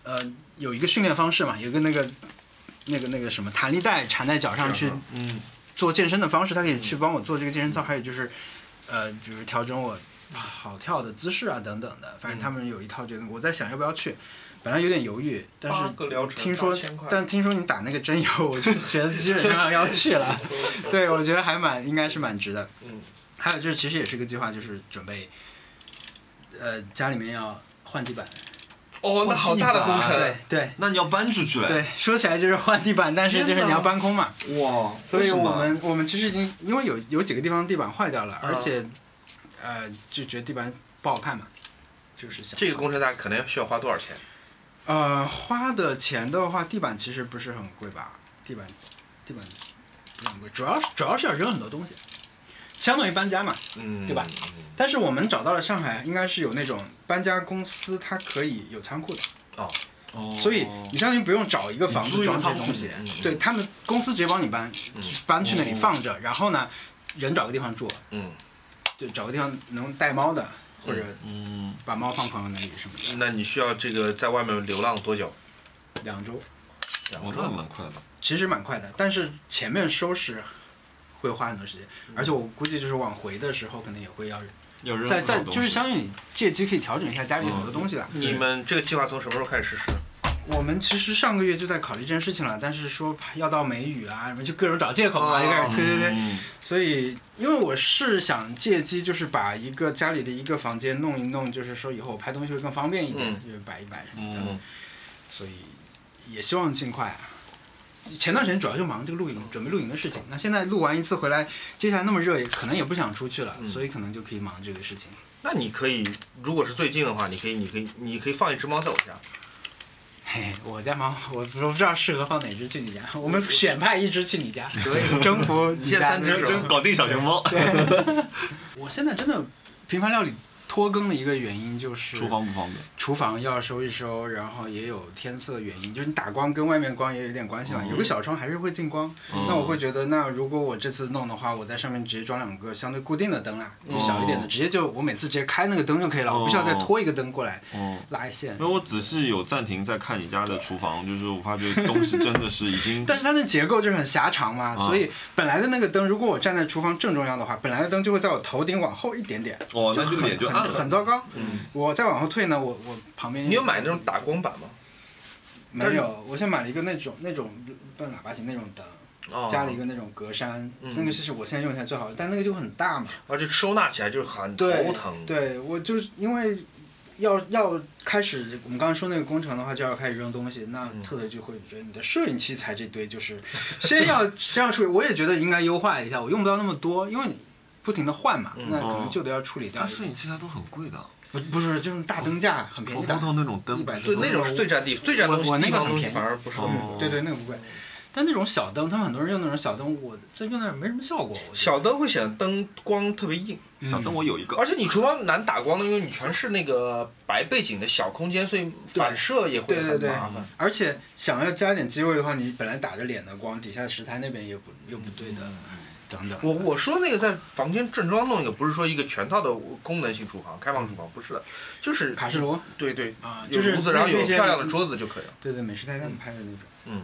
C: 呃，有一个训练方式嘛，有一个那个那个那个什么弹力带缠在脚上去
B: 嗯
C: 做健身的方式，他可以去帮我做这个健身操，还有就是，呃，比如调整我跑跳的姿势啊等等的。反
B: 嗯
C: 正他们有一套这个，我在想要不要去，本来有点犹豫，但
B: 八
C: 是
B: 个疗程
C: 听说
B: 8000块，
C: 但听说你打那个针油，我就觉得基本上要去了。 对，我觉得还蛮应该是蛮值的。
B: 嗯，
C: 还有就是，其实也是个计划，就是准备，呃，家里面要换地板。哎
B: 哦，那好大的工
A: 换地
B: 程
A: 板，
C: 对
A: 那你要搬出去嘞？
C: 对，说起来就是换地板，但是就是你要搬空嘛，
A: 哇，
C: 所
A: 为
C: 以
A: 什么啊
C: 我们我们其实已经因为有有几个地方地板坏掉了，
B: 嗯
C: 而且呃就觉得地板不好看嘛，就是想
B: 这个工程大概可能需要花多少钱？
C: 呃花的钱的话，地板其实不是很贵吧？地板地板不是很贵，主要是主要是要扔很多东西，相当于搬家嘛。
B: 嗯，
C: 对吧？但是我们找到了上海，应该是有那种搬家公司，它可以有仓库的，
A: 哦
C: 所以你相当于不用找一个房
A: 你租
C: 子
A: 一个
C: 装
A: 仓
C: 这些
A: 库嗯
C: 东西
B: 嗯嗯，
C: 对他们公司直接帮你搬，就是搬去那
A: 哦
C: 里放着，然后呢，人找个地方住，
B: 嗯，
C: 对，找个地方能带猫的，或者
A: 嗯，
C: 把猫放朋友那里什么的，
B: 那你需要这个在外面流浪多久？
C: 两周
A: 我这还蛮快的。
C: 其实蛮快的，但是前面收拾会花很多时间，而且我估计就是往回的时候可能也会要
A: 要嗯扔
C: 再
A: 多少
C: 再
A: 东西嗯
C: 就是相当于你借机可以调整一下家里很多东西了。
B: 你们这个计划从什么时候开始实施？
C: 我们其实上个月就在考虑这件事情了，但是说要到梅雨啊，什么就各种找借口嘛，
B: 哦
C: 就开始推推推。
A: 嗯
C: 所以，因为我是想借机就是把一个家里的一个房间弄一弄，就是说以后我拍东西会更方便一点，
B: 嗯
C: 就是摆一摆什么的。
A: 嗯，
C: 所以也希望尽快啊。前段时间主要就忙这个露营，准备露营的事情。那现在录完一次回来，接下来那么热，也可能也不想出去了，
B: 嗯
C: 所以可能就可以忙这个事情。
B: 那你可以，如果是最近的话，你可以，你可以，你可以放一只猫在我家。
C: 嘿嘿，我家忙，我不我不知道适合放哪只去你家，我们选派一只去你家，
B: 可以。
C: 征服你
B: 你现在
C: 家
B: 三只是吧
A: 真搞定小熊猫，
C: 我现在真的频繁料理拖更的一个原因就是
A: 厨房不方便。
C: 厨房要收一收，然后也有天色原因，就是你打光跟外面光也有点关系嘛，
A: 嗯
C: 有个小窗还是会进光。
A: 嗯
C: 那我会觉得，那如果我这次弄的话，我在上面直接装两个相对固定的灯啦，
A: 嗯
C: 小一点的，直接就我每次直接开那个灯就可以了，
A: 哦
C: 我不需要再拖一个灯过来
A: 哦，
C: 拉一线，
A: 因为。我仔细有暂停在看你家的厨房，就是我发觉东西真的是已经
C: 但是它的结构就是很狭长嘛，
A: 哦
C: 所以本来的那个灯，如果我站在厨房正中央的话，本来的灯就会在我头顶往后一点点，
A: 哦，那
C: 就
A: 就
C: 很
A: 脸就暗
C: 很
A: 了
C: 很。糟糕。
B: 嗯，
C: 我再往后退呢，我我旁边
B: 你有买那种打光板吗？
C: 没有？我先买了一个那种那种半喇叭型那种灯，
B: 哦
C: 加了一个那种格栅，
B: 嗯
C: 那个是是我现在用起来最好的，但那个就很大嘛，
B: 而且收纳起来就是很
C: 对
B: 头疼。
C: 对，我就是因为要要开始我们刚刚说那个工程的话，就要开始扔东西，那
B: 嗯
C: 特特就会觉得你的摄影器材这堆就是先要先要处理，我也觉得应该优化一下，我用不到那么多，因为你不停的换嘛，
B: 嗯
C: 那可
A: 哦
C: 能旧的要处理掉
A: 但，摄影器材都很贵的，
C: 不不是就是大灯架很便
A: 头
C: 宜的
A: 头，头那种灯
C: 一百，
B: 对，
C: 多
B: 那种是最占地，最占
C: 我
B: 东西
C: 我那
B: 地
C: 个
B: 方
C: 很
B: 东西
C: 便宜嗯
B: 反而不是很
A: 哦
C: 对对，那个不贵。但那种小灯，他们很多人用那种小灯，我这用那没什么效果。我觉得
B: 小灯会显得灯光特别硬，
C: 嗯
A: 小灯我有一个，
B: 而且你厨房难打光的，因为你全是那个白背景的小空间，所以反射也会
C: 对对
B: 很
C: 对
B: 麻烦。
C: 而且想要加点机位的话，你本来打着脸的光，底下食材那边也不又不对的，等等。
B: 嗯我我说那个在房间正中央弄一个，不是说一个全套的功能性厨房、开放厨房，不是的，就是
C: 卡式炉
B: 对对，
C: 啊，
B: 有
C: 就是
B: 炉子，然后有
C: 那些
B: 漂亮的桌子就可以了。
C: 对对，美食台他们拍的那种。
B: 嗯，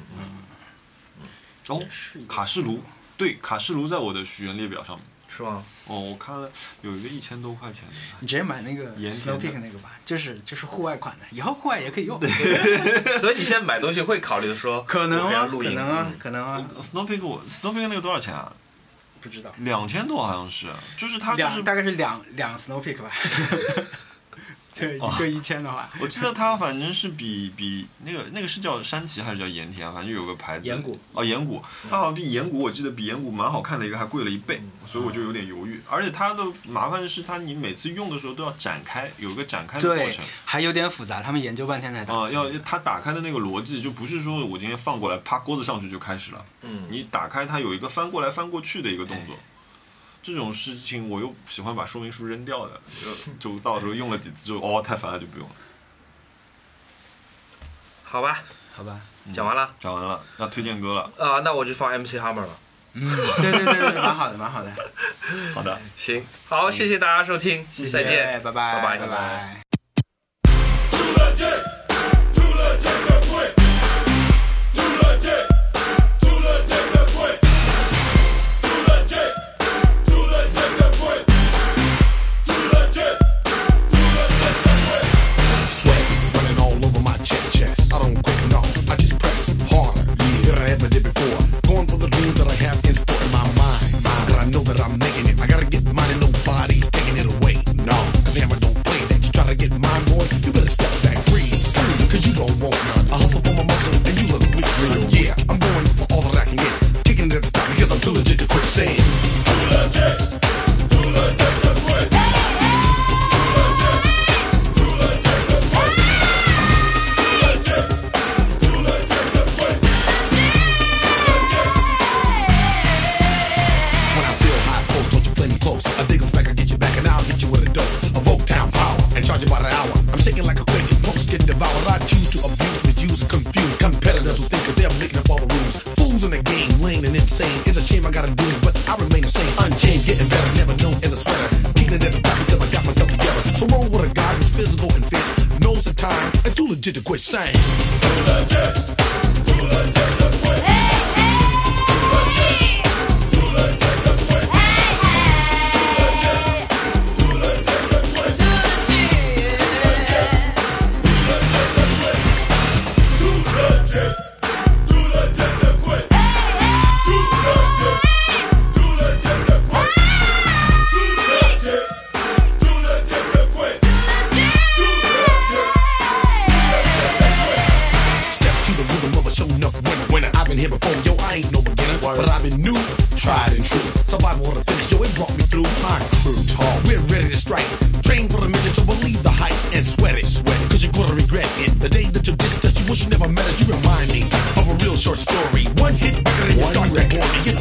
A: 哦，
C: 是一个
A: 卡式炉，对，卡式炉在我的许愿列表上面。
B: 是吗？
A: 哦，我看了有一个一千多块钱的，
C: 你直接买那个
A: 盐
C: Snow
A: 田
C: Peak 那个吧，就是就是户外款的，以后户外也可以用。
B: 所以你现在买东西会考虑说，
C: 可能
B: 我要
C: 啊，
B: 露
C: 可
B: 营，
C: 能啊
B: 嗯，
C: 可能啊，
A: Snow Peak 呃我 Snow Peak 那个多少钱啊？
C: 不知道。
A: 两千多好像是，就是它就
C: 两
A: 是
C: 大概是两两 Snow Peak 吧， 对，一个一千的话，
A: 我记得它反正是比比那个那个是叫山崎还是叫盐田啊，反正有个牌子。
C: 岩谷嗯
A: 哦，岩谷，它好像比岩谷我记得比岩谷蛮好看的一个还贵了一倍，所以我就有点犹豫。而且它的麻烦是它你每次用的时候都要展开，有一个展开的过
C: 对
A: 程。，
C: 还有点复杂，他们研究半天才到。
A: 啊、
B: 哦
A: 要它打开的那个逻辑就不是说我今天放过来啪锅子上去就开始了，
B: 嗯，
A: 你打开它有一个翻过来翻过去的一个动
C: 哎
A: 作。这种事情我又喜欢把说明书扔掉的，
B: 呃
A: 就就到时候用了几次就哦太烦了就不用了。
B: 好吧，
C: 好吧，
B: 讲完了
A: 讲完了，要推荐歌了。
B: 啊，那我就放 MC Hammer 了。
C: 嗯，对对对对，蛮好的，蛮好的，嗯
A: 好的。
B: 行，好，谢谢大家收听，
C: 谢谢
B: 再见，
C: 拜拜，
B: 拜拜
C: 拜
B: 拜拜
C: 拜。
E: Too legit, too legit to quit. Too don't want none. I hustle for my muscle, and you look bleak, son. Yeah, I'm going for all that I can get. Kicking it at the top because I'm too legit to quit saying. When I feel hot, close, don't you play me close. I dig 'em back, I get you back, and I'll hit you with a dose of Oak Town power and charge you by the hour. I'm shaking like a quake, and punks get devoured. I choose to abuse, misuse, and confuse competitors who think that they're making up all the rules. Fools in the game, lame and insane. It's a shame I gotta do it, but I remain the same. Unchained, getting better, never known as a spreader. Kicking it at the top because I got myself together. So roll with a guy who's physical and fit, knows the time, and too legit to quit saying. Step to the rhythm of a show enough winner. winner. I've been here before, yo, I ain't no beginner. But I've been new, tried and true. Survival of the finish, yo, it brought me through. My crew tall, we're ready to strike. Train for the mission, so believe the hype and sweat it, sweat it. Cause you're gonna regret it. The day that you dissed us, you wish you never met us. You remind me of a real short story. One hit record and you start that glory. Get